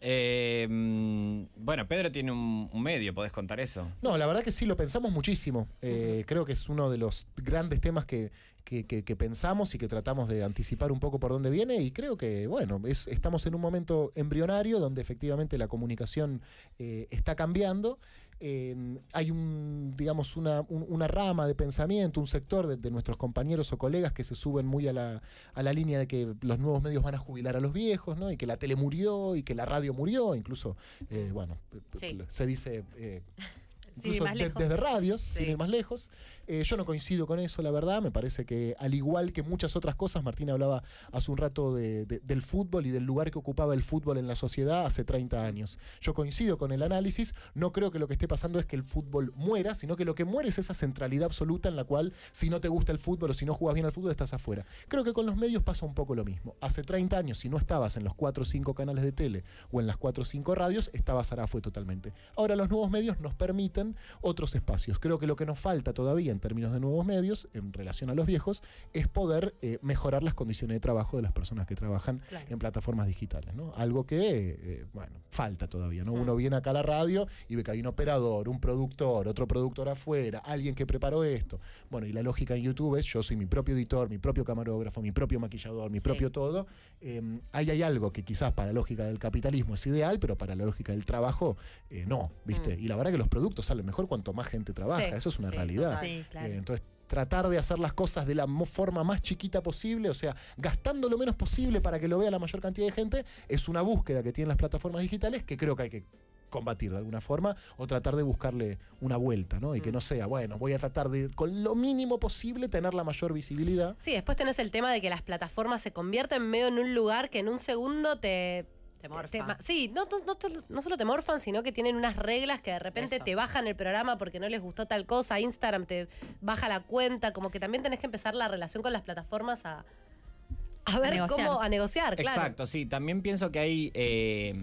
Speaker 6: Eh, mm, bueno, Pedro tiene un, un medio, podés contar eso.
Speaker 8: No, la verdad que sí, lo pensamos muchísimo. Eh, Creo que es uno de los grandes temas que, que- que- que pensamos y que tratamos de anticipar un poco por dónde viene. Y creo que, bueno, es- estamos en un momento embrionario donde efectivamente la comunicación eh, está cambiando. Eh, hay un, digamos, una, un- una rama de pensamiento, un sector de, de nuestros compañeros o colegas que se suben muy a la, a la línea de que los nuevos medios van a jubilar a los viejos, ¿no? Y que la tele murió y que la radio murió, incluso, eh, bueno,
Speaker 4: Sí.
Speaker 8: se dice eh,
Speaker 3: Sin ir
Speaker 8: incluso
Speaker 3: más
Speaker 8: de-
Speaker 3: lejos.
Speaker 8: desde radios,
Speaker 4: Sí.
Speaker 8: sin ir más lejos. Eh, yo no coincido con eso, la verdad. Me parece que, al igual que muchas otras cosas, Martín hablaba hace un rato de- de- del fútbol y del lugar que ocupaba el fútbol en la sociedad hace 30 años. Yo coincido con el análisis. No creo que lo que esté pasando es que el fútbol muera, sino que lo que muere es esa centralidad absoluta en la cual, si no te gusta el fútbol o si no juegas bien al fútbol, estás afuera. Creo que con los medios pasa un poco lo mismo. Hace 30 años, si no estabas en los 4 o 5 canales de tele o en las 4 o 5 radios, estabas afuera totalmente. Ahora los nuevos medios nos permiten existen otros espacios. Creo que lo que nos falta todavía en términos de nuevos medios, en relación a los viejos, es poder eh, mejorar las condiciones de trabajo de las personas que trabajan
Speaker 3: Claro.
Speaker 8: en plataformas digitales, ¿no? Algo que, eh, bueno, falta todavía, ¿no? Uno viene acá a la radio y ve que hay un operador, un productor, otro productor afuera, alguien que preparó esto. Bueno, y la lógica en YouTube es yo soy mi propio editor, mi propio camarógrafo, mi propio maquillador, mi
Speaker 3: Sí.
Speaker 8: propio todo. Eh, ahí hay algo que quizás para la lógica del capitalismo es ideal, pero para la lógica del trabajo eh, no, ¿viste? Y la verdad que los productos salen mejor cuanto más gente trabaja,
Speaker 3: Mm. Sí,
Speaker 8: eso es una
Speaker 4: sí,
Speaker 8: realidad.
Speaker 4: total.
Speaker 3: Sí, claro.
Speaker 8: Eh, entonces, tratar de hacer las cosas de la mo- forma más chiquita posible, o sea, gastando lo menos posible para que lo vea la mayor cantidad de gente, es una búsqueda que tienen las plataformas digitales que creo que hay que combatir de alguna forma o tratar de buscarle una vuelta, ¿no? Y que no sea, bueno, voy a tratar de con lo mínimo posible tener la mayor visibilidad.
Speaker 2: Sí, después tenés el tema de que las plataformas se convierten medio en un lugar que en un segundo te.
Speaker 4: Te morfa.
Speaker 2: ma- sí, no, no- no- no solo te morfan, sino que tienen unas reglas que de repente
Speaker 4: Eso.
Speaker 2: te bajan el programa porque no les gustó tal cosa. Instagram te baja la cuenta. Como que también tenés que empezar la relación con las plataformas a. A ver
Speaker 3: negociar.
Speaker 2: cómo. A negociar, claro.
Speaker 6: Exacto, sí. También pienso que hay. eh,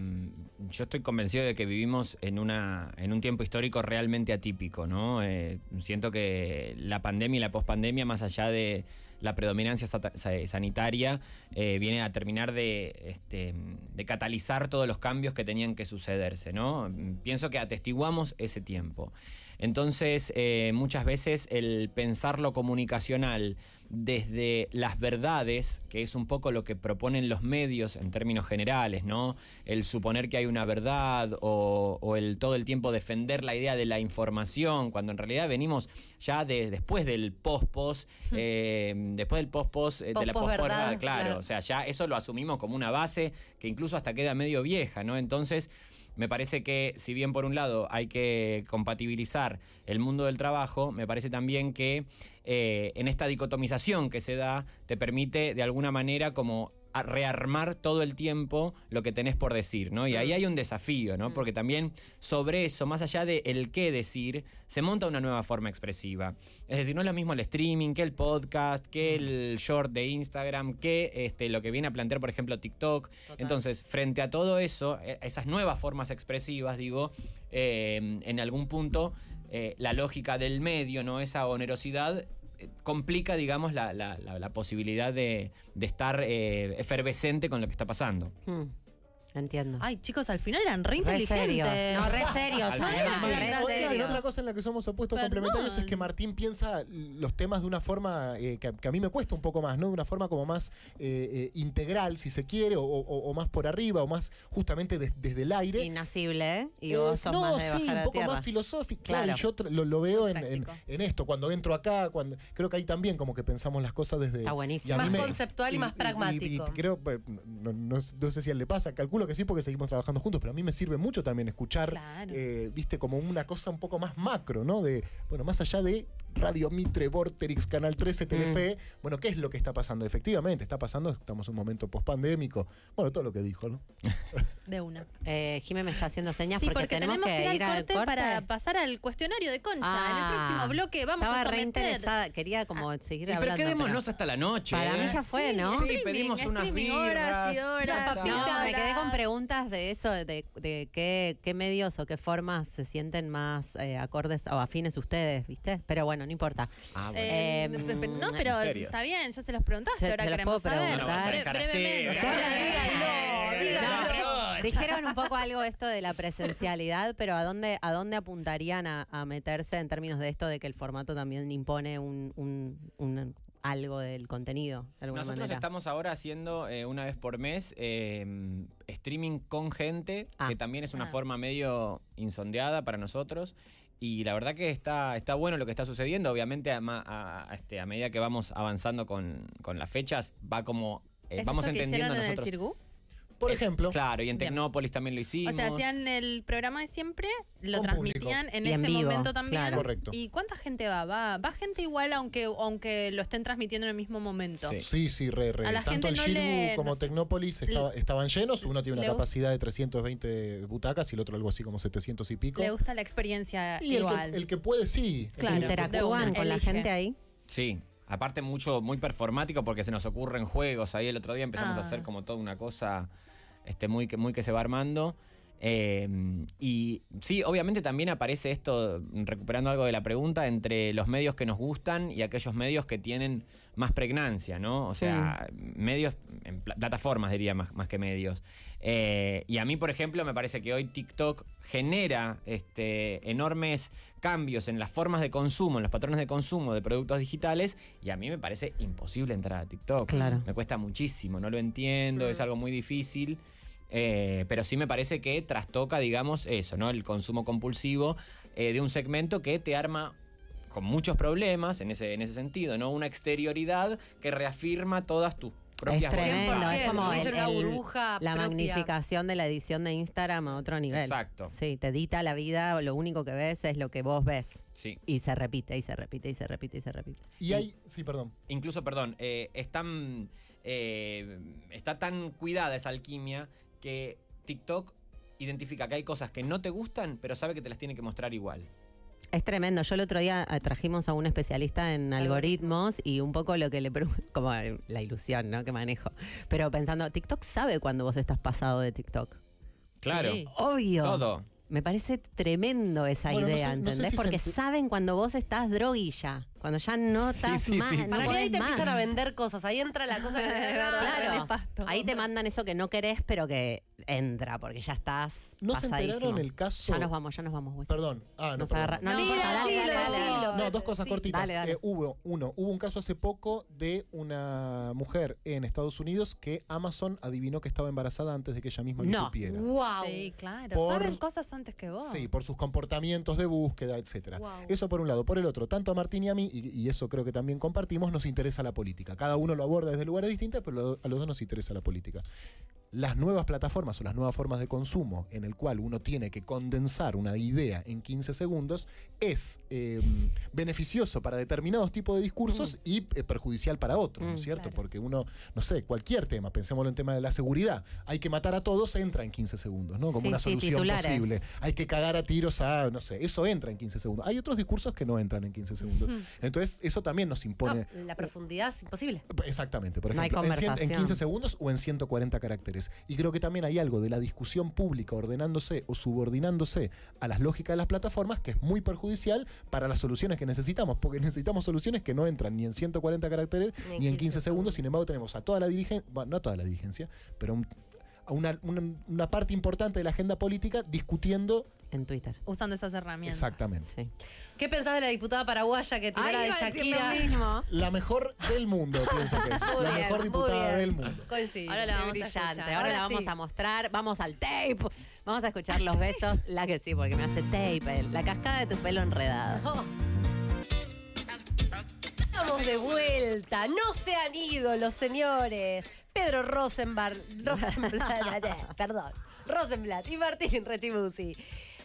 Speaker 6: yo estoy convencido de que vivimos en, una, en un tiempo histórico realmente atípico, ¿no? Eh, siento que la pandemia y la pospandemia, más allá de la predominancia sata- sa- sanitaria, eh, viene a terminar de, este, de catalizar todos los cambios que tenían que sucederse, ¿no? Pienso que atestiguamos ese tiempo. Entonces, eh, muchas veces el pensar lo comunicacional desde las verdades, que es un poco lo que proponen los medios en términos generales, ¿no? El suponer que hay una verdad o, o el todo el tiempo defender la idea de la información, cuando en realidad venimos ya de- después del pospos, eh, después del pospos eh, de la
Speaker 2: Pospos,
Speaker 6: posverdad,
Speaker 2: verdad,
Speaker 6: claro.
Speaker 2: claro.
Speaker 6: O sea, ya eso lo asumimos como una base que incluso hasta queda medio vieja, ¿no? Entonces, me parece que, si bien por un lado hay que compatibilizar el mundo del trabajo, me parece también que eh, en esta dicotomización que se da, te permite de alguna manera como a- rearmar todo el tiempo lo que tenés por decir, ¿no? Y ahí hay un desafío, ¿no? Porque también sobre eso, más allá de el qué decir, se monta una nueva forma expresiva. Es decir, no es lo mismo el streaming que el podcast, que el short de Instagram, que este, lo que viene a plantear, por ejemplo, TikTok. Entonces, frente a todo eso, e- esas nuevas formas expresivas, digo, eh, en algún punto, eh, la lógica del medio, ¿no? Esa onerosidad eh, complica, digamos, la, la- la- la posibilidad de, de estar eh, efervescente con lo que está pasando.
Speaker 4: Mm, Entiendo.
Speaker 3: Ay, chicos, al final eran re
Speaker 4: Re
Speaker 3: inteligentes.
Speaker 4: serios. No, re serios.
Speaker 6: Al
Speaker 4: además,
Speaker 6: final
Speaker 4: re
Speaker 3: eran
Speaker 8: Otra-
Speaker 3: serios.
Speaker 4: serios.
Speaker 8: otra cosa en la que somos opuestos
Speaker 3: Perdón.
Speaker 8: complementarios es que Martín piensa los temas de una forma eh, que, a- que a mí me cuesta un poco más, ¿no? De una forma como más eh, eh, integral, si se quiere, o, o- o más por arriba, o más justamente des- desde el aire.
Speaker 4: Inasible, ¿eh? Y
Speaker 8: Eh,
Speaker 4: vos sos
Speaker 8: no,
Speaker 4: más de
Speaker 8: sí,
Speaker 4: bajar a
Speaker 8: un
Speaker 4: la
Speaker 8: poco
Speaker 4: tierra.
Speaker 8: más filosófico. Claro,
Speaker 4: Claro.
Speaker 8: y yo tra- lo, lo veo en, en-
Speaker 3: Práctico.
Speaker 8: en esto. Cuando entro acá, cuando creo que ahí también como que pensamos las cosas desde.
Speaker 4: Está buenísimo.
Speaker 8: a mí
Speaker 2: Más
Speaker 8: me-
Speaker 2: conceptual y más pragmático.
Speaker 8: y creo, pues, no, no- no sé si a él le pasa, calculo que sí, porque seguimos trabajando juntos, pero a mí me sirve mucho también escuchar,
Speaker 3: Claro.
Speaker 8: eh, viste, como una cosa un poco más macro, ¿no? De, bueno, más allá de Radio Mitre, Vorterix, Canal
Speaker 4: Mm.
Speaker 8: 13, Telefe, bueno, ¿qué es lo que está pasando? Efectivamente, está pasando, estamos en un momento pospandémico, bueno, todo lo que dijo, ¿no?
Speaker 3: De una.
Speaker 4: Eh, Jime me está haciendo señas
Speaker 3: Sí,
Speaker 4: porque, tenemos, que, ir al corte,
Speaker 3: para pasar al cuestionario de Concha. en el
Speaker 4: Ah,
Speaker 3: próximo bloque vamos
Speaker 4: estaba
Speaker 3: a
Speaker 4: re
Speaker 3: someter...
Speaker 4: interesada, quería como seguir
Speaker 6: Y pero
Speaker 4: hablando.
Speaker 6: quedémonos
Speaker 4: pero-
Speaker 6: hasta la noche.
Speaker 4: Para mí
Speaker 6: ¿eh?
Speaker 4: ya fue, ¿no?
Speaker 6: Sí, pedimos unas
Speaker 3: Ah, streaming, horas y
Speaker 6: birras,
Speaker 3: horas.
Speaker 2: unas
Speaker 3: y
Speaker 2: papitas.
Speaker 4: No, me quedé con
Speaker 3: horas.
Speaker 4: preguntas de eso, de, de qué, qué medios o qué formas se sienten más eh, acordes o afines ustedes, ¿viste? Pero bueno, no importa.
Speaker 6: Ah, bueno.
Speaker 3: Eh,
Speaker 4: Eh,
Speaker 3: pe- pe- no, pero
Speaker 6: misterios.
Speaker 3: está bien, ya se los preguntaste,
Speaker 4: Se-
Speaker 3: ahora
Speaker 4: se los
Speaker 3: queremos
Speaker 4: puedo
Speaker 3: saber.
Speaker 4: preguntar. No, no, vas a
Speaker 3: Bre-
Speaker 6: dejar así.
Speaker 3: brevemente.
Speaker 6: Ahora
Speaker 3: Dígalo,
Speaker 4: No,
Speaker 3: dígalo.
Speaker 4: Dijeron un poco algo esto de la presencialidad, pero ¿a dónde, a dónde apuntarían a, a meterse en términos de esto de que el formato también impone un, un- un- algo del contenido? De alguna
Speaker 6: Nosotros
Speaker 4: manera?
Speaker 6: estamos ahora haciendo eh, una vez por mes eh, streaming con gente,
Speaker 4: Ah.
Speaker 6: que también es una
Speaker 3: Ah.
Speaker 6: forma medio insondeada para nosotros. Y la verdad que está, está bueno lo que está sucediendo. Obviamente, a, ma- a- a- este, a medida que vamos avanzando con, con las fechas, va como. eh,
Speaker 3: ¿Es
Speaker 6: vamos
Speaker 3: esto que
Speaker 6: entendiendo
Speaker 3: hicieron en el
Speaker 6: nosotros.
Speaker 3: Cirgu?
Speaker 8: Por
Speaker 6: Eh,
Speaker 8: ejemplo,
Speaker 6: Claro, y en
Speaker 3: Bien.
Speaker 6: Tecnópolis también lo hicimos.
Speaker 3: O sea, hacían el programa de siempre, lo
Speaker 8: Con
Speaker 3: transmitían en
Speaker 4: Y en
Speaker 3: ese
Speaker 4: vivo,
Speaker 3: momento también.
Speaker 4: claro.
Speaker 8: Correcto.
Speaker 3: ¿Y cuánta gente va? Va, va gente igual aunque, aunque lo estén transmitiendo en el mismo momento.
Speaker 6: Sí.
Speaker 8: Sí, sí, re, re.
Speaker 3: A la
Speaker 8: Tanto
Speaker 3: gente
Speaker 8: el
Speaker 3: no
Speaker 8: Shiru
Speaker 3: le-
Speaker 8: como
Speaker 3: no-
Speaker 8: Tecnópolis estaba- estaban llenos. Uno tiene una
Speaker 3: le gu-
Speaker 8: capacidad de 320 butacas y el otro algo así como 700 y pico.
Speaker 3: Le gusta la experiencia
Speaker 8: y el que,
Speaker 3: igual.
Speaker 8: el que puede, sí.
Speaker 3: Claro. de
Speaker 4: Interactúan
Speaker 3: una,
Speaker 4: con la
Speaker 3: elige.
Speaker 4: gente ahí.
Speaker 6: Sí. Aparte mucho, muy performático porque se nos ocurren juegos. Ahí el otro día empezamos
Speaker 3: Ah.
Speaker 6: a hacer como toda una cosa este, muy, que, muy que se va armando. Eh, y sí, obviamente también aparece esto, recuperando algo de la pregunta, entre los medios que nos gustan y aquellos medios que tienen más pregnancia, ¿no? O sea, medios, en pla- plataformas diría más, más que medios. Eh, y a mí, por ejemplo, me parece que hoy TikTok genera este, enormes cambios en las formas de consumo, en los patrones de consumo de productos digitales, y a mí me parece imposible entrar a TikTok.
Speaker 4: Claro.
Speaker 6: Me cuesta muchísimo, no lo entiendo, es algo muy difícil. Eh, pero sí me parece que trastoca, digamos, eso, ¿no? El consumo compulsivo eh, de un segmento que te arma con muchos problemas en ese, en ese sentido, ¿no? Una exterioridad que reafirma todas tus propias
Speaker 4: es
Speaker 6: voluntades.
Speaker 4: tremendo, es
Speaker 2: 100%,
Speaker 4: como
Speaker 2: es
Speaker 4: el-
Speaker 2: una
Speaker 4: el-
Speaker 2: burbuja
Speaker 4: la
Speaker 2: propia.
Speaker 4: magnificación de la edición de Instagram a otro nivel.
Speaker 6: Exacto.
Speaker 4: Sí, te edita la vida, lo único que ves es lo que vos ves.
Speaker 6: Sí.
Speaker 4: Y se repite, y se repite, y se repite, y se repite.
Speaker 8: Y hay, sí, perdón.
Speaker 6: Incluso, perdón, eh, es tan, eh, está tan cuidada esa alquimia que TikTok identifica que hay cosas que no te gustan, pero sabe que te las tiene que mostrar igual.
Speaker 4: Es tremendo. Yo el otro día eh, trajimos a un especialista en algoritmos y un poco lo que le pregun- *laughs* como eh, la ilusión, ¿no? Que manejo. Pero pensando, TikTok sabe cuando vos estás pasado de TikTok.
Speaker 6: Claro.
Speaker 3: Sí.
Speaker 4: Obvio.
Speaker 6: Todo.
Speaker 4: Me parece tremendo esa
Speaker 8: Bueno, no
Speaker 4: idea,
Speaker 8: sé- no sé
Speaker 4: ¿entendés?
Speaker 8: si se
Speaker 4: Porque
Speaker 8: enti-
Speaker 4: saben cuando vos estás droguilla, cuando ya no
Speaker 6: Sí,
Speaker 4: estás
Speaker 6: sí, sí,
Speaker 4: más,
Speaker 6: sí.
Speaker 4: no
Speaker 2: Para mí ahí
Speaker 4: podés
Speaker 2: te
Speaker 4: más.
Speaker 2: empiezan a vender cosas. Ahí entra la
Speaker 4: *laughs*
Speaker 2: cosa que
Speaker 3: Es verdad,
Speaker 4: Claro,
Speaker 3: Vende pasto.
Speaker 4: ahí te mandan eso que no querés, pero que entra, porque ya estás
Speaker 8: ¿No se
Speaker 4: pasadísimo.
Speaker 8: enteraron el caso?
Speaker 4: Ya nos vamos, ya nos vamos. Wes.
Speaker 8: Perdón. Ah, no,
Speaker 4: Nos
Speaker 8: perdón.
Speaker 4: agarra- No,
Speaker 2: No,
Speaker 4: no importa, dale,
Speaker 2: dilo,
Speaker 4: dale, dale.
Speaker 2: dilo.
Speaker 8: No, dos cosas
Speaker 2: Sí.
Speaker 8: cortitas.
Speaker 4: Dale, dale.
Speaker 8: Eh, hubo, uno, hubo un caso hace poco de una mujer en Estados Unidos que Amazon adivinó que estaba embarazada antes de que ella misma
Speaker 4: No.
Speaker 8: lo supiera.
Speaker 2: Wow.
Speaker 3: Sí, claro.
Speaker 8: Por-
Speaker 3: Saben cosas antes que vos.
Speaker 8: Sí, por sus comportamientos de búsqueda, etcétera.
Speaker 2: Guau.
Speaker 8: Eso por un lado. Por el otro, tanto a Martín y a mí, y, y eso creo que también compartimos, nos interesa la política. Cada uno lo aborda desde lugares distintos, pero lo- a los dos nos interesa la política. Las nuevas plataformas o las nuevas formas de consumo en el cual uno tiene que condensar una idea en 15 segundos es eh, beneficioso para determinados tipos de discursos y eh, perjudicial para otros, ¿no
Speaker 4: Mm,
Speaker 8: es cierto? Porque uno, no sé, cualquier tema, pensémoslo en tema de la seguridad, hay que matar a todos, entra en 15 segundos, ¿no? Como
Speaker 4: Sí,
Speaker 8: una
Speaker 4: sí,
Speaker 8: solución
Speaker 4: titulares.
Speaker 8: posible hay que cagar a tiros a, no sé, eso entra en 15 segundos. Hay otros discursos que no entran en 15 segundos. Entonces, eso también nos impone...
Speaker 2: No,
Speaker 4: eh,
Speaker 2: la profundidad es imposible.
Speaker 8: Exactamente, por
Speaker 4: No hay
Speaker 8: ejemplo, en, cien- en
Speaker 4: conversación.
Speaker 8: 15 segundos o en 140 caracteres. Y creo que también hay algo de la discusión pública ordenándose o subordinándose a las lógicas de las plataformas que es muy perjudicial para las soluciones que necesitamos, porque necesitamos soluciones que no entran ni en 140 caracteres ni en 15, segundos. Sin embargo, tenemos a toda la dirigencia, no a toda la dirigencia, pero un- a una, una- una parte importante de la agenda política discutiendo
Speaker 4: En Twitter.
Speaker 3: Usando esas herramientas.
Speaker 8: exactamente.
Speaker 4: Sí.
Speaker 2: ¿Qué pensás de la diputada paraguaya que tiró la de Shakira?
Speaker 8: La mejor
Speaker 3: *laughs*
Speaker 8: del mundo, pienso que es.
Speaker 2: *laughs* Muy
Speaker 8: la
Speaker 2: bien,
Speaker 8: mejor
Speaker 2: muy
Speaker 8: diputada
Speaker 2: bien.
Speaker 8: del mundo.
Speaker 2: Coincido.
Speaker 3: Ahora la vamos a
Speaker 4: brillante.
Speaker 3: escuchar.
Speaker 4: Ahora, la
Speaker 2: Ahora
Speaker 4: vamos
Speaker 2: sí.
Speaker 4: a mostrar. Vamos al tape. Vamos a escuchar los besos. La que sí, porque me hace tape. La cascada de tu pelo enredado.
Speaker 2: No. Estamos de vuelta. No se han ido los señores. Pedro Rosenbar,
Speaker 4: *laughs*
Speaker 2: Rosenblatt, eh, perdón. Rosenblatt y Martín Rechibuzzi.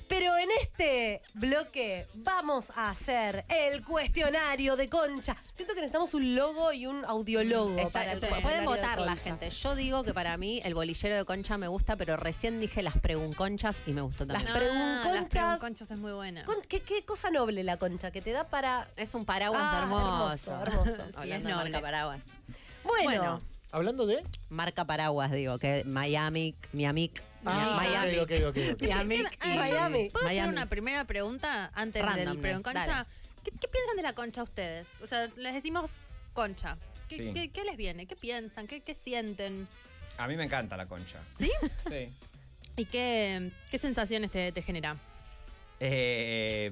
Speaker 2: Pero en este bloque vamos a hacer el cuestionario de Concha. Siento que necesitamos un logo y un audiólogo.
Speaker 4: Está-
Speaker 2: para el
Speaker 4: pu-
Speaker 2: cuestionario
Speaker 4: pueden
Speaker 2: de
Speaker 4: votar la
Speaker 2: Concha.
Speaker 4: gente. Yo digo que para mí el bolillero de concha me gusta, pero recién dije las pregunconchas y me gustó también.
Speaker 3: No,
Speaker 2: pregunconchas.
Speaker 3: las pregunconchas es muy buena.
Speaker 2: Con- ¿Qué, qué cosa noble la concha que te da para.
Speaker 4: Es un paraguas
Speaker 2: Ah,
Speaker 4: hermoso.
Speaker 2: hermoso,
Speaker 4: *laughs*
Speaker 2: hermoso.
Speaker 3: Sí,
Speaker 4: Hablando
Speaker 3: es
Speaker 4: de marca
Speaker 3: noble.
Speaker 4: paraguas.
Speaker 2: bueno.
Speaker 4: Bueno.
Speaker 8: Hablando de.
Speaker 4: Marca paraguas, digo, que Miami, Miami,
Speaker 8: Ah,
Speaker 4: Miami.
Speaker 8: ok, ok, ok, ok.
Speaker 4: Miami.
Speaker 3: Ah,
Speaker 4: y-
Speaker 2: Miami.
Speaker 3: ¿Puedo hacer
Speaker 4: E. Miami.
Speaker 3: una primera pregunta antes
Speaker 4: Randomness,
Speaker 3: del pregunconcha?
Speaker 4: dale.
Speaker 3: ¿Qué, ¿Qué piensan de la concha ustedes? O sea, les decimos concha. ¿Qué,
Speaker 6: Sí.
Speaker 3: qué- qué les viene? ¿Qué piensan? ¿Qué, qué sienten?
Speaker 6: A mí me encanta la concha.
Speaker 3: ¿Sí?
Speaker 6: Sí.
Speaker 3: ¿Y qué, qué sensaciones te, te genera?
Speaker 6: Eh,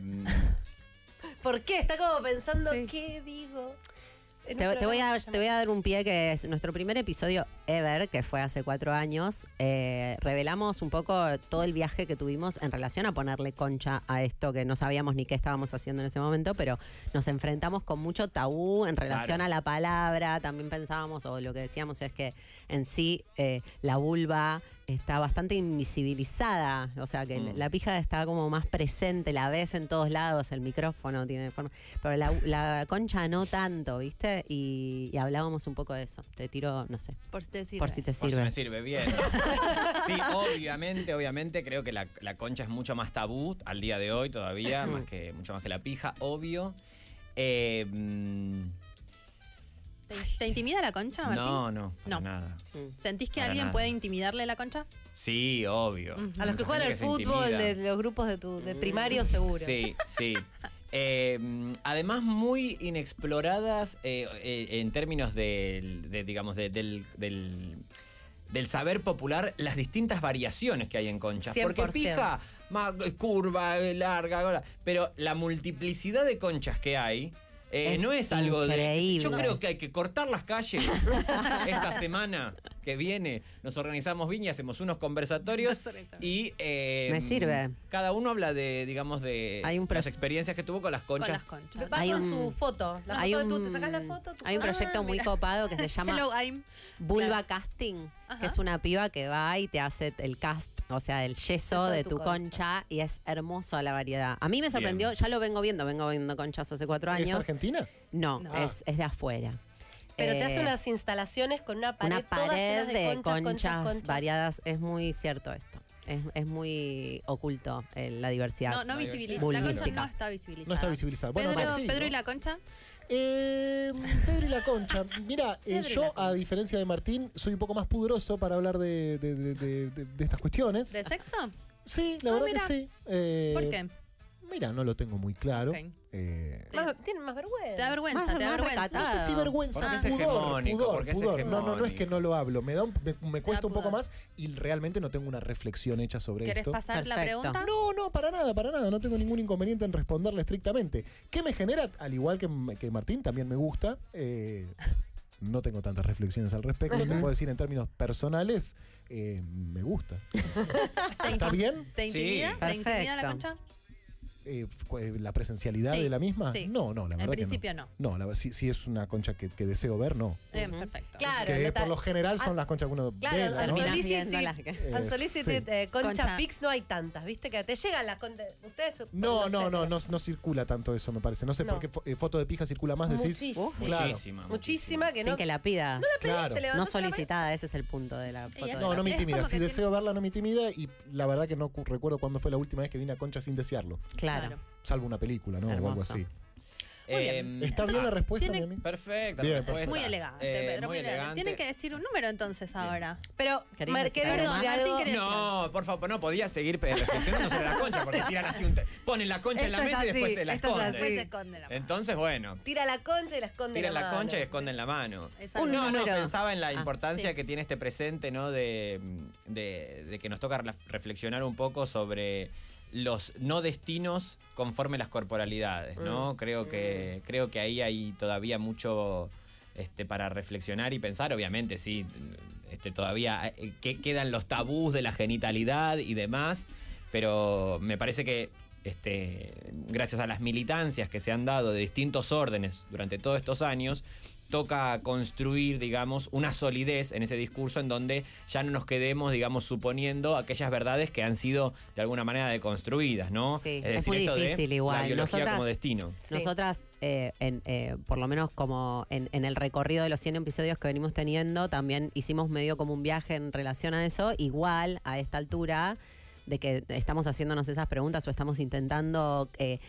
Speaker 2: ¿Por qué? Está como pensando,
Speaker 3: Sí.
Speaker 2: ¿qué digo? En un
Speaker 4: Te, te voy a,
Speaker 2: programa.
Speaker 4: te voy a dar un pie que es nuestro primer episodio ever, que fue hace cuatro años. eh, revelamos un poco todo el viaje que tuvimos en relación a ponerle concha a esto que no sabíamos ni qué estábamos haciendo en ese momento, pero nos enfrentamos con mucho tabú en relación
Speaker 6: Claro.
Speaker 4: a la palabra. También pensábamos, o lo que decíamos es que en sí eh, la vulva está bastante invisibilizada, o sea que
Speaker 6: Mm.
Speaker 4: la pija está como más presente, la ves en todos lados, el micrófono tiene forma, pero la, la concha no tanto, ¿viste? Y, y hablábamos un poco de eso, te tiro, no sé,
Speaker 3: Por si te sirve.
Speaker 4: por si te
Speaker 6: por si
Speaker 4: sirve.
Speaker 6: me sirve bien. Sí, obviamente, obviamente, creo que la, la concha es mucho más tabú al día de hoy todavía, más que, mucho más que la pija, obvio. Eh, mm,
Speaker 3: ¿Te ¿Te, te intimida la concha, Martín?
Speaker 6: No, no, para
Speaker 3: No.
Speaker 6: nada.
Speaker 3: ¿Sentís que
Speaker 6: para
Speaker 3: alguien
Speaker 6: nada.
Speaker 3: puede intimidarle la concha?
Speaker 6: Sí, obvio.
Speaker 2: A los que
Speaker 6: Mucha
Speaker 2: juegan
Speaker 6: gente
Speaker 2: al
Speaker 6: se
Speaker 2: fútbol,
Speaker 6: intimida.
Speaker 2: de los grupos de, tu,
Speaker 3: Mm,
Speaker 2: de primario, seguro.
Speaker 6: Sí, sí. Eh, mm, además, muy inexploradas eh, eh, en términos del, de, digamos, de- del, del- del saber popular, las distintas variaciones que hay en conchas. Porque
Speaker 2: 100%.
Speaker 6: pija, ma- curva, eh, larga, gorda. pero la multiplicidad de conchas que hay. eh,
Speaker 4: Es
Speaker 6: no es algo de. Yo
Speaker 4: increíble.
Speaker 6: creo que hay que cortar
Speaker 4: *laughs*
Speaker 6: las calles esta semana que viene. Nos organizamos viña, hacemos unos conversatorios y. eh,
Speaker 4: Me sirve.
Speaker 6: Cada uno habla de, digamos, de
Speaker 4: Hay un
Speaker 6: las
Speaker 4: pros-
Speaker 6: experiencias que tuvo con las
Speaker 3: Con
Speaker 6: conchas.
Speaker 3: las conchas.
Speaker 2: Va
Speaker 4: Hay
Speaker 2: con
Speaker 4: un-
Speaker 2: su foto. La
Speaker 4: hay
Speaker 2: foto de tú,
Speaker 4: un-
Speaker 2: ¿Te sacas la foto? tú-
Speaker 4: Hay un
Speaker 2: Ah,
Speaker 4: proyecto muy
Speaker 3: mira.
Speaker 4: copado
Speaker 2: *laughs*
Speaker 4: que se llama
Speaker 3: Hello, I'm.
Speaker 4: Vulva Casting,
Speaker 3: Ajá.
Speaker 4: que es una piba que va y te hace el cast, o sea, el yeso de, tu concha. y es hermoso la variedad. A mí me sorprendió, ya lo vengo viendo, vengo viendo conchas hace cuatro
Speaker 8: ¿Es
Speaker 4: años.
Speaker 8: Argentina?
Speaker 4: No,
Speaker 2: No.
Speaker 4: Es, es de afuera.
Speaker 2: Pero te
Speaker 4: Eh,
Speaker 2: hace unas instalaciones con una pared,
Speaker 4: una
Speaker 2: todas
Speaker 4: pared
Speaker 2: llenas
Speaker 4: de conchas,
Speaker 2: conchas.
Speaker 4: variadas. Es muy cierto esto. Es, es muy oculto eh, la diversidad.
Speaker 3: No, no visibiliza. La
Speaker 4: Vulvística.
Speaker 3: concha no está visibilizada.
Speaker 8: No está visibilizada. Bueno,
Speaker 3: Pedro,
Speaker 8: Brasil,
Speaker 3: Pedro y
Speaker 8: ¿no?
Speaker 3: la concha.
Speaker 8: Eh, Pedro y la Concha. Mira,
Speaker 3: Pedro y
Speaker 8: eh,
Speaker 3: la
Speaker 8: yo,
Speaker 3: Concha.
Speaker 8: a diferencia de Martín, soy un poco más pudoroso para hablar de, de- de- de- de- de estas cuestiones.
Speaker 3: ¿De sexo?
Speaker 8: Sí, la
Speaker 3: Ah,
Speaker 8: verdad
Speaker 3: mira.
Speaker 8: que sí. Eh,
Speaker 3: ¿Por qué?
Speaker 8: Mira, no lo tengo muy claro.
Speaker 3: Ok.
Speaker 8: Eh,
Speaker 2: Más- Tienen más vergüenza.
Speaker 3: Te da vergüenza,
Speaker 4: Más-
Speaker 3: te da
Speaker 4: más
Speaker 3: vergüenza.
Speaker 4: recatado.
Speaker 8: no sé si vergüenza,
Speaker 6: Porque es
Speaker 8: pudor,
Speaker 6: hegemónico,
Speaker 8: pudor,
Speaker 6: porque es
Speaker 8: pudor. No, no, no es que
Speaker 6: hegemónico.
Speaker 8: no lo hablo. Me, da un- me, me cuesta un poco
Speaker 3: pudor.
Speaker 8: más y realmente no tengo una reflexión hecha sobre
Speaker 3: ¿Querés
Speaker 8: esto.
Speaker 3: pasar la
Speaker 4: Perfecto.
Speaker 3: pregunta?
Speaker 8: No, no, para nada, para nada. No tengo ningún inconveniente en responderle estrictamente. ¿Qué me genera? Al igual que, m- que Martín, también me gusta. eh, no tengo tantas reflexiones al respecto. Te puedo decir en términos personales, eh, me gusta.
Speaker 3: *laughs* ¿Te
Speaker 8: ¿Está
Speaker 3: intim-
Speaker 8: bien?
Speaker 3: ¿Te
Speaker 6: Sí.
Speaker 3: intimida? ¿Te intimida la
Speaker 4: Perfecto.
Speaker 3: concha?
Speaker 8: Eh, cu- eh, ¿La presencialidad
Speaker 3: Sí,
Speaker 8: de la misma?
Speaker 3: sí.
Speaker 8: No, no, la
Speaker 3: En
Speaker 8: verdad.
Speaker 3: principio
Speaker 8: que
Speaker 3: no.
Speaker 8: no. No, la- si, si es una concha que, que deseo ver, no.
Speaker 3: Bien, perfecto.
Speaker 2: Claro,
Speaker 8: que
Speaker 2: no
Speaker 8: por
Speaker 2: está-
Speaker 8: lo general son
Speaker 2: Ah,
Speaker 8: las conchas que uno
Speaker 2: Claro,
Speaker 8: ve, ¿no?
Speaker 2: Argentina.
Speaker 4: Terminás
Speaker 2: Solicited.
Speaker 4: viéndolas que-
Speaker 8: Eh,
Speaker 2: Unsolicited,
Speaker 8: sí.
Speaker 2: eh, concha,
Speaker 3: Concha.
Speaker 2: Pix no hay tantas, viste que te llegan las conchas. Ustedes
Speaker 8: No, no,
Speaker 2: sé,
Speaker 8: no,
Speaker 2: pero-
Speaker 8: no, no circula tanto eso, me parece. No sé
Speaker 2: No.
Speaker 8: por qué fo- eh, foto de pija circula más, decís.
Speaker 2: Muchísima.
Speaker 8: Uf, claro.
Speaker 6: Muchísima,
Speaker 2: Muchísima que
Speaker 4: Sin
Speaker 2: no.
Speaker 4: que la pidas.
Speaker 8: Claro.
Speaker 2: Te
Speaker 4: No
Speaker 2: levantás a la pared.
Speaker 4: solicitada, ese es el punto de la foto.
Speaker 3: es
Speaker 4: de
Speaker 8: No,
Speaker 4: la-
Speaker 8: no me
Speaker 3: Es
Speaker 8: intimida.
Speaker 3: como
Speaker 8: Si
Speaker 3: que
Speaker 8: deseo verla, no me intimida. Y la verdad que no cu- recuerdo cuándo fue la última vez que vi una concha sin desearlo.
Speaker 4: Claro.
Speaker 8: Salvo una película, ¿no? O algo
Speaker 4: Hermoso.
Speaker 8: así.
Speaker 3: Muy
Speaker 6: Eh,
Speaker 3: bien.
Speaker 8: ¿Está bien la respuesta,
Speaker 3: tiene-
Speaker 8: mi amigo?
Speaker 6: Perfecta.
Speaker 8: Bien,
Speaker 6: la
Speaker 8: perfecto.
Speaker 6: respuesta.
Speaker 3: Muy elegante,
Speaker 6: Eh,
Speaker 3: Pedro,
Speaker 6: muy elegante.
Speaker 3: Tienen que decir un número entonces ahora.
Speaker 2: Pero,
Speaker 4: ¿Querés
Speaker 2: Mar,
Speaker 4: decir
Speaker 2: ¿querés
Speaker 4: algo
Speaker 2: decir
Speaker 3: más?
Speaker 2: algo?
Speaker 3: Martín, ¿querés-
Speaker 6: No, por favor, no podía seguir eh, reflexionando sobre la concha porque tiran así un. te- Ponen la concha en la
Speaker 4: Esto es
Speaker 6: mesa y después
Speaker 4: así,
Speaker 6: se la
Speaker 4: esto es
Speaker 6: esconden.
Speaker 3: Después se esconde la mano.
Speaker 6: Entonces, bueno,
Speaker 2: Tira la concha y la esconde
Speaker 6: tiran la
Speaker 2: mano.
Speaker 6: concha y esconden la mano.
Speaker 3: Exacto.
Speaker 4: Un
Speaker 6: no, no,
Speaker 4: número.
Speaker 6: pensaba en la
Speaker 4: Ah,
Speaker 6: importancia
Speaker 3: sí.
Speaker 6: que tiene este presente, ¿no? De, de- de que nos toca rela- reflexionar un poco sobre los no destinos conforme las corporalidades, ¿no? Creo, que, creo que ahí hay todavía mucho este, para reflexionar y pensar, obviamente, sí, este, todavía eh, que quedan los tabús de la genitalidad y demás, pero me parece que este, gracias a las militancias que se han dado de distintos órdenes durante todos estos años, toca construir, digamos, una solidez en ese discurso en donde ya no nos quedemos, digamos, suponiendo aquellas verdades que han sido de alguna manera deconstruidas, ¿no?
Speaker 4: Sí, es muy
Speaker 6: de
Speaker 4: difícil igual.
Speaker 6: La biología
Speaker 4: Nosotras-
Speaker 6: como destino.
Speaker 2: Sí.
Speaker 4: Nosotras, eh, en, eh, por lo menos como en, en el recorrido de los 100 episodios que venimos teniendo, también hicimos medio como un viaje en relación a eso, igual a esta altura, de que estamos haciéndonos esas preguntas o estamos intentando eh,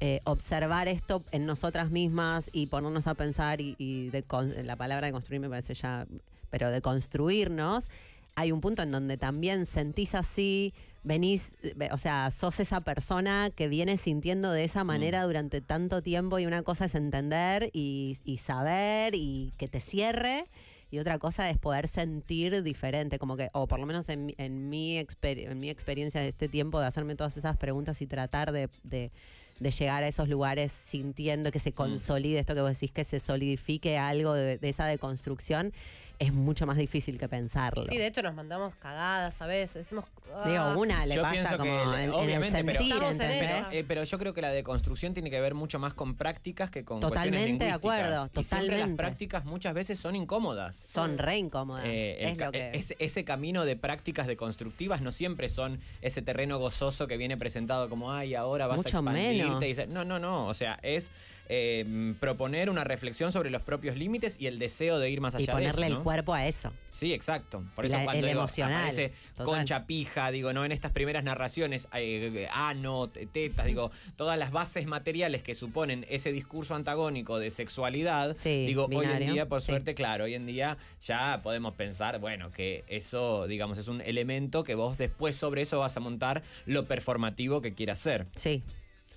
Speaker 4: eh, observar esto en nosotras mismas y ponernos a pensar y, y de con- la palabra de construir me parece ya, pero de construirnos, hay un punto en donde también sentís así, venís, eh, ve- o sea, sos esa persona que viene sintiendo de esa manera durante tanto tiempo y una cosa es entender y, y saber y que te cierre. Y otra cosa es poder sentir diferente, como que, o por lo menos en, mi- en mi, exper- en mi experiencia de este tiempo, de hacerme todas esas preguntas y tratar de- de, de llegar a esos lugares sintiendo que se consolide esto que vos decís, que se solidifique algo de, de esa deconstrucción, es mucho más difícil que pensarlo.
Speaker 2: Sí, de hecho nos mandamos cagadas a veces. Decimos. ah,
Speaker 4: Digo, una le
Speaker 6: Yo
Speaker 4: pasa
Speaker 6: pienso
Speaker 4: como
Speaker 6: que,
Speaker 4: en- en, el
Speaker 6: obviamente, pero-
Speaker 4: sentir,
Speaker 2: Estamos en
Speaker 4: ¿entendés?
Speaker 2: esa.
Speaker 6: Eh, pero yo creo que la deconstrucción tiene que ver mucho más con prácticas que con
Speaker 4: Totalmente de
Speaker 6: cuestiones lingüísticas.
Speaker 4: acuerdo,
Speaker 6: Y siempre las
Speaker 4: totalmente.
Speaker 6: prácticas muchas veces son incómodas.
Speaker 4: Son re incómodas.
Speaker 6: Eh, el
Speaker 4: es
Speaker 6: ca-
Speaker 4: lo que...
Speaker 6: ese, ese camino de prácticas deconstructivas no siempre son ese terreno gozoso que viene presentado como, ay, ahora vas
Speaker 4: Mucho
Speaker 6: a expandirte.
Speaker 4: menos.
Speaker 6: y se-". no, no, no. O sea, es eh, proponer una reflexión sobre los propios límites y el deseo de ir más allá
Speaker 4: Y ponerle
Speaker 6: de eso,
Speaker 4: el
Speaker 6: ¿no?
Speaker 4: cuerpo a eso.
Speaker 6: Sí, exacto. Por
Speaker 4: Y
Speaker 6: eso
Speaker 4: la-
Speaker 6: cuando
Speaker 4: el
Speaker 6: digo,
Speaker 4: emocional,
Speaker 6: aparece
Speaker 4: total.
Speaker 6: concha pija, digo, no en estas primeras narraciones, eh, eh, ano, te-
Speaker 4: *laughs*
Speaker 6: tetas, digo, todas las bases materiales que suponen ese discurso antagónico de sexualidad,
Speaker 4: Sí,
Speaker 6: digo, hoy en
Speaker 4: binario,
Speaker 6: día, por
Speaker 4: sí.
Speaker 6: suerte, claro, hoy en día ya podemos pensar, bueno, que eso, digamos, es un elemento que vos después sobre eso vas a montar lo performativo que quieras ser.
Speaker 4: Sí,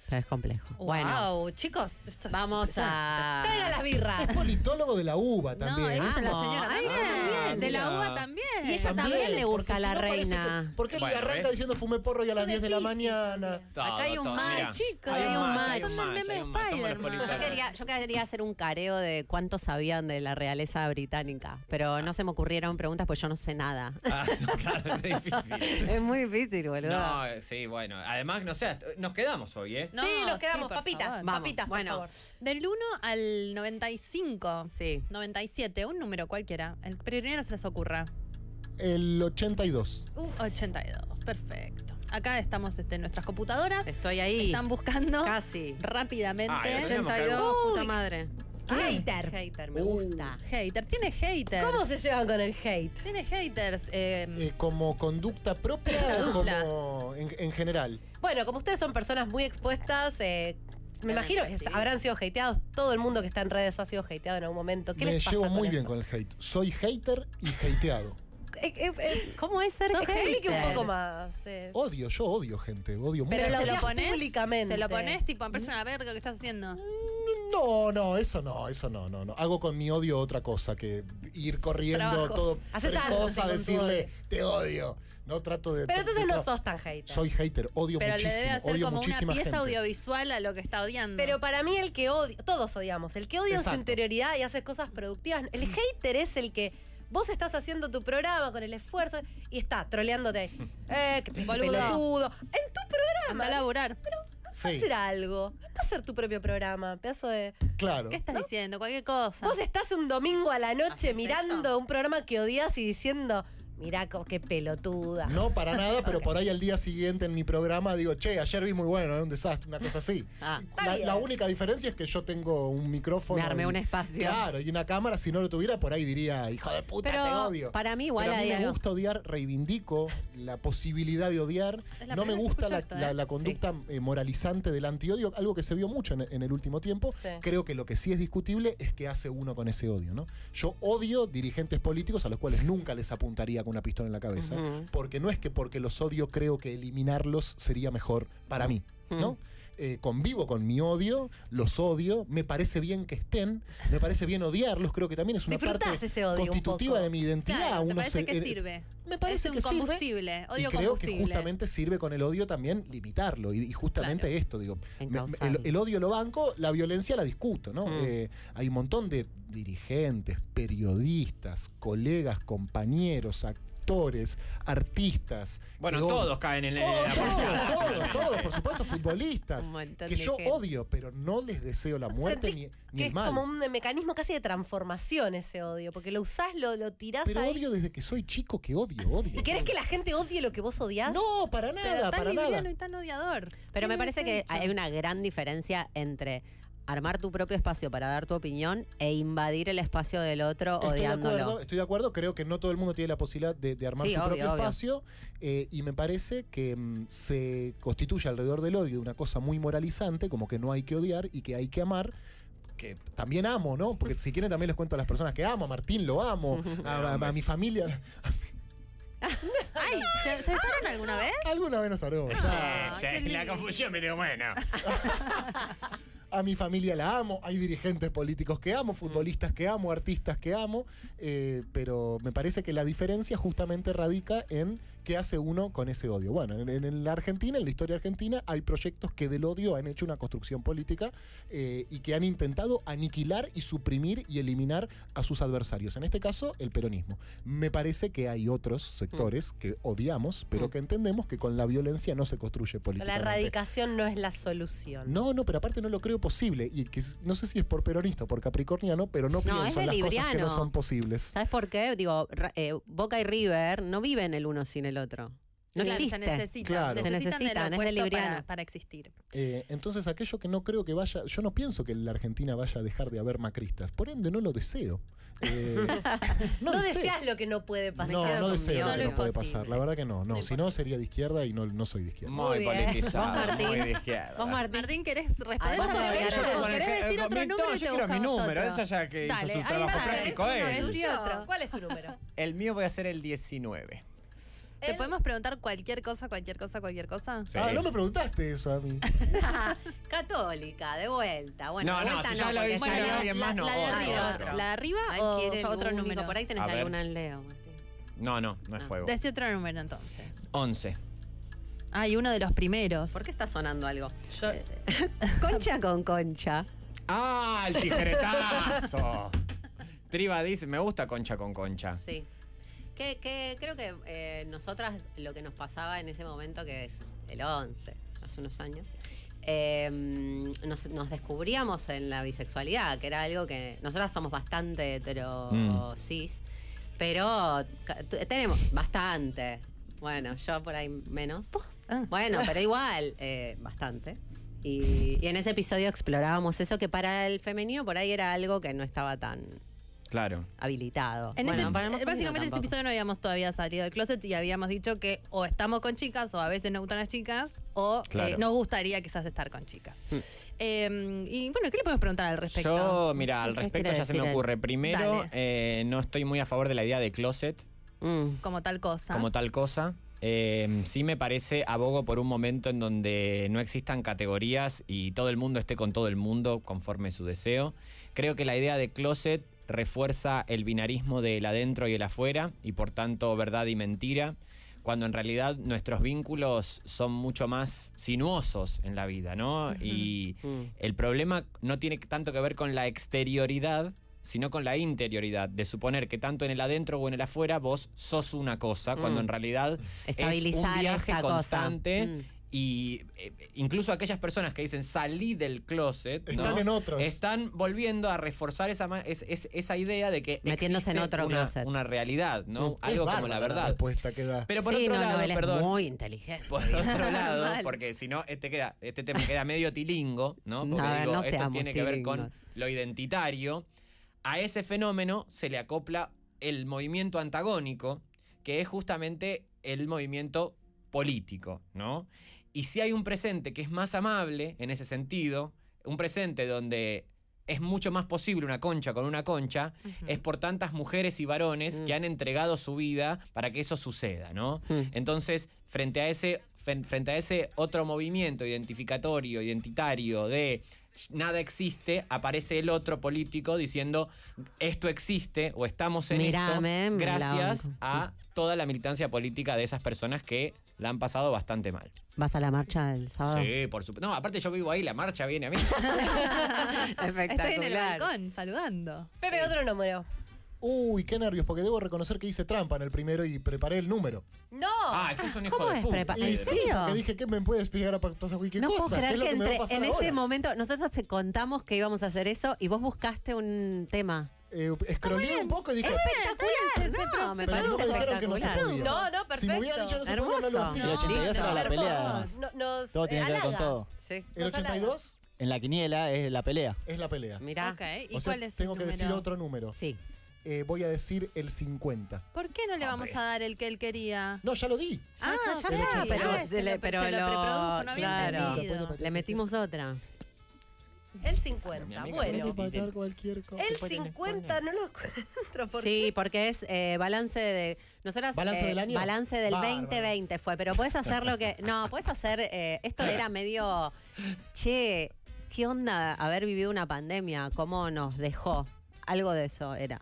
Speaker 4: pero es complejo. Bueno,
Speaker 3: Wow, chicos, esto es
Speaker 4: vamos
Speaker 3: impresionante.
Speaker 4: a...
Speaker 2: Traigan las birras.
Speaker 4: *laughs*
Speaker 8: Politólogo de la uva
Speaker 3: No,
Speaker 8: también. ¿eh?
Speaker 3: ella es la
Speaker 4: Vamos.
Speaker 3: señora
Speaker 4: Ah,
Speaker 3: también.
Speaker 4: mira.
Speaker 3: De la uva también.
Speaker 4: Y ella también le
Speaker 8: porque
Speaker 4: busca a
Speaker 8: si
Speaker 4: la
Speaker 8: no parece
Speaker 4: reina.
Speaker 8: que- ¿Por qué le
Speaker 6: Bueno,
Speaker 8: arranca
Speaker 6: ¿ves?
Speaker 8: diciendo fumé porro y a las 10 de la mañana?
Speaker 4: Acá hay un mal,
Speaker 6: mira,
Speaker 4: chicos,
Speaker 6: Hay
Speaker 4: hay un
Speaker 6: un mal,
Speaker 4: mal.
Speaker 6: hay un
Speaker 3: Son del
Speaker 6: mal,
Speaker 3: meme
Speaker 6: hay un mal, somos los
Speaker 3: Spider-Man.
Speaker 6: politólogos.
Speaker 4: Yo quería, yo quería hacer un careo de cuánto sabían de la realeza británica, pero no se me ocurrieron preguntas porque yo no sé nada.
Speaker 6: Ah, no, claro,
Speaker 4: *laughs*
Speaker 6: es difícil.
Speaker 4: es muy difícil, boludo.
Speaker 6: No, eh, sí, bueno. Además, no sé, hasta- nos quedamos hoy, ¿eh?
Speaker 3: No,
Speaker 2: sí, nos quedamos,
Speaker 3: por
Speaker 2: papitas,
Speaker 3: favor.
Speaker 4: Vamos,
Speaker 2: papitas, por
Speaker 4: bueno.
Speaker 2: favor.
Speaker 3: Del 1 al 95.
Speaker 4: Sí.
Speaker 3: 97, un número cualquiera. El primero se les ocurra.
Speaker 8: El 82.
Speaker 3: Uh, 82, perfecto. Acá estamos este, en nuestras computadoras.
Speaker 4: Estoy ahí.
Speaker 3: Están buscando
Speaker 4: Casi.
Speaker 3: rápidamente.
Speaker 6: Ay, ocho-
Speaker 4: 82,
Speaker 2: Uy.
Speaker 4: puta madre.
Speaker 2: Hater.
Speaker 4: Hater, me
Speaker 8: Uh.
Speaker 4: gusta.
Speaker 3: hater, tiene haters.
Speaker 2: ¿Cómo se llevan con el hate?
Speaker 3: Tiene haters. eh,
Speaker 8: Eh, ¿Como conducta propia o
Speaker 3: Dupla.
Speaker 8: como en, en general?
Speaker 2: Bueno, como ustedes son personas muy expuestas, eh, me imagino que
Speaker 3: Sí.
Speaker 2: habrán sido hateados. Todo el mundo que está en redes ha sido hateado en algún momento. ¿Qué
Speaker 8: Me
Speaker 2: les pasa
Speaker 8: llevo muy
Speaker 2: con
Speaker 8: bien
Speaker 2: eso?
Speaker 8: con el hate. Soy hater y hateado.
Speaker 2: Eh, eh, eh,
Speaker 4: ¿Cómo es ser
Speaker 3: Sos
Speaker 2: explique un
Speaker 3: hater.
Speaker 2: poco más. eh.
Speaker 8: Odio, yo odio gente, odio
Speaker 3: pero
Speaker 2: Pero lo
Speaker 8: mucho.
Speaker 3: se lo
Speaker 2: odias
Speaker 3: pones.
Speaker 2: públicamente.
Speaker 3: Se lo pones tipo, en persona verga lo que estás haciendo.
Speaker 8: No, no, eso no, eso no, no, no. Hago con mi odio otra cosa que ir corriendo
Speaker 3: Trabajos.
Speaker 8: todo eh,
Speaker 2: Haces algo, sí,
Speaker 8: cosa
Speaker 2: con tu
Speaker 8: decirle
Speaker 2: odio.
Speaker 8: te odio. No trato de
Speaker 2: Pero entonces
Speaker 8: de-
Speaker 2: no sos tan hater.
Speaker 8: soy hater, odio
Speaker 3: Pero le
Speaker 8: muchísimo,
Speaker 3: debe hacer
Speaker 8: odio
Speaker 3: como una
Speaker 8: muchísima
Speaker 3: pieza
Speaker 8: gente.
Speaker 3: audiovisual a lo que está odiando.
Speaker 2: Pero para mí el que odia, todos odiamos, el que odia en
Speaker 8: Exacto. Mm.
Speaker 2: su interioridad y hace cosas productivas, el hater es el que vos estás haciendo tu programa con el esfuerzo y está
Speaker 8: *laughs*
Speaker 2: troleándote. Eh, qué pe-
Speaker 3: Boludo.
Speaker 2: pelotudo. En tu
Speaker 3: Anda
Speaker 2: programa.
Speaker 3: a laburar.
Speaker 2: Anda a
Speaker 8: Sí,
Speaker 2: hacer algo. Anda a hacer tu propio programa, pedazo de...
Speaker 8: claro.
Speaker 3: ¿Qué estás diciendo? Cualquier cosa.
Speaker 2: Vos estás un domingo a la noche
Speaker 3: ¿Haces
Speaker 2: mirando
Speaker 3: eso?
Speaker 2: un programa que odias y diciendo, mirá co- qué pelotuda.
Speaker 8: No para nada,
Speaker 2: *laughs*
Speaker 8: pero por ahí al día siguiente en mi programa digo, che, ayer vi muy bueno, era un desastre, una cosa así.
Speaker 6: Uh.
Speaker 4: Ah,
Speaker 8: La,
Speaker 2: bien.
Speaker 8: la única diferencia es que yo tengo un micrófono.
Speaker 4: Me armé
Speaker 8: y-
Speaker 4: un espacio.
Speaker 8: Claro, y una cámara. Si no lo tuviera, por ahí diría, hijo de puta,
Speaker 4: Pero
Speaker 8: te odio.
Speaker 4: para mí igual
Speaker 8: Pero a mí
Speaker 4: hay
Speaker 8: me
Speaker 4: algo.
Speaker 8: gusta odiar, reivindico la posibilidad de odiar.
Speaker 3: Es la
Speaker 8: No me
Speaker 3: primera que
Speaker 8: gusta
Speaker 3: escucho
Speaker 8: la,
Speaker 3: esto, ¿eh?
Speaker 8: la- la conducta eh, moralizante del antiodio, algo que se vio mucho en, en el último tiempo.
Speaker 2: Sí.
Speaker 8: Creo que lo que sí es discutible es qué hace uno con ese odio, ¿no? Yo odio dirigentes políticos a los cuales nunca les apuntaría con una pistola en la cabeza,
Speaker 4: Ujú.
Speaker 8: porque no es que porque los odio creo que eliminarlos sería mejor para mí,
Speaker 3: Hmm.
Speaker 8: ¿no?
Speaker 4: Mm.
Speaker 8: Eh, convivo con mi odio, los odio, me parece bien que estén, me parece bien odiarlos, creo que también es una
Speaker 2: Disfrutás
Speaker 8: parte
Speaker 2: ese odio un
Speaker 8: constitutiva
Speaker 2: poco.
Speaker 8: de mi identidad.
Speaker 3: Claro, te
Speaker 8: uno
Speaker 3: parece
Speaker 8: se-
Speaker 3: que
Speaker 8: eh,
Speaker 3: sirve.
Speaker 8: me parece
Speaker 3: es un
Speaker 8: que sirve.
Speaker 3: combustible.
Speaker 8: Y
Speaker 3: Odio
Speaker 8: creo que
Speaker 3: combustible.
Speaker 8: justamente sirve con el odio también limitarlo. Y, y justamente
Speaker 3: Claro.
Speaker 8: esto, digo, me- me-
Speaker 4: Encauzarlo.
Speaker 8: el, el odio lo banco, la violencia la discuto, ¿no?
Speaker 4: Mm.
Speaker 8: Eh, hay un montón de dirigentes, periodistas, colegas, compañeros, actores, artistas.
Speaker 6: Bueno,
Speaker 8: que odio.
Speaker 6: todos caen en la, en la
Speaker 8: Todos,
Speaker 6: portada.
Speaker 8: todos, todos, todos, por supuesto, futbolistas.
Speaker 4: Un montón
Speaker 8: Que
Speaker 4: de
Speaker 8: yo
Speaker 4: gente.
Speaker 8: odio, pero no les deseo la muerte
Speaker 2: Sentís
Speaker 8: ni, ni
Speaker 2: Que
Speaker 8: el
Speaker 2: es
Speaker 8: mal.
Speaker 2: como un mecanismo casi de transformación ese odio, porque lo usás, lo, lo tirás
Speaker 8: Pero
Speaker 2: ahí.
Speaker 8: odio desde que soy chico que odio, odio.
Speaker 2: ¿Y querés que la gente odie lo que vos odiás?
Speaker 8: No, para
Speaker 3: Pero
Speaker 8: nada,
Speaker 3: tan
Speaker 8: para nada.
Speaker 3: liviano y tan odiador.
Speaker 4: Pero me
Speaker 3: ¿Quién
Speaker 4: parece que
Speaker 3: hubiese dicho?
Speaker 4: hay una gran diferencia entre armar tu propio espacio para dar tu opinión e invadir el espacio del otro
Speaker 8: Estoy de,
Speaker 4: odiándolo.
Speaker 8: acuerdo, estoy de acuerdo, creo que no todo el mundo tiene la posibilidad de, de armar
Speaker 4: Sí,
Speaker 8: su
Speaker 4: obvio,
Speaker 8: propio
Speaker 4: obvio.
Speaker 8: espacio eh, y me parece que mm, se constituye alrededor del odio de una cosa muy moralizante, como que no hay que odiar y que hay que amar, que también amo, ¿no? Porque si quieren también les cuento a las personas que amo, a Martín lo amo,
Speaker 4: *laughs*
Speaker 8: a, a- a mi familia. *laughs*
Speaker 3: Ay, ¿se, se besaron alguna vez?
Speaker 8: Alguna vez nos habremos besado.
Speaker 6: Sí, sí, la confusión me digo, bueno.
Speaker 8: A mi familia la amo, hay dirigentes políticos que amo, futbolistas que amo, artistas que amo, eh, pero me parece que la diferencia justamente radica en qué hace uno con ese odio. Bueno, en, en la Argentina, en la historia argentina, hay proyectos que del odio han hecho una construcción política eh, y que han intentado aniquilar y suprimir y eliminar a sus adversarios. En este caso, el peronismo. Me parece que hay otros sectores que odiamos, pero
Speaker 4: Mm.
Speaker 8: que entendemos que con la violencia no se construye
Speaker 2: La
Speaker 8: política.
Speaker 2: erradicación no es la solución.
Speaker 8: No, no, pero aparte no lo creo posible. Y que, s- no sé si es por peronista o por capricorniano, pero no,
Speaker 4: es
Speaker 8: pienso
Speaker 4: de
Speaker 8: en las cosas que
Speaker 4: libriano.
Speaker 8: no son posibles.
Speaker 4: ¿Sabes por qué? Digo, ra- eh, Boca y River no viven el uno sin el otro. No
Speaker 3: Claro,
Speaker 4: existe.
Speaker 3: Se necesitan,
Speaker 8: Claro. Se
Speaker 3: necesitan,
Speaker 4: necesitan,
Speaker 3: del
Speaker 4: es de
Speaker 3: opuesto
Speaker 4: libriano.
Speaker 3: para, para existir.
Speaker 8: Eh, entonces aquello que no creo que vaya, yo no pienso que la Argentina vaya a dejar de haber macristas, por ende no lo deseo. Eh,
Speaker 2: No,
Speaker 8: deseo.
Speaker 2: deseas lo que no puede pasar.
Speaker 8: No, no deseo
Speaker 3: No,
Speaker 8: que
Speaker 3: lo
Speaker 8: no puede
Speaker 3: imposible.
Speaker 8: pasar, la verdad que no, no,
Speaker 3: Lo
Speaker 8: si no
Speaker 3: imposible.
Speaker 8: sería de izquierda y no, no soy de izquierda.
Speaker 6: Muy,
Speaker 2: bien.
Speaker 4: Vos,
Speaker 6: politizado,
Speaker 4: Martín.
Speaker 6: muy de izquierda.
Speaker 4: Vos, Martín.
Speaker 3: Martín, ¿querés responder
Speaker 4: Además,
Speaker 3: sobre
Speaker 4: no,
Speaker 3: ello
Speaker 4: no,
Speaker 3: o
Speaker 4: con
Speaker 8: eh,
Speaker 3: querés
Speaker 6: eh,
Speaker 3: decir otro número y te buscamos otro?
Speaker 6: Esa ya que hizo
Speaker 3: Dale,
Speaker 6: su
Speaker 3: ahí
Speaker 6: trabajo
Speaker 3: está,
Speaker 6: práctico
Speaker 3: es uno,
Speaker 6: él.
Speaker 3: es-
Speaker 2: *laughs*
Speaker 3: otro.
Speaker 2: ¿Cuál es tu número?
Speaker 6: El mío voy a hacer el 19.
Speaker 3: ¿Te podemos preguntar cualquier cosa, cualquier cosa, cualquier cosa?
Speaker 6: Sí.
Speaker 8: Ah, no me preguntaste eso
Speaker 6: *laughs*
Speaker 8: a mí.
Speaker 4: *laughs*
Speaker 2: Católica, de vuelta. Bueno,
Speaker 6: No,
Speaker 2: de
Speaker 6: no,
Speaker 2: vuelta
Speaker 6: si ya lo
Speaker 2: porque
Speaker 6: hice,
Speaker 2: es-
Speaker 6: no,
Speaker 3: la,
Speaker 6: alguien
Speaker 3: la-
Speaker 6: más no,
Speaker 3: la de
Speaker 6: otro,
Speaker 3: arriba.
Speaker 6: otro.
Speaker 3: La de arriba
Speaker 4: Ay,
Speaker 3: o
Speaker 4: quiere el
Speaker 3: otro
Speaker 4: único.
Speaker 3: número.
Speaker 4: Por ahí tenés
Speaker 6: A
Speaker 4: la
Speaker 6: ver.
Speaker 4: luna en Leo, Martín.
Speaker 6: No, no, no es fuego.
Speaker 3: Decí otro número entonces.
Speaker 6: 11.
Speaker 3: Ay, uno de los primeros.
Speaker 4: ¿Por qué está sonando algo? concha con concha.
Speaker 6: ¡Ah, el tijeretazo! Triba dice, me gusta concha con concha.
Speaker 4: Sí. Que, que creo que eh, nosotras lo que nos pasaba en ese momento, que es el 11, hace unos años, eh, nos, nos descubríamos en la bisexualidad, que era algo que nosotras somos bastante hetero
Speaker 6: Mm.
Speaker 4: cis, pero ca- t- tenemos bastante. Bueno, yo por ahí menos.
Speaker 3: Ah.
Speaker 4: Bueno, pero igual, eh, bastante. Y, y en ese episodio explorábamos eso que para el femenino por ahí era algo que no estaba tan
Speaker 6: Claro.
Speaker 4: habilitado.
Speaker 3: En
Speaker 4: Bueno,
Speaker 3: ese- eh,
Speaker 4: para el masculino
Speaker 3: básicamente en ese
Speaker 4: tampoco.
Speaker 3: episodio no habíamos todavía salido del closet y habíamos dicho que o estamos con chicas o a veces nos gustan las chicas o eh,
Speaker 6: Claro.
Speaker 3: nos gustaría quizás estar con chicas. Eh, y bueno, ¿qué le podemos preguntar al respecto?
Speaker 6: Yo, mira, al
Speaker 4: ¿Qué
Speaker 6: respecto
Speaker 4: quiere
Speaker 6: ya se me
Speaker 4: decir él?
Speaker 6: ocurre. Primero,
Speaker 3: Dale.
Speaker 6: eh, no estoy muy a favor de la idea de closet
Speaker 4: Mm.
Speaker 3: como tal cosa.
Speaker 6: como tal cosa. Eh, sí me parece abogo por un momento en donde no existan categorías y todo el mundo esté con todo el mundo conforme su deseo. Creo que la idea de closet refuerza el binarismo del adentro y el afuera y por tanto verdad y mentira, cuando en realidad nuestros vínculos son mucho más sinuosos en la vida, ¿no? Y el problema no tiene tanto que ver con la exterioridad, sino con la interioridad, de suponer que tanto en el adentro o en el afuera vos sos una cosa, cuando
Speaker 4: Mm.
Speaker 6: en realidad es un
Speaker 4: Estabilizar
Speaker 6: viaje
Speaker 4: esa cosa.
Speaker 6: constante.
Speaker 4: Mm.
Speaker 6: Y eh, incluso aquellas personas que dicen salí del closet, ¿no?
Speaker 8: Están en otros.
Speaker 6: están volviendo a reforzar esa, ma- es- es- esa idea de que
Speaker 4: Metiéndose en
Speaker 6: existe
Speaker 4: otro
Speaker 6: una,
Speaker 4: closet.
Speaker 6: una realidad, ¿no?
Speaker 4: Mm.
Speaker 6: Algo
Speaker 8: Es
Speaker 6: como la
Speaker 8: bárbara La
Speaker 6: verdad.
Speaker 8: respuesta que da.
Speaker 6: Pero por
Speaker 4: Sí,
Speaker 6: otro
Speaker 4: no,
Speaker 6: lado,
Speaker 4: no, él es
Speaker 6: perdón,
Speaker 4: muy inteligente.
Speaker 6: *laughs* por
Speaker 4: *laughs*
Speaker 6: otro lado,
Speaker 3: Mal.
Speaker 6: porque si no, este, queda, este tema queda medio tilingo,
Speaker 4: *laughs*
Speaker 6: ¿no? Porque
Speaker 4: No, a ver,
Speaker 6: digo,
Speaker 4: no
Speaker 6: esto
Speaker 4: seamos
Speaker 6: tiene que ver con
Speaker 4: tilingos.
Speaker 6: lo identitario. A ese fenómeno se le acopla el movimiento antagónico, que es justamente el movimiento político, ¿no? Y si hay un presente que es más amable en ese sentido, un presente donde es mucho más posible una concha con una concha,
Speaker 3: Ujú.
Speaker 6: es por tantas mujeres y varones
Speaker 4: Mm.
Speaker 6: que han entregado su vida para que eso suceda, ¿no?
Speaker 4: Mm.
Speaker 6: Entonces, frente a ese, fen- frente a ese otro movimiento identificatorio, identitario, de nada existe, aparece el otro político diciendo esto existe o estamos en
Speaker 4: Mírame,
Speaker 6: esto
Speaker 4: me la
Speaker 6: gracias
Speaker 4: banco.
Speaker 6: a toda la militancia política de esas personas que la han pasado bastante mal.
Speaker 4: ¿Vas a la marcha el sábado? *laughs*
Speaker 6: Sí, por supuesto. No, aparte yo vivo ahí, la marcha viene a mí.
Speaker 4: Espectacular.
Speaker 3: Ah,
Speaker 4: Ah,
Speaker 3: Estoy en el balcón saludando.
Speaker 2: Pepe, otro número.
Speaker 8: Uy, qué nervios, porque debo reconocer que hice trampa en el primero y preparé el número.
Speaker 2: No.
Speaker 6: Ah, eso es un hijo
Speaker 4: ¿Cómo
Speaker 6: de
Speaker 4: es
Speaker 6: puta.
Speaker 4: prepa-
Speaker 8: Y
Speaker 4: ¿En serio?
Speaker 8: porque dije que me puede explicar a pa- pasar cualquier
Speaker 4: No
Speaker 8: cosa.
Speaker 4: puedo
Speaker 8: ¿qué
Speaker 4: creer
Speaker 8: es lo
Speaker 4: que,
Speaker 8: que me va a
Speaker 4: entre-
Speaker 8: pasar
Speaker 4: en
Speaker 8: ahora?
Speaker 4: este momento nosotros te contamos que íbamos a hacer eso y vos buscaste un tema.
Speaker 8: Eh, escroleé un poco y dije.
Speaker 3: Espectacular.
Speaker 4: No, me
Speaker 8: Pero
Speaker 4: parece
Speaker 8: nunca dijeron que no se
Speaker 4: espectacular.
Speaker 8: podía.
Speaker 2: No, no,
Speaker 8: Si me hubieran dicho no se podía, no lo
Speaker 4: Hermoso.
Speaker 8: hacía.
Speaker 7: El 82
Speaker 3: no,
Speaker 7: era la
Speaker 2: hermoso.
Speaker 7: pelea, además.
Speaker 2: No- nos,
Speaker 7: Todo tiene que ver con
Speaker 2: halaga.
Speaker 7: todo.
Speaker 4: Sí.
Speaker 8: El
Speaker 2: Nos halaga.
Speaker 8: 82
Speaker 7: En la quiniela es la pelea.
Speaker 8: es la pelea.
Speaker 4: Mirá.
Speaker 3: Ok, ¿y
Speaker 8: O sea,
Speaker 3: cuál es el
Speaker 8: tengo que
Speaker 3: número?
Speaker 8: decir otro número.
Speaker 4: Sí.
Speaker 8: Eh, voy a decir el 50.
Speaker 3: ¿Por qué no le vamos a dar el que él quería?
Speaker 8: No, ya lo di.
Speaker 3: Ah,
Speaker 4: ya
Speaker 3: ok.
Speaker 4: está, pero
Speaker 3: Ah,
Speaker 4: se
Speaker 3: se
Speaker 4: le-
Speaker 3: lo-
Speaker 4: pero
Speaker 3: se lo
Speaker 4: lo-
Speaker 3: preprodujo, no había
Speaker 4: claro.
Speaker 3: entendido.
Speaker 4: Le metimos otra.
Speaker 2: El
Speaker 6: Mi
Speaker 2: 50.
Speaker 6: amiga
Speaker 2: Bueno.
Speaker 6: Betty.
Speaker 8: Matar cualquier cosa.
Speaker 2: El 50 no lo encuentro. ¿por
Speaker 4: sí, porque es eh, balance de. Nosotras,
Speaker 8: ¿Balance
Speaker 4: eh,
Speaker 8: del año?
Speaker 4: Balance del
Speaker 8: Bárbaro.
Speaker 4: 2020 fue, pero puedes hacer lo que. No, puedes hacer. eh, esto era medio. Che, ¿qué onda haber vivido una pandemia? ¿Cómo nos dejó? Algo de eso era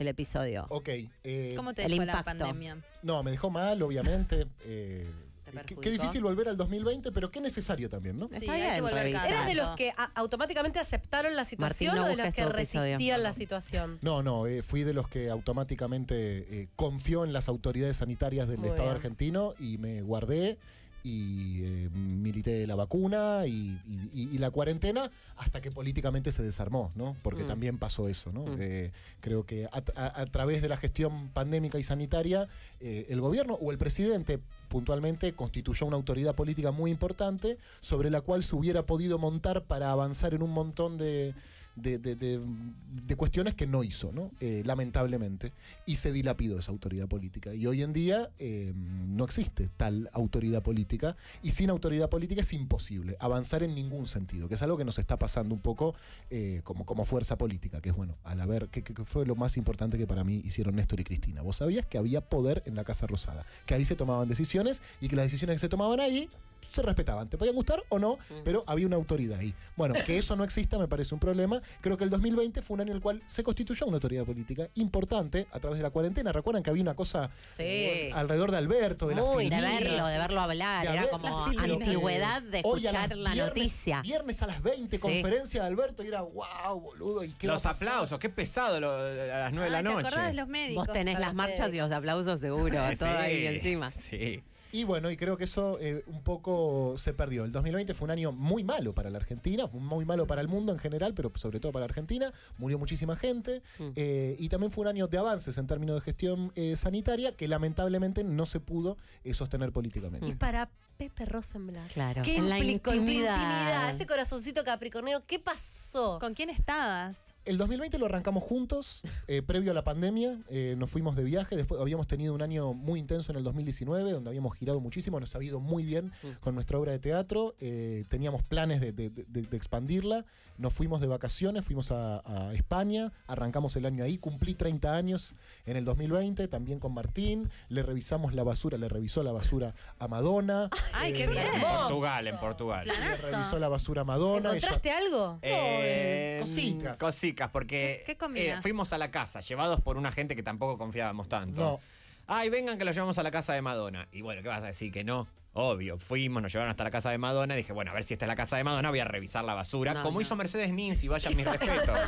Speaker 4: el episodio.
Speaker 8: Ok. eh,
Speaker 3: ¿Cómo te
Speaker 4: El
Speaker 3: dejó la
Speaker 4: impacto.
Speaker 3: pandemia?
Speaker 8: No, me dejó mal, obviamente. eh,
Speaker 4: ¿Te
Speaker 8: qué- qué
Speaker 4: perjudicó?
Speaker 8: difícil volver al 2020, pero qué necesario también, ¿no?
Speaker 3: Sí,
Speaker 4: Está
Speaker 3: hay que
Speaker 4: bien,
Speaker 3: volver
Speaker 4: revisar.
Speaker 3: cada
Speaker 2: ¿Eras de los
Speaker 3: tanto.
Speaker 2: que a- automáticamente aceptaron la situación
Speaker 4: Martín,
Speaker 2: o
Speaker 4: no
Speaker 2: de los
Speaker 4: busques
Speaker 2: que
Speaker 4: tu episodio.
Speaker 2: resistían la situación?
Speaker 8: No, no, eh, fui de los que automáticamente eh, confió en las autoridades sanitarias del
Speaker 2: Muy
Speaker 8: Estado
Speaker 2: bien.
Speaker 8: argentino y me guardé. y eh, milité la vacuna y, y- y- y la cuarentena hasta que políticamente se desarmó, ¿no? Porque
Speaker 2: Mm.
Speaker 8: también pasó eso, ¿no? Eh, creo que a, a- a través de la gestión pandémica y sanitaria, eh, el gobierno o el presidente puntualmente constituyó una autoridad política muy importante sobre la cual se hubiera podido montar para avanzar en un montón de, de, de- de- de cuestiones que no hizo, ¿no? Eh, lamentablemente. Y se dilapidó esa autoridad política. Y hoy en día eh, no existe tal autoridad política. Y sin autoridad política es imposible avanzar en ningún sentido, que es algo que nos está pasando un poco eh, como, como fuerza política, que es bueno, al haber, que, que- que fue lo más importante que para mí hicieron Néstor y Cristina. Vos sabías que había poder en la Casa Rosada, que ahí se tomaban decisiones y que las decisiones que se tomaban ahí se respetaban. Te podían gustar o no, pero había una autoridad ahí. Bueno, que eso no exista me parece un problema. Creo que el 2020 fue un año en el cual se constituyó una autoridad política importante a través de la cuarentena. ¿Recuerdan que había una cosa
Speaker 4: Sí.
Speaker 8: eh, alrededor de Alberto, de la
Speaker 4: Muy, de verlo, de verlo hablar.
Speaker 8: de
Speaker 4: Era
Speaker 8: haber-
Speaker 4: como
Speaker 3: Las filinas.
Speaker 4: antigüedad de
Speaker 8: Hoy a
Speaker 4: escuchar
Speaker 8: las
Speaker 4: la
Speaker 8: viernes-
Speaker 4: noticia.
Speaker 8: Viernes a las 20,
Speaker 4: Sí.
Speaker 8: conferencia de Alberto, y era wow, boludo. ¿y qué va a
Speaker 6: Los
Speaker 8: pasar?
Speaker 6: aplausos, qué pesado lo- a las 9 de la
Speaker 3: Ay, ¿te
Speaker 6: noche.
Speaker 3: acordás de los médicos?
Speaker 4: Vos tenés
Speaker 3: Para
Speaker 4: las marchas y
Speaker 3: ustedes.
Speaker 4: los aplausos seguro,
Speaker 6: Sí,
Speaker 4: todo ahí encima.
Speaker 6: Sí.
Speaker 8: Y bueno, y creo que eso eh, un poco se perdió. El 2020 fue un año muy malo para la Argentina, fue muy malo para el mundo en general, pero sobre todo para la Argentina. Murió muchísima gente eh, y también fue un año de avances en términos de gestión eh, sanitaria que lamentablemente no se pudo eh, sostener políticamente.
Speaker 2: Para Pepe Rosenblatt.
Speaker 4: Claro.
Speaker 2: ¿Qué
Speaker 4: en la
Speaker 2: implicó en tu
Speaker 4: intimidad.
Speaker 2: intimidad? Ese corazoncito capricornero, ¿qué pasó?
Speaker 3: ¿Con quién estabas?
Speaker 8: El 2020 lo arrancamos juntos, eh, previo a la pandemia, eh, nos fuimos de viaje, después habíamos tenido un año muy intenso en el 2019, donde habíamos girado muchísimo, nos ha ido muy bien con nuestra obra de teatro, eh, teníamos planes de, de- de- de expandirla, nos fuimos de vacaciones, fuimos a, a España, arrancamos el año ahí, cumplí 30 años en el 2020, también con Martín, le revisamos la basura, le revisó la basura a Madonna,
Speaker 3: Ay, qué bien.
Speaker 6: En Portugal, en Portugal.
Speaker 8: le
Speaker 3: Planazo.
Speaker 8: revisó la basura a Madonna. ella-
Speaker 2: ¿Encontraste algo?
Speaker 6: Eh,
Speaker 8: cositas.
Speaker 6: Cositas, porque
Speaker 3: ¿Qué- qué comida?
Speaker 6: eh, fuimos a la casa, llevados por una gente que tampoco confiábamos tanto.
Speaker 8: No.
Speaker 6: Ay, vengan que lo llevamos a la casa de Madonna. Y bueno, ¿qué vas a decir que no? Obvio, fuimos, nos llevaron hasta la casa de Madonna. Dije, bueno, a ver si esta es la casa de Madonna, voy a revisar la basura.
Speaker 4: No,
Speaker 6: como
Speaker 4: no.
Speaker 6: hizo Mercedes Ninzi,
Speaker 4: *laughs*
Speaker 6: vayan mis respetos.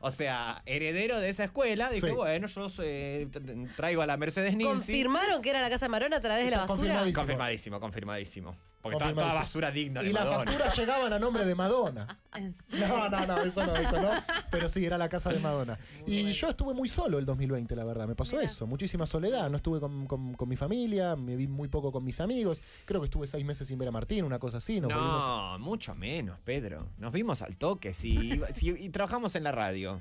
Speaker 6: O sea, heredero de esa escuela, dije,
Speaker 8: Sí.
Speaker 6: bueno, yo eh, t- t- traigo a la Mercedes Ninzi.
Speaker 2: ¿Confirmaron que era la casa de Marona a través de la basura?
Speaker 8: Confirmadísimo.
Speaker 6: Confirmadísimo, confirmadísimo. Porque toda, toda
Speaker 8: Confirmadísimo.
Speaker 6: basura digna de
Speaker 8: Y las
Speaker 6: Madonna.
Speaker 8: facturas llegaban a nombre de Madonna.
Speaker 3: *laughs* En serio.
Speaker 8: No, no, no, eso no, eso no. Pero sí, era la casa de Madonna. Y yo estuve muy solo el 2020, la verdad. Me pasó eso. Muchísima soledad. No estuve con, con- con mi familia, me vi muy poco con mis amigos. Creo que estuve seis meses sin ver a Martín, una cosa así. Nos volvimos-
Speaker 6: No, mucho menos, Pedro. Nos vimos al toque, sí. iba- sí, y trabajamos en la radio.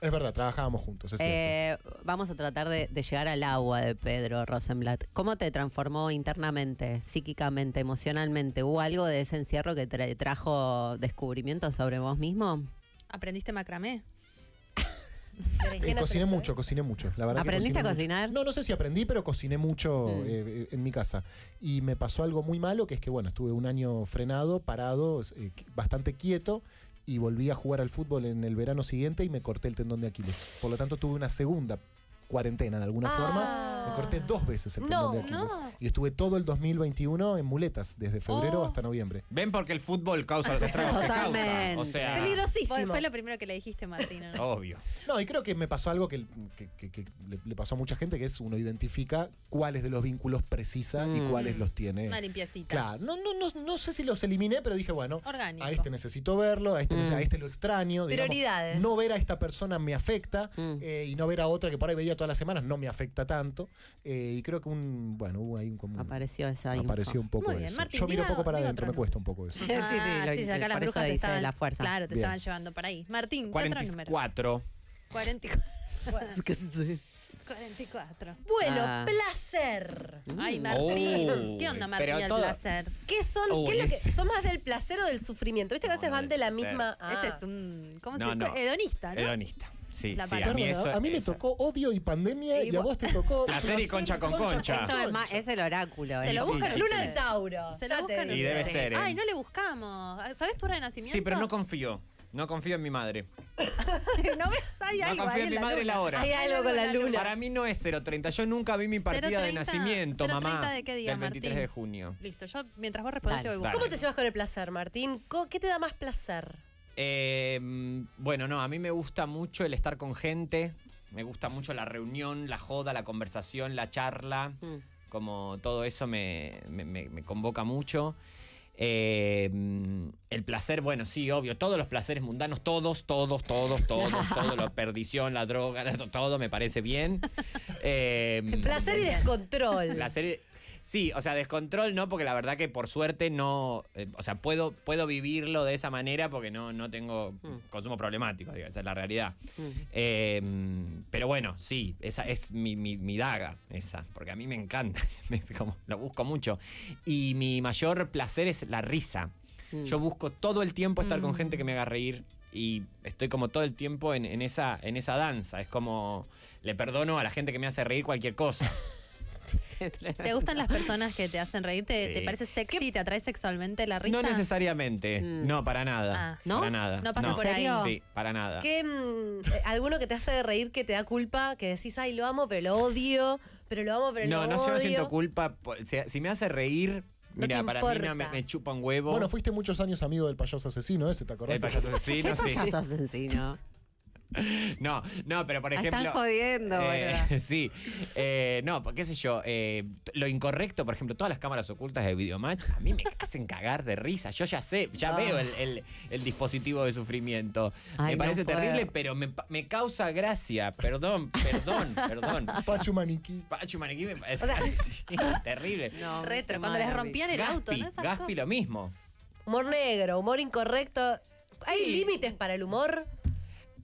Speaker 8: Es verdad, trabajábamos juntos, es cierto.
Speaker 4: Eh, vamos a tratar de, de llegar al agua de Pedro Rosenblatt. ¿Cómo te transformó internamente, psíquicamente, emocionalmente? ¿Hubo algo de ese encierro que te trajo descubrimientos sobre vos mismo?
Speaker 3: ¿Aprendiste macramé?
Speaker 8: Eh, cociné mucho, cociné mucho. La verdad que
Speaker 4: ¿Aprendiste
Speaker 8: cociné
Speaker 4: a
Speaker 8: mucho.
Speaker 4: cocinar?
Speaker 8: No, no sé si aprendí, pero cociné mucho
Speaker 4: Mm.
Speaker 8: eh, eh, en mi casa. Y me pasó algo muy malo, que es que, bueno, estuve un año frenado, parado, eh, qui- bastante quieto. Y volví a jugar al fútbol en el verano siguiente y me corté el tendón de Aquiles. Por lo tanto, tuve una segunda cuarentena de alguna
Speaker 4: Ah.
Speaker 8: forma.
Speaker 2: Ah.
Speaker 8: Me corté dos veces el
Speaker 2: No,
Speaker 8: tendón de Aquiles.
Speaker 3: no.
Speaker 8: Y estuve todo el 2021 en muletas, desde febrero
Speaker 3: Oh.
Speaker 8: hasta noviembre.
Speaker 6: Ven porque el fútbol causa los estragos que causa. O
Speaker 4: Totalmente.
Speaker 6: sea,
Speaker 2: Ah. Peligrosísimo.
Speaker 3: Fue, fue lo primero que le dijiste, Martina.
Speaker 6: *laughs*
Speaker 3: ¿no?
Speaker 6: obvio.
Speaker 8: No, y creo que me pasó algo que, que- que- que le, le pasó a mucha gente, que es uno identifica cuáles de los vínculos precisa y
Speaker 4: Mm.
Speaker 8: cuáles los tiene.
Speaker 3: Una limpiecita.
Speaker 8: Oh, Claro, no, no, no, no sé si los eliminé, pero dije, bueno,
Speaker 3: Orgánico.
Speaker 8: a este necesito verlo, a este,
Speaker 4: Mm.
Speaker 8: a este lo extraño. digamos,
Speaker 2: Prioridades.
Speaker 8: No ver a esta persona me afecta
Speaker 4: Mm.
Speaker 8: eh, y no ver a otra que por ahí veía todas las semanas no me afecta tanto. eh, y creo que un, bueno, hubo ahí un como... un-
Speaker 4: Apareció esa info. *laughs*
Speaker 8: apareció un poco
Speaker 3: Muy bien,
Speaker 8: eso.
Speaker 3: Martín,
Speaker 8: Yo miro
Speaker 3: diga-
Speaker 8: poco para
Speaker 3: diga
Speaker 8: adentro,
Speaker 3: otro
Speaker 8: me cuesta un
Speaker 6: *laughs*
Speaker 8: poco eso.
Speaker 4: Sí, sí,
Speaker 3: Ah, *laughs*
Speaker 4: lo-
Speaker 3: sí, acá las
Speaker 4: por eso
Speaker 3: brujas te
Speaker 4: dice
Speaker 3: estaban,
Speaker 4: la fuerza.
Speaker 3: Claro, te
Speaker 8: Bien.
Speaker 3: estaban llevando por ahí. Martín, ¿qué otro número?
Speaker 6: 44.
Speaker 3: 44. *laughs*
Speaker 4: ¿Qué sé?
Speaker 3: 44.
Speaker 2: Bueno,
Speaker 4: Ah.
Speaker 2: placer.
Speaker 3: Ay, Martín.
Speaker 6: Oh,
Speaker 3: ¿Qué onda, Martín,
Speaker 6: pero
Speaker 3: al
Speaker 6: todo-
Speaker 3: placer?
Speaker 2: ¿Qué son?
Speaker 6: Oh,
Speaker 2: ¿Qué es lo que,
Speaker 6: ese-
Speaker 2: ¿Son más del placer o del sufrimiento? Viste que a veces
Speaker 6: No,
Speaker 2: van de la
Speaker 6: del placer.
Speaker 2: misma. Ah.
Speaker 3: Este es un. ¿Cómo
Speaker 6: No,
Speaker 3: se
Speaker 6: no.
Speaker 3: dice? Hedonista, ¿no?
Speaker 6: Hedonista. Sí,
Speaker 3: La
Speaker 6: sí. A
Speaker 3: palabra.
Speaker 6: mí,
Speaker 8: Perdón,
Speaker 6: eso,
Speaker 8: a mí me
Speaker 6: eso-
Speaker 8: tocó odio y pandemia
Speaker 3: Y
Speaker 8: y a
Speaker 3: vos-
Speaker 8: vos te tocó...
Speaker 6: La serie
Speaker 8: placer,
Speaker 6: Concha con Concha.
Speaker 4: Esto es, más- es el oráculo.
Speaker 3: Se
Speaker 4: ¿eh?
Speaker 3: lo
Speaker 4: Sí.
Speaker 3: buscan
Speaker 2: Luna
Speaker 3: ustedes.
Speaker 2: en Tauro.
Speaker 3: Se
Speaker 2: Ya
Speaker 3: lo
Speaker 2: te
Speaker 3: buscan
Speaker 2: digo.
Speaker 6: Y debe
Speaker 3: ustedes.
Speaker 6: ser, ¿eh?
Speaker 3: Ay, no le buscamos. ¿Sabes tu hora de nacimiento?
Speaker 6: Sí, pero no confío. No confío en mi madre.
Speaker 3: *laughs* ¿No ves? Hay
Speaker 6: No
Speaker 3: algo ahí
Speaker 6: confío en mi madre
Speaker 3: luna.
Speaker 6: la hora.
Speaker 2: Hay algo con la luna.
Speaker 6: Para mí no es 030. Yo nunca vi mi partida de
Speaker 3: 0.30,
Speaker 6: nacimiento, mamá.
Speaker 3: 0.30 de qué día,
Speaker 6: del 23
Speaker 3: Martín?
Speaker 6: de junio.
Speaker 3: Listo, yo mientras vos respondés te
Speaker 4: Dale,
Speaker 3: voy
Speaker 6: dale.
Speaker 2: ¿Cómo
Speaker 3: buscando.
Speaker 2: te llevas con el placer, Martín? Co- ¿Qué te da más placer?
Speaker 6: Eh, mm, bueno, no, a mí me gusta mucho el estar con gente. Me gusta mucho la reunión, la joda, la conversación, la charla.
Speaker 4: Mm.
Speaker 6: como todo eso me, me- me- me convoca mucho. Eh, mm, el placer, bueno, sí, obvio, todos los placeres mundanos, todos, todos, todos, todos,
Speaker 2: *laughs*
Speaker 6: todo, la perdición, la droga, to- todo me parece bien. Eh,
Speaker 2: Placer y descontrol.
Speaker 6: placer y- Sí, o sea, descontrol no, porque la verdad que por suerte no, eh, o sea, puedo, puedo vivirlo de esa manera porque no, no tengo consumo problemático, digo, esa es la realidad. Eh, pero bueno, sí, esa es mi, mi- mi daga, esa, porque a mí me encanta, *laughs* me- es como, lo busco mucho. Y mi mayor placer es la risa. Yo busco todo el tiempo estar con gente que me haga reír y estoy como todo el tiempo en, en esa, en esa danza. Es como, le perdono a la gente que me hace reír cualquier cosa.
Speaker 3: ¿Te gustan las personas que te hacen reír? ¿Te,
Speaker 6: Sí.
Speaker 3: te parece sexy? ¿Te atrae sexualmente la risa?
Speaker 6: No necesariamente, no, para nada.
Speaker 3: Ah. ¿No?
Speaker 6: Para nada.
Speaker 3: No pasa por ahí.
Speaker 6: Sí, para nada.
Speaker 2: ¿Qué, mm, eh, ¿Alguno que te hace reír que te da culpa? Que decís, ay, lo amo, pero lo odio. Pero lo amo, pero
Speaker 6: No,
Speaker 2: lo
Speaker 6: no, yo no
Speaker 2: odio"?
Speaker 6: siento culpa. por- Si, si me hace reír,
Speaker 2: No
Speaker 6: mira,
Speaker 2: te
Speaker 6: para mí
Speaker 2: importa.
Speaker 6: no me, me chupa un huevo.
Speaker 8: Bueno, fuiste muchos años amigo del payaso asesino ese, ¿te acordás?
Speaker 6: el payaso asesino, sí. Ah,
Speaker 4: Payaso *laughs* asesino.
Speaker 6: No, no, pero por
Speaker 4: La
Speaker 6: ejemplo.
Speaker 4: Ah, están jodiendo,
Speaker 6: eh,
Speaker 4: *laughs* boluda.
Speaker 6: *laughs* sí. Eh, no, qué sé yo. eh, t- lo incorrecto, por ejemplo, todas las cámaras ocultas de Videomatch a mí me hacen cagar de risa. Yo ya sé, ya veo el, el- el dispositivo de sufrimiento.
Speaker 4: Ay,
Speaker 6: me parece
Speaker 4: no puedo.
Speaker 6: terrible, pero me, pa- me causa gracia. Perdón, perdón, perdón.
Speaker 8: Pachu Maniquí.
Speaker 6: Pachu Maniquí me parece *laughs* sí, terrible.
Speaker 4: No,
Speaker 3: Retro,
Speaker 4: qué
Speaker 3: cuando les
Speaker 4: mala,
Speaker 3: rompían el auto,
Speaker 6: Gaspi,
Speaker 3: ¿no? Esas
Speaker 6: Gaspi lo mismo.
Speaker 2: Humor negro, humor incorrecto. ¿Hay
Speaker 6: Sí.
Speaker 2: límites para el humor?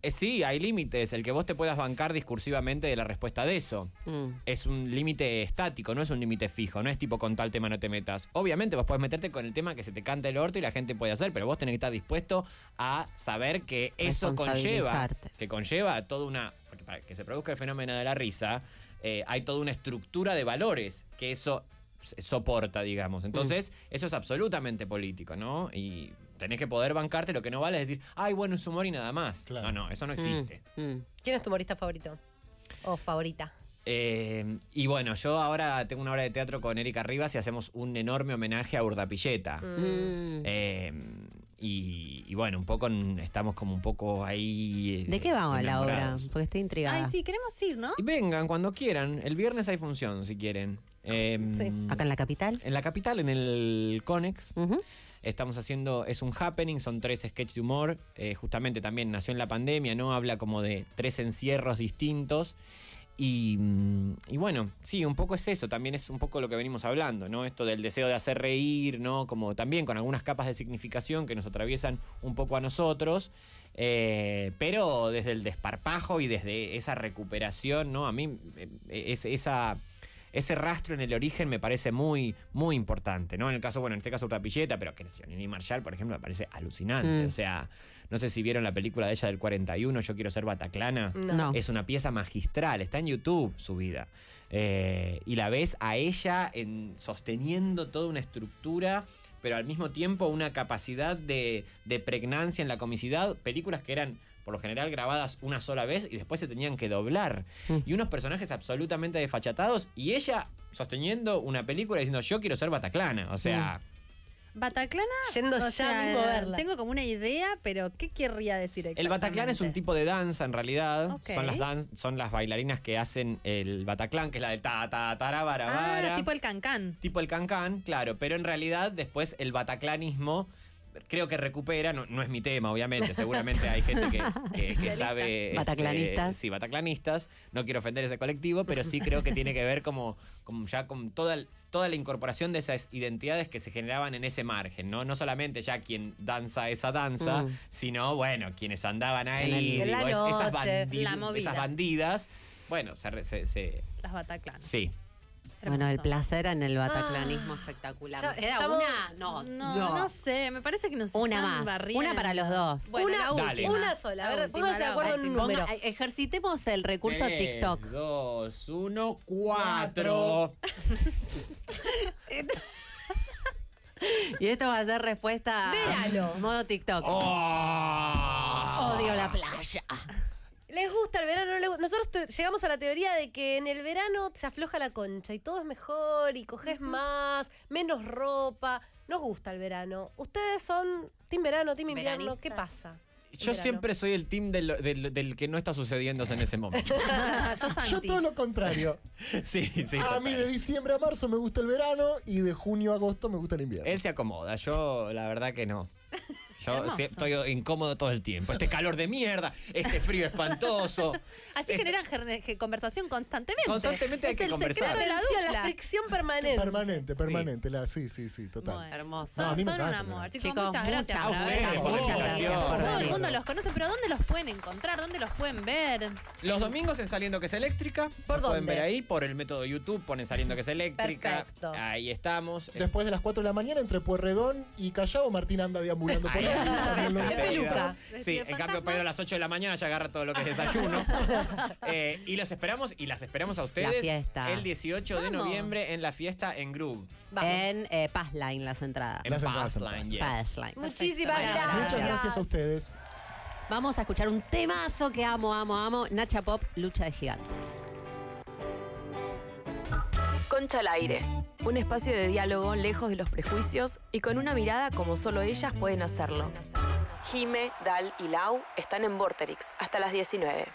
Speaker 6: Eh, sí, hay límites. El que vos te puedas bancar discursivamente de la respuesta de eso.
Speaker 4: Mm.
Speaker 6: Es un límite estático, no es un límite fijo. No es tipo con tal tema no te metas. Obviamente vos podés meterte con el tema que se te canta el orto y la gente puede hacer, pero vos tenés que estar dispuesto a saber que eso conlleva.
Speaker 4: Responsabilizarte.
Speaker 6: Que conlleva toda una. Porque para que se produzca el fenómeno de la risa, eh, hay toda una estructura de valores que eso s- soporta, digamos.
Speaker 4: Mm.
Speaker 6: Entonces, eso es absolutamente político, ¿no? Y tenés que poder bancarte. Lo que no vale es decir, ay, bueno, es humor y nada más.
Speaker 8: Claro.
Speaker 6: No, no, eso no existe.
Speaker 4: Mm.
Speaker 2: ¿Quién es tu humorista favorito? O favorita.
Speaker 6: Eh, y bueno, yo ahora tengo una obra de teatro con Erika Rivas y hacemos un enorme homenaje a Urdapilleta.
Speaker 4: Mm.
Speaker 6: Eh, y, y bueno, un poco en- estamos como un poco ahí. eh,
Speaker 4: ¿De qué va la obra?
Speaker 6: enamorados.
Speaker 4: Porque estoy intrigada.
Speaker 3: Ay, sí, queremos ir, ¿no?
Speaker 6: Y vengan cuando quieran. El viernes hay función si quieren. Eh,
Speaker 4: Acá en la capital.
Speaker 6: en la capital, en el Conex.
Speaker 4: Ujú.
Speaker 6: Estamos haciendo, es un happening, son tres sketches de humor. eh, justamente también nació en la pandemia, ¿no? Habla como de tres encierros distintos. Y, mm, y bueno, sí, un poco es eso, también es un poco lo que venimos hablando, ¿no? Esto del deseo de hacer reír, ¿no? Como también con algunas capas de significación que nos atraviesan un poco a nosotros, eh, pero desde el desparpajo y desde esa recuperación, ¿no? A mí eh, es, esa, ese rastro en el origen me parece muy, muy importante, ¿no? En el caso, bueno, en este caso Urtapilleta, pero que Nini Marshall, por ejemplo, me parece alucinante.
Speaker 4: Mm.
Speaker 6: O sea, no sé si vieron la película de ella del 41, Yo quiero ser Bataclana.
Speaker 2: No.
Speaker 4: No.
Speaker 6: Es una pieza magistral, está en YouTube su vida. Eh, y la ves a ella en, sosteniendo toda una estructura, pero al mismo tiempo una capacidad de, de pregnancia en la comicidad. Películas que eran por lo general grabadas una sola vez y después se tenían que doblar.
Speaker 4: Mm.
Speaker 6: Y unos personajes absolutamente desfachatados y ella sosteniendo una película diciendo yo quiero ser Bataclana. O
Speaker 4: Mm.
Speaker 6: sea,
Speaker 3: Bataclana.
Speaker 2: Yendo
Speaker 3: o
Speaker 2: ya
Speaker 3: sea,
Speaker 2: mismo a verla.
Speaker 3: Tengo como una idea, pero ¿qué querría decir
Speaker 6: el
Speaker 3: exactamente?
Speaker 6: Bataclán es un tipo de danza en realidad.
Speaker 3: Ok.
Speaker 6: Son, las dan- son las bailarinas que hacen el Bataclán, que es la de ta, ta, tara, bara,
Speaker 3: Ah,
Speaker 6: bara.
Speaker 3: tipo el cancán.
Speaker 6: tipo el cancán, claro, pero en realidad después el bataclanismo creo que recupera, no, no es mi
Speaker 2: *laughs*
Speaker 6: tema, obviamente, seguramente hay gente que, que- que sabe... este,
Speaker 4: Bataclanistas.
Speaker 6: sí, bataclanistas, no quiero ofender ese colectivo, pero sí creo que tiene que ver como, como ya con toda, el- toda la incorporación de esas identidades que se generaban en ese margen, ¿no? No solamente ya quien danza esa danza,
Speaker 4: Mm.
Speaker 6: sino, bueno, quienes andaban ahí,
Speaker 2: En la
Speaker 6: digo, es- esas,
Speaker 2: noche,
Speaker 6: bandi-
Speaker 3: la movida.
Speaker 6: esas bandidas, bueno, se... re- se- se-
Speaker 3: Las Bataclanas.
Speaker 6: sí.
Speaker 4: Bueno, el
Speaker 3: Hermoso.
Speaker 4: placer en el bataclanismo espectacular.
Speaker 2: Ya
Speaker 4: ¿Nos queda
Speaker 2: Ah, estamos-
Speaker 4: una? No,
Speaker 3: No, no, sé, me parece que nos
Speaker 4: Una
Speaker 3: están
Speaker 4: más.
Speaker 3: barriendo.
Speaker 4: Una para los dos.
Speaker 3: Bueno,
Speaker 2: Una-
Speaker 3: la
Speaker 6: Dale.
Speaker 3: última.
Speaker 2: una sola. A
Speaker 3: La
Speaker 2: ver,
Speaker 3: última,
Speaker 2: pónganse de
Speaker 3: la
Speaker 2: acuerdo en un
Speaker 3: última.
Speaker 2: número.
Speaker 4: Ponga- ejercitemos el recurso
Speaker 6: Tres,
Speaker 4: TikTok.
Speaker 6: Dos, uno, cuatro.
Speaker 4: Y esto va a ser respuesta.
Speaker 2: Verano.
Speaker 4: Modo TikTok.
Speaker 6: ¡Oh!
Speaker 4: Odio la playa.
Speaker 2: ¿Les gusta el verano? no les gusta? Nosotros te- llegamos a la teoría de que en el verano se afloja la concha y todo es mejor y coges más, menos ropa. Nos gusta el verano. ¿Ustedes son team verano, team invierno? ¿Qué
Speaker 3: Veranistas.
Speaker 2: pasa?
Speaker 6: Yo
Speaker 2: verano.
Speaker 6: siempre soy el team del, del- del que no está sucediéndose en ese
Speaker 3: *laughs*
Speaker 6: momento.
Speaker 3: *laughs* Sos
Speaker 8: Yo
Speaker 3: anti.
Speaker 8: todo lo contrario.
Speaker 6: sí, sí.
Speaker 8: a
Speaker 6: total.
Speaker 8: mí de diciembre a marzo me gusta el verano y de junio a agosto me gusta el invierno.
Speaker 6: Él se acomoda, yo la verdad que no. Yo
Speaker 3: Hermoso.
Speaker 6: sí, estoy incómodo todo el tiempo. Este calor de mierda, este frío espantoso.
Speaker 3: Así generan gerne- que conversación constantemente.
Speaker 6: Constantemente hay
Speaker 3: es
Speaker 6: que
Speaker 3: el
Speaker 6: conversar.
Speaker 3: secreto de la
Speaker 2: Atención, la
Speaker 3: dupla.
Speaker 2: fricción permanente.
Speaker 8: Permanente, permanente. La, sí, sí, sí, total.
Speaker 3: Bueno.
Speaker 4: Hermoso.
Speaker 3: Son,
Speaker 8: No, a mí me
Speaker 3: son un
Speaker 8: encanta,
Speaker 3: amor,
Speaker 8: pero-
Speaker 3: chicos.
Speaker 4: Chicos,
Speaker 3: muchas gracias.
Speaker 4: muchas
Speaker 6: A
Speaker 3: por
Speaker 6: ustedes
Speaker 3: haber
Speaker 6: por la
Speaker 3: venido.
Speaker 6: invitación.
Speaker 3: Todo el
Speaker 4: Por
Speaker 3: mundo
Speaker 4: venir.
Speaker 3: los conoce, pero ¿dónde los pueden encontrar? ¿Dónde los pueden ver?
Speaker 6: Los domingos en Saliendo que es Eléctrica.
Speaker 2: ¿Por
Speaker 6: los Pueden
Speaker 2: dónde?
Speaker 6: ver ahí por el método YouTube, ponen Saliendo que es Eléctrica.
Speaker 2: Perfecto.
Speaker 6: Ahí estamos.
Speaker 8: Después de las 4 de la mañana, entre Puerredón y Callao, Martín anda deambulando por
Speaker 6: Ahí
Speaker 8: ahí.
Speaker 6: está.
Speaker 8: Los-
Speaker 6: Sí,
Speaker 2: peluca.
Speaker 6: Sí,
Speaker 3: Vestido de
Speaker 6: en cambio,
Speaker 3: fantasma.
Speaker 6: Pedro a las 8 de la mañana ya agarra todo lo que es desayuno. Eh, y los esperamos y las esperamos a ustedes
Speaker 4: fiesta.
Speaker 6: el 18 de
Speaker 3: Vamos.
Speaker 6: noviembre en la fiesta en Groove.
Speaker 3: Vamos.
Speaker 4: En eh, Passline las entradas.
Speaker 6: En
Speaker 8: Las entradas en
Speaker 6: Fastline, yes.
Speaker 4: Passline.
Speaker 2: Muchísimas
Speaker 4: Perfecto.
Speaker 2: gracias.
Speaker 8: Muchas gracias a ustedes.
Speaker 4: Vamos a escuchar un temazo que amo, amo, amo. Nacha Pop, Lucha de Gigantes.
Speaker 10: Concha al aire, un espacio de diálogo lejos de los prejuicios y con una mirada como solo ellas pueden hacerlo. Jime, Dal y Lau están en Vorterix hasta las 19.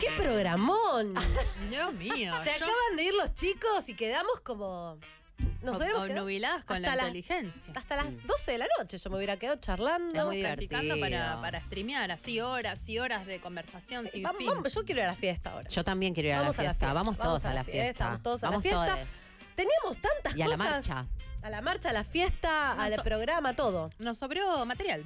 Speaker 2: ¡Qué
Speaker 3: *laughs*
Speaker 2: programón!
Speaker 3: Dios mío.
Speaker 2: *laughs* Se
Speaker 3: yo-
Speaker 2: acaban de ir los chicos y quedamos como. Nos
Speaker 3: Ob-
Speaker 2: tenemos que-
Speaker 3: obnubiladas con la
Speaker 2: hasta las-
Speaker 3: inteligencia.
Speaker 2: Hasta las 12 de la noche yo me hubiera quedado
Speaker 4: Es
Speaker 2: charlando.
Speaker 4: muy
Speaker 3: Practicando
Speaker 4: divertido.
Speaker 3: para, para streamear así horas y horas de conversación
Speaker 2: Sí,
Speaker 3: sin
Speaker 2: vamos,
Speaker 3: fin.
Speaker 2: vamos, yo quiero ir a la fiesta ahora.
Speaker 4: Yo también quiero ir a la
Speaker 2: Vamos a
Speaker 4: fiesta.
Speaker 2: la fiesta,
Speaker 4: Vamos todos a la fiesta.
Speaker 2: vamos todos a la fiesta.
Speaker 4: todes.
Speaker 2: Teníamos tantas
Speaker 4: Y a la
Speaker 2: cosas.
Speaker 4: marcha.
Speaker 2: A la marcha, a la fiesta,
Speaker 3: No,
Speaker 2: al
Speaker 3: so-
Speaker 2: programa, todo.
Speaker 3: Nos sobró material.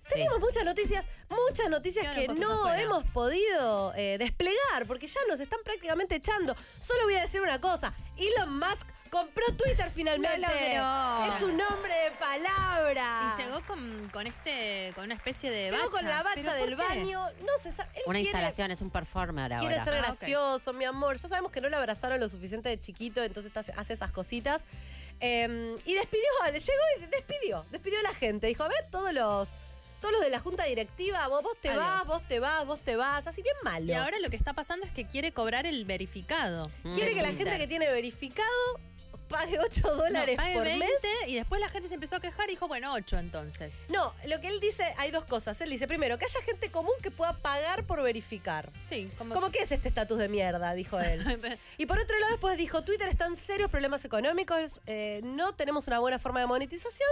Speaker 4: Sí.
Speaker 2: Tenemos muchas noticias, muchas noticias
Speaker 3: Quedaron
Speaker 2: que
Speaker 3: cosas
Speaker 2: no
Speaker 3: afuera.
Speaker 2: hemos podido eh, desplegar porque ya nos están prácticamente echando. Solo voy a decir una cosa: Elon Musk compró
Speaker 3: *laughs*
Speaker 2: Twitter finalmente.
Speaker 3: logró.
Speaker 2: Es un hombre de palabra.
Speaker 3: Y llegó con, con este, con una especie de
Speaker 2: Ah. Llegó
Speaker 3: bacha.
Speaker 2: con la
Speaker 3: ¿Pero
Speaker 2: bacha
Speaker 3: por
Speaker 2: del
Speaker 3: qué?
Speaker 2: baño. No se sabe. él
Speaker 4: Una
Speaker 2: quiere-
Speaker 4: instalación, es un performer ahora.
Speaker 2: Quiere ser
Speaker 3: Ah, ok.
Speaker 2: gracioso, mi amor. Ya sabemos que no lo abrazaron lo suficiente de chiquito, entonces hace- hace esas cositas. Eh, y despidió, *laughs* llegó y despidió, despidió a la gente. Dijo, a ver, todos los, todos los de la junta directiva, vos, vos te
Speaker 3: Adiós.
Speaker 2: vas, vos te vas, vos te vas, así bien malo.
Speaker 3: Y ahora lo que está pasando es que quiere cobrar el verificado.
Speaker 2: Quiere
Speaker 3: de
Speaker 2: que la
Speaker 3: Twitter.
Speaker 2: gente que tiene verificado pague 8 dólares
Speaker 3: No, pague
Speaker 2: por
Speaker 3: 20
Speaker 2: mes.
Speaker 3: y después la gente se empezó a quejar y dijo, bueno, 8 entonces.
Speaker 2: No, lo que él dice, hay dos cosas. Él dice, primero, que haya gente común que pueda pagar por verificar.
Speaker 3: Sí, como,
Speaker 2: ¿Cómo que es este estatus de mierda? Dijo él. Y por otro lado, después dijo, Twitter está en serios problemas económicos, eh, no tenemos una buena forma de monetización,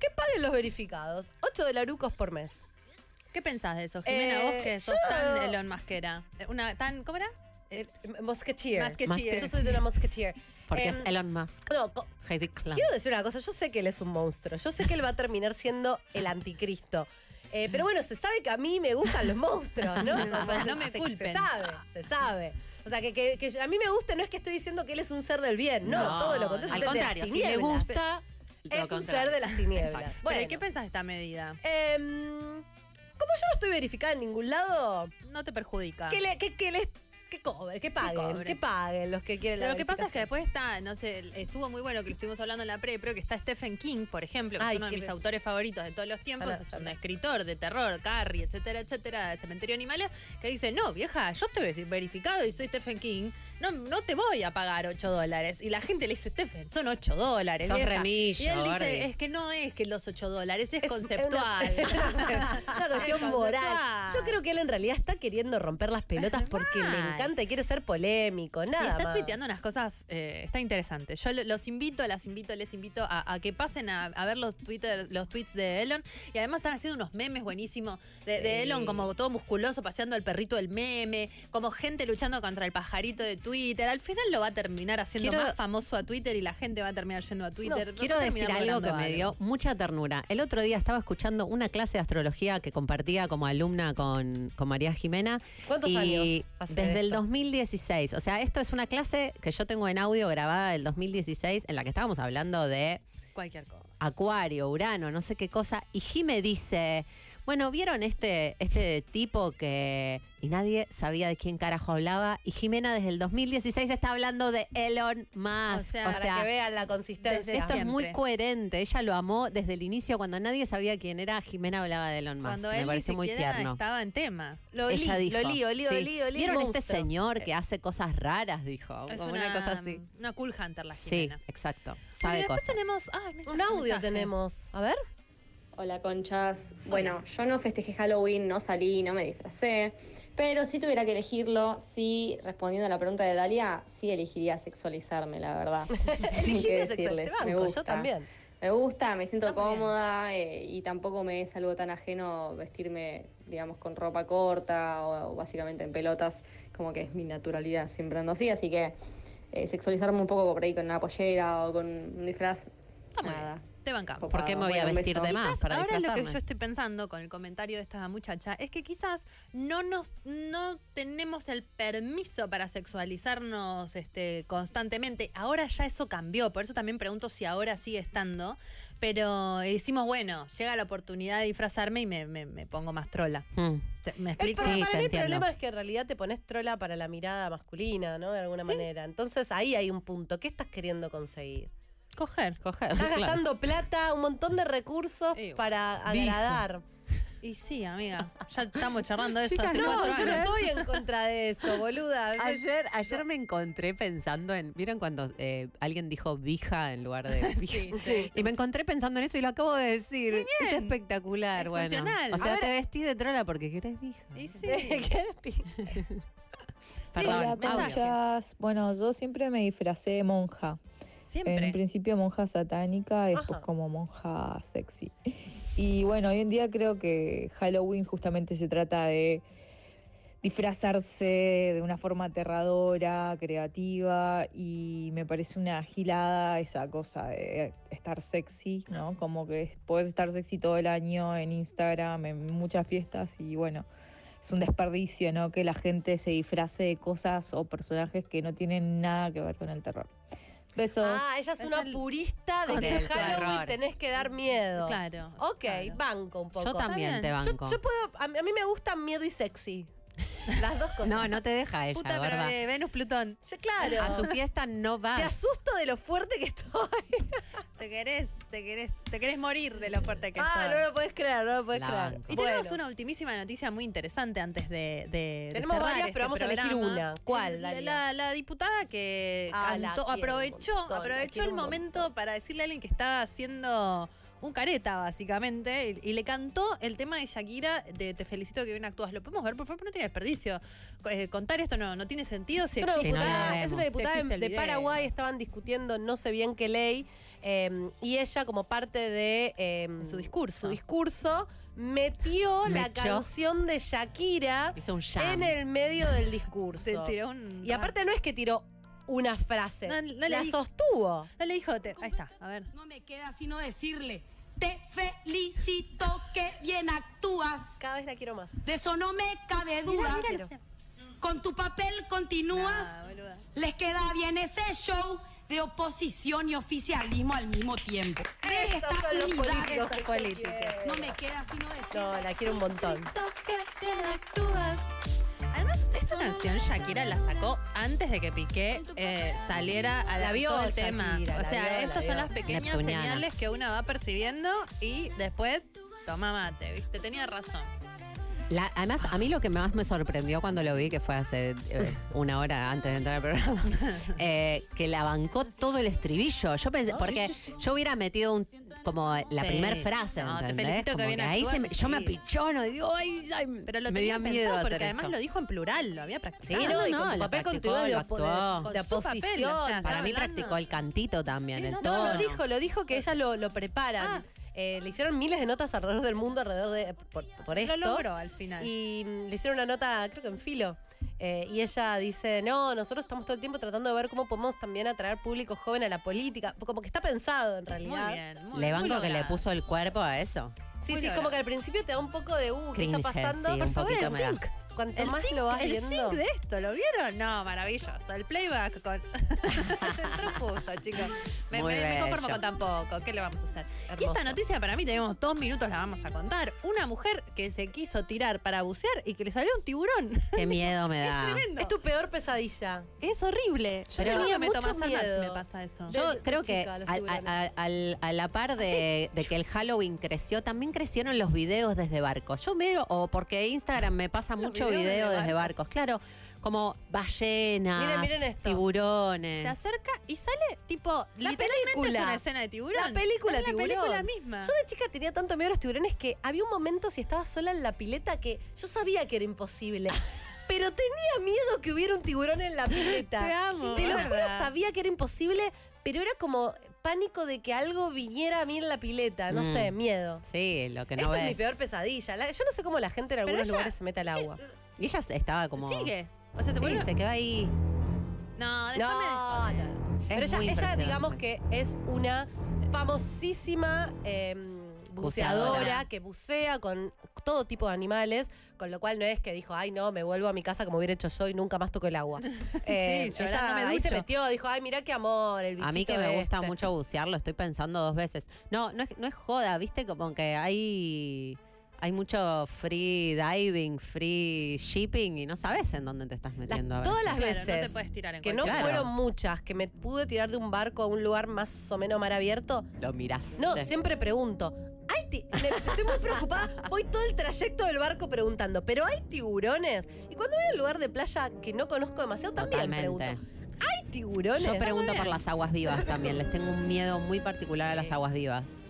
Speaker 2: que paguen los verificados, 8 dolarucos por mes.
Speaker 3: *laughs* ¿Qué pensás de eso, Jimena?
Speaker 2: Eh,
Speaker 3: vos que sos
Speaker 2: yo-
Speaker 3: tan Elon Masquera. Una tan, ¿cómo era?
Speaker 2: Eh, Musketeer.
Speaker 3: Musketeer.
Speaker 2: Yo soy de una Musketeer.
Speaker 4: Porque
Speaker 2: Em,
Speaker 4: es Elon Musk.
Speaker 2: No, co-
Speaker 4: Heidi Klum.
Speaker 2: quiero decir una cosa, yo sé que él es un monstruo, yo sé que él va a terminar siendo el anticristo. Eh, pero bueno, se sabe que a mí me gustan los monstruos,
Speaker 4: *laughs*
Speaker 2: ¿no?
Speaker 3: O sea, no
Speaker 2: se-
Speaker 3: me
Speaker 2: se- Se
Speaker 3: culpen.
Speaker 2: sabe, se sabe. O sea, que, que- que a mí me gusta, no es que estoy diciendo que él es un ser del bien, no, todo lo contrario. es un
Speaker 4: Al
Speaker 2: ser de las
Speaker 4: contrario, si le
Speaker 2: tinieblas.
Speaker 4: gusta. lo
Speaker 2: Es un
Speaker 4: contrario.
Speaker 2: ser de las tinieblas.
Speaker 4: *laughs* Exacto.
Speaker 3: Bueno.
Speaker 2: Bueno,
Speaker 3: ¿Qué pensás de esta medida?
Speaker 2: em, como yo no estoy verificada en ningún lado,
Speaker 3: No te perjudica.
Speaker 2: que, le- que- que les que cobre, que paguen, que,
Speaker 3: cobre.
Speaker 2: paguen los que quieren la
Speaker 3: Pero lo que pasa es que
Speaker 2: verificación.
Speaker 3: después está, no sé, estuvo muy bueno que lo estuvimos hablando en la pre, pero que está Stephen King, por ejemplo, que
Speaker 2: Ay,
Speaker 3: es uno de
Speaker 2: qué
Speaker 3: mis
Speaker 2: be-
Speaker 3: autores favoritos de todos los tiempos,
Speaker 2: Pará,
Speaker 3: es un
Speaker 2: pará.
Speaker 3: escritor de terror, Carrie, etcétera, etcétera, de Cementerio de Animales, que dice, no, vieja, yo estoy verificado y soy Stephen King, no, no te voy a pagar 8 dólares. Y la gente le dice, Stephen, son 8 dólares.
Speaker 4: Son
Speaker 3: vieja".
Speaker 4: remillo,
Speaker 3: Y él
Speaker 4: Gordi.
Speaker 3: dice, es que no es que los 8 dólares,
Speaker 2: *laughs*
Speaker 3: es,
Speaker 2: Es
Speaker 3: conceptual.
Speaker 2: Una, una
Speaker 3: *laughs*
Speaker 2: cuestión
Speaker 3: Es
Speaker 2: moral.
Speaker 3: conceptual.
Speaker 2: Yo creo que él en realidad está queriendo romper las pelotas porque le
Speaker 3: Mal.
Speaker 2: encanta y quiere ser polémico,
Speaker 3: Y
Speaker 2: nada.
Speaker 3: está
Speaker 2: más.
Speaker 3: tuiteando unas cosas, eh, está interesante. Yo lo- los invito, las invito, les invito a, a que pasen a, a ver los Twitter, los tweets de Elon. Y además están haciendo unos memes buenísimos de, de
Speaker 2: Sí.
Speaker 3: Elon, como todo musculoso, paseando al perrito del meme, como gente luchando contra el pajarito de Twitter. Al final lo va a terminar haciendo
Speaker 4: Quiero-
Speaker 3: más famoso a Twitter y la gente va a terminar yendo a Twitter. Va a
Speaker 4: Quiero
Speaker 3: terminar
Speaker 4: decir algo
Speaker 3: logrando
Speaker 4: que me dio mucha ternura. El otro día estaba escuchando una clase de astrología que compartía como alumna con, con María Jimena.
Speaker 2: ¿Cuántos
Speaker 4: y
Speaker 2: años hace
Speaker 4: Desde el
Speaker 2: esto?
Speaker 4: 2016. O sea, esto es una clase que yo tengo en audio grabada del 2016 en la que estábamos hablando de
Speaker 3: Cualquier cosa.
Speaker 4: Acuario, Urano, no sé qué cosa. Y Jime dice, bueno, ¿vieron este, este tipo que... Y nadie sabía de quién carajo hablaba. Y Jimena desde el 2016 está hablando de Elon Musk.
Speaker 3: O sea,
Speaker 2: Para que vean la consistencia.
Speaker 3: desde
Speaker 4: Esto es muy
Speaker 3: siempre.
Speaker 4: coherente. Ella lo amó desde el inicio, cuando nadie sabía quién era. Jimena hablaba de Elon Musk.
Speaker 3: Cuando
Speaker 4: me
Speaker 3: él ni
Speaker 4: pareció muy
Speaker 3: siquiera
Speaker 4: tierno.
Speaker 3: estaba en tema.
Speaker 2: Lo olí,
Speaker 4: Ella dijo,
Speaker 2: lo olí, olí,
Speaker 4: sí.
Speaker 2: olí, olí,
Speaker 4: ¿Vieron
Speaker 2: monstruo.
Speaker 4: este señor que hace cosas raras? Dijo.
Speaker 3: Es
Speaker 4: como
Speaker 3: una,
Speaker 4: una, cosa así.
Speaker 3: Una cool hunter la
Speaker 4: Sí,
Speaker 3: Jimena.
Speaker 4: exacto.
Speaker 3: Bueno, y
Speaker 4: Sabe
Speaker 3: después
Speaker 4: cosas.
Speaker 3: tenemos. ay, me
Speaker 2: Un
Speaker 3: sale
Speaker 2: audio
Speaker 3: mensaje.
Speaker 2: tenemos. A ver.
Speaker 11: Hola conchas. Bueno, yo no festejé Halloween, no salí, no me disfracé, pero si tuviera que elegirlo, sí, respondiendo a la pregunta de Dalia, sí elegiría sexualizarme, la
Speaker 2: *laughs*
Speaker 11: verdad. Tengo que
Speaker 2: Elegiste sexual,
Speaker 11: decirles,
Speaker 2: te banco,
Speaker 11: me
Speaker 2: yo
Speaker 11: gusta.
Speaker 2: también.
Speaker 11: Me gusta, me siento cómoda eh, y tampoco me es algo tan ajeno vestirme, digamos, con ropa corta o, o básicamente en pelotas, como que es mi naturalidad, siempre ando así, así que eh, sexualizarme un poco por ahí con una pollera o con un disfraz. nada.
Speaker 3: Te bancamos.
Speaker 4: ¿Por qué me voy a vestir de más
Speaker 3: Quizás
Speaker 4: para
Speaker 3: ahora lo que
Speaker 4: disfrazarme?
Speaker 3: yo estoy pensando con el comentario de esta muchacha es que quizás no nos no tenemos el permiso para sexualizarnos este, constantemente. Ahora ya eso cambió, por eso también pregunto si ahora sigue estando. Pero decimos, bueno, llega la oportunidad de disfrazarme y me, me- me pongo más trola.
Speaker 4: Mm.
Speaker 3: Se- ¿Me
Speaker 2: El,
Speaker 3: explico?
Speaker 2: problema- para mí el problema es que en realidad te pones trola para la mirada masculina, ¿no? De alguna manera. Entonces ahí hay un punto. ¿Qué estás queriendo conseguir?
Speaker 3: Coger, coger.
Speaker 2: Estás
Speaker 3: claro.
Speaker 2: gastando plata, un montón de recursos para
Speaker 3: Dijo.
Speaker 2: agradar.
Speaker 3: Y sí, amiga, ya estamos charlando de eso
Speaker 2: Chicas,
Speaker 3: hace
Speaker 2: no,
Speaker 3: cuatro
Speaker 2: yo no
Speaker 3: años.
Speaker 2: estoy en contra de eso, boluda.
Speaker 4: Ayer, ayer me encontré pensando en. ¿Vieron cuando eh, alguien dijo vija en
Speaker 2: *laughs*
Speaker 4: lugar de vija?
Speaker 2: Sí, sí,
Speaker 4: y me encontré pensando en eso y lo acabo de decir.
Speaker 2: Muy bien.
Speaker 4: Es espectacular,
Speaker 2: Es
Speaker 4: bueno.
Speaker 2: funcional.
Speaker 4: O sea,
Speaker 2: A ver-
Speaker 4: te vestís de trola porque querés vija.
Speaker 3: Y sí.
Speaker 4: Perdón,
Speaker 5: Hola,
Speaker 4: audio.
Speaker 5: conchas. Bueno, yo siempre me disfracé de monja.
Speaker 3: Siempre.
Speaker 5: En principio monja satánica, después como monja sexy. Y bueno, hoy en día creo que Halloween justamente se trata de disfrazarse de una forma aterradora, creativa, y me parece una gilada esa cosa de estar sexy, ¿no? Como que puedes estar sexy todo el año en Instagram, en muchas fiestas, y bueno, es un desperdicio, ¿no? Que la gente se disfrace de cosas o personajes que no tienen nada que ver con el terror. Besos.
Speaker 2: Ah, ella es una purista de que en
Speaker 5: concepto de
Speaker 2: Halloween
Speaker 5: terror.
Speaker 2: tenés que dar miedo.
Speaker 3: Claro,
Speaker 2: Ok, banco un poco.
Speaker 4: Yo también te
Speaker 2: Yo-
Speaker 4: banco.
Speaker 2: Yo, puedo, a mí, a mí me gustan miedo y sexy. Las dos cosas.
Speaker 4: No, no te deja ella,
Speaker 2: Puta, pero,
Speaker 4: gorda.
Speaker 2: eh,
Speaker 3: Venus Plutón.
Speaker 2: claro.
Speaker 4: A su fiesta no vas.
Speaker 2: Te asusto de lo fuerte que estoy.
Speaker 3: Te querés, te querés, te querés morir de lo fuerte que
Speaker 2: Ah,
Speaker 3: soy.
Speaker 2: no lo podés creer, no lo podés
Speaker 3: La
Speaker 2: creer.
Speaker 3: Y tenemos una ultimísima noticia muy interesante antes de. de- de
Speaker 2: Tenemos
Speaker 3: cerrar
Speaker 2: varias,
Speaker 3: este
Speaker 2: pero vamos a elegir
Speaker 3: programa.
Speaker 2: una. ¿Cuál,
Speaker 3: La,
Speaker 2: Dalia?
Speaker 3: la- la diputada que
Speaker 2: Ah, la quiero
Speaker 3: cantó-
Speaker 2: un
Speaker 3: aprovechó,
Speaker 2: montón, la
Speaker 3: aprovechó
Speaker 2: quiero
Speaker 3: el
Speaker 2: un
Speaker 3: momento para decirle a alguien que estaba haciendo un careta, básicamente, y, y le cantó el tema de Shakira de Te felicito que bien actúas. ¿Lo podemos ver? Por favor, no tiene desperdicio. Co- eh, contar esto no, no tiene sentido. Si
Speaker 2: Es una
Speaker 3: existe-
Speaker 2: diputada,
Speaker 3: si
Speaker 2: es una diputada
Speaker 3: existe el
Speaker 2: de
Speaker 3: video.
Speaker 2: Paraguay, estaban discutiendo no sé bien qué ley, eh, y ella como parte de em, su discurso, discurso metió la
Speaker 4: Mechó.
Speaker 2: canción de Shakira
Speaker 4: Hizo un jam.
Speaker 2: en el medio
Speaker 3: *laughs*
Speaker 2: del discurso.
Speaker 3: Te tiró un
Speaker 2: y aparte no es que tiró una frase,
Speaker 3: No, no le
Speaker 2: la
Speaker 3: di-
Speaker 2: sostuvo.
Speaker 3: No le dijo, te- ahí está, a ver.
Speaker 12: No me queda sino decirle, te felicito que bien actúas.
Speaker 2: Cada vez la quiero más.
Speaker 12: De eso no me cabe duda.
Speaker 2: Mirá, mirá,
Speaker 12: Con tu papel continúas.
Speaker 2: Ah,
Speaker 12: Les queda bien ese show de oposición y oficialismo al mismo tiempo. Ver
Speaker 2: Estos
Speaker 12: esta
Speaker 2: son los
Speaker 12: unidad.
Speaker 2: políticos que yo
Speaker 12: Política.
Speaker 2: quiero.
Speaker 12: No me queda sino decir.
Speaker 2: No, la quiero un montón.
Speaker 3: Además, esa canción Shakira la sacó antes de que Piqué eh, saliera a
Speaker 2: La vio
Speaker 3: todo el tema.
Speaker 2: Shakira,
Speaker 3: o
Speaker 2: la
Speaker 3: sea,
Speaker 2: vio, la
Speaker 3: estas
Speaker 2: vio.
Speaker 3: son las pequeñas
Speaker 2: Neptuniana.
Speaker 3: señales que uno va percibiendo y después toma mate, ¿viste? Tenía razón.
Speaker 4: La- además, a mí lo que más me sorprendió cuando lo vi, que fue hace
Speaker 3: *laughs*
Speaker 4: eh, una hora antes de entrar al programa, eh, que la bancó todo el estribillo. Yo pensé, porque yo hubiera metido un, como la
Speaker 3: Sí.
Speaker 4: primera frase,
Speaker 3: No, te
Speaker 4: ¿entendés?
Speaker 3: felicito que
Speaker 4: Como
Speaker 3: bien
Speaker 4: ahí
Speaker 3: actúas,
Speaker 4: se me- yo me
Speaker 3: sí.
Speaker 4: apichono y digo, ay, ay,
Speaker 3: Pero lo
Speaker 4: me
Speaker 3: tenía
Speaker 4: dio miedo
Speaker 3: pensado porque
Speaker 4: hacer
Speaker 3: además
Speaker 4: esto.
Speaker 3: lo dijo en plural, lo había
Speaker 4: Sí,
Speaker 3: practicado.
Speaker 4: no, no, lo practicó,
Speaker 2: de
Speaker 4: lo
Speaker 2: opo- de-
Speaker 4: actuó.
Speaker 2: de Con su papel, oposición. o sea,
Speaker 4: Para
Speaker 2: estaba
Speaker 4: mí
Speaker 2: hablando.
Speaker 4: practicó el cantito también, el
Speaker 2: No,
Speaker 4: tono.
Speaker 2: lo dijo, lo dijo que ella lo, lo preparan. Eh, le hicieron miles de notas alrededor del mundo, alrededor de por, por
Speaker 3: Lo
Speaker 2: esto.
Speaker 3: logró al final.
Speaker 2: Y mm, le hicieron una nota, creo que en filo. Eh, y ella dice, no, nosotros estamos todo el tiempo tratando de ver cómo podemos también atraer público joven a la política. Como que está pensado en realidad.
Speaker 3: bien,
Speaker 4: Le banco que le puso el cuerpo
Speaker 3: *laughs*
Speaker 4: a eso.
Speaker 2: Sí, sí, como que al principio te da un poco de, uh, ¿qué está
Speaker 4: Cringe,
Speaker 2: pasando?
Speaker 4: sí, un poquito
Speaker 2: el
Speaker 4: me da.
Speaker 2: zinc. Cuanto
Speaker 3: El
Speaker 2: más
Speaker 3: sync,
Speaker 2: lo vas
Speaker 3: el
Speaker 2: viendo.
Speaker 3: sync de esto, ¿lo vieron? No, maravilloso. El playback con. *laughs* Entró justo, chicos. Me,
Speaker 4: Muy
Speaker 3: me- me conformo
Speaker 4: bello.
Speaker 3: con tampoco. ¿Qué le vamos a hacer? Y
Speaker 4: Hermoso.
Speaker 3: esta noticia para mí tenemos dos minutos, la vamos a contar. Una mujer que se quiso tirar para bucear y que le salió un tiburón.
Speaker 4: Qué miedo me da.
Speaker 2: Es tu peor pesadilla.
Speaker 3: Es horrible. Yo
Speaker 4: Pero-
Speaker 3: creo que me
Speaker 2: Mucho
Speaker 3: tomas alma si
Speaker 2: miedo.
Speaker 3: me pasa eso.
Speaker 4: Yo creo que
Speaker 2: chica, los
Speaker 4: al-
Speaker 2: tiburones.
Speaker 4: a, a- al- a la par de, de que el Halloween creció, también crecieron los videos desde barcos. Yo veo, o porque Instagram me pasa mucho mucho video, desde barcos. Claro, como ballenas,
Speaker 3: Miren, miren esto.
Speaker 4: tiburones.
Speaker 3: Se acerca y sale tipo
Speaker 4: La
Speaker 3: literalmente
Speaker 4: película.
Speaker 3: es una escena de tiburón.
Speaker 4: La película
Speaker 3: Es
Speaker 4: tiburón.
Speaker 3: La película misma.
Speaker 2: Yo de chica tenía tanto miedo a los tiburones que había un momento si estaba sola en la pileta que yo sabía que era
Speaker 3: *laughs*
Speaker 2: imposible. Pero tenía miedo que hubiera un tiburón en la pileta.
Speaker 3: Te amo,
Speaker 2: Te lo
Speaker 3: ¿verdad?
Speaker 2: juro, sabía que era imposible, pero era como pánico de que algo viniera a mí en la pileta. No
Speaker 4: Mm.
Speaker 2: sé, miedo.
Speaker 4: Sí, lo que no
Speaker 2: Esto
Speaker 4: ves.
Speaker 2: Este es mi peor pesadilla. La- yo no sé cómo la gente en
Speaker 4: Pero
Speaker 2: algunos
Speaker 4: ella-
Speaker 2: lugares se mete al agua.
Speaker 4: Y ella estaba como.
Speaker 2: Sigue.
Speaker 4: O sea,
Speaker 2: se
Speaker 4: se,
Speaker 2: vuelve-
Speaker 4: se quedó ahí.
Speaker 3: No,
Speaker 2: déjame no,
Speaker 4: Es
Speaker 2: Pero ella,
Speaker 4: muy
Speaker 2: ella
Speaker 4: impresionante.
Speaker 2: digamos que es una famosísima eh, buceadora,
Speaker 4: Buceadora.
Speaker 2: que bucea con todo tipo de animales, con lo cual no es que dijo, ay no, me vuelvo a mi casa como hubiera hecho yo y nunca más toco el
Speaker 4: *laughs*
Speaker 2: agua. Eh,
Speaker 4: yo ahora
Speaker 2: ella
Speaker 4: no me
Speaker 2: ahí se
Speaker 4: ducho.
Speaker 2: metió, dijo, ay mira qué amor, el bichito
Speaker 4: A mí que me gusta
Speaker 2: este".
Speaker 4: mucho bucear, lo estoy pensando dos veces. No, no es, no es joda, viste, como que hay. Hay mucho free diving, free shipping y no sabes en dónde te estás metiendo. a
Speaker 2: Todas
Speaker 4: veces.
Speaker 2: las veces
Speaker 3: no te puedes tirar en
Speaker 2: que no
Speaker 4: cualquier
Speaker 2: fueron
Speaker 4: lado.
Speaker 2: muchas, que me pude tirar de un barco a un lugar más o menos mar abierto,
Speaker 4: Lo mirás.
Speaker 2: No, siempre pregunto. Ay, ti- me- estoy muy preocupada. Voy todo el trayecto del barco preguntando, ¿pero hay tiburones? Y cuando voy a un lugar de playa que no conozco demasiado, también
Speaker 4: Totalmente.
Speaker 2: pregunto. ¿Hay tiburones?
Speaker 4: Yo pregunto por las aguas vivas también. Les tengo un miedo muy particular a las aguas vivas.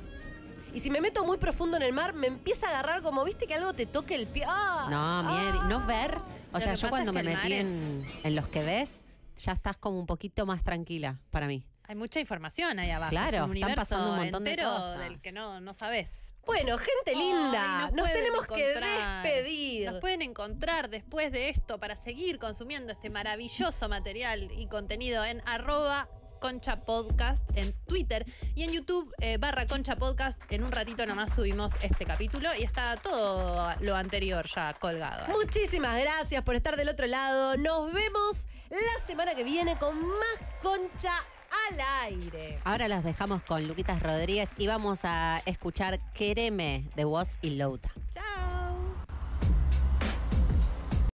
Speaker 2: Y si me meto muy profundo en el mar, me empieza a agarrar como, viste, que algo te toque el pie. ¡Ah!
Speaker 4: No, miedo. No ver. O
Speaker 2: Lo
Speaker 4: sea,
Speaker 2: que pasa
Speaker 4: yo cuando
Speaker 2: es
Speaker 4: me
Speaker 2: que el mar
Speaker 4: metí en,
Speaker 2: es-
Speaker 4: en los que ves, ya estás como un poquito más tranquila para mí.
Speaker 3: Hay mucha información ahí abajo.
Speaker 4: Claro,
Speaker 3: es un
Speaker 4: están
Speaker 3: universo
Speaker 4: pasando un montón de
Speaker 3: entero
Speaker 4: cosas.
Speaker 3: del que no, no sabes.
Speaker 2: Bueno, gente linda, nos tenemos que despedir.
Speaker 3: Nos pueden encontrar después de esto para seguir consumiendo este maravilloso material y contenido en arroba concha podcast en Twitter y en YouTube eh, barra concha podcast. En un ratito nomás subimos este capítulo y está todo lo anterior ya colgado. ahí.
Speaker 2: Muchísimas gracias por estar del otro lado. Nos vemos la semana que viene con más concha al aire.
Speaker 4: Ahora las dejamos con Luquitas Rodríguez y vamos a escuchar Quereme de Voz y Louta.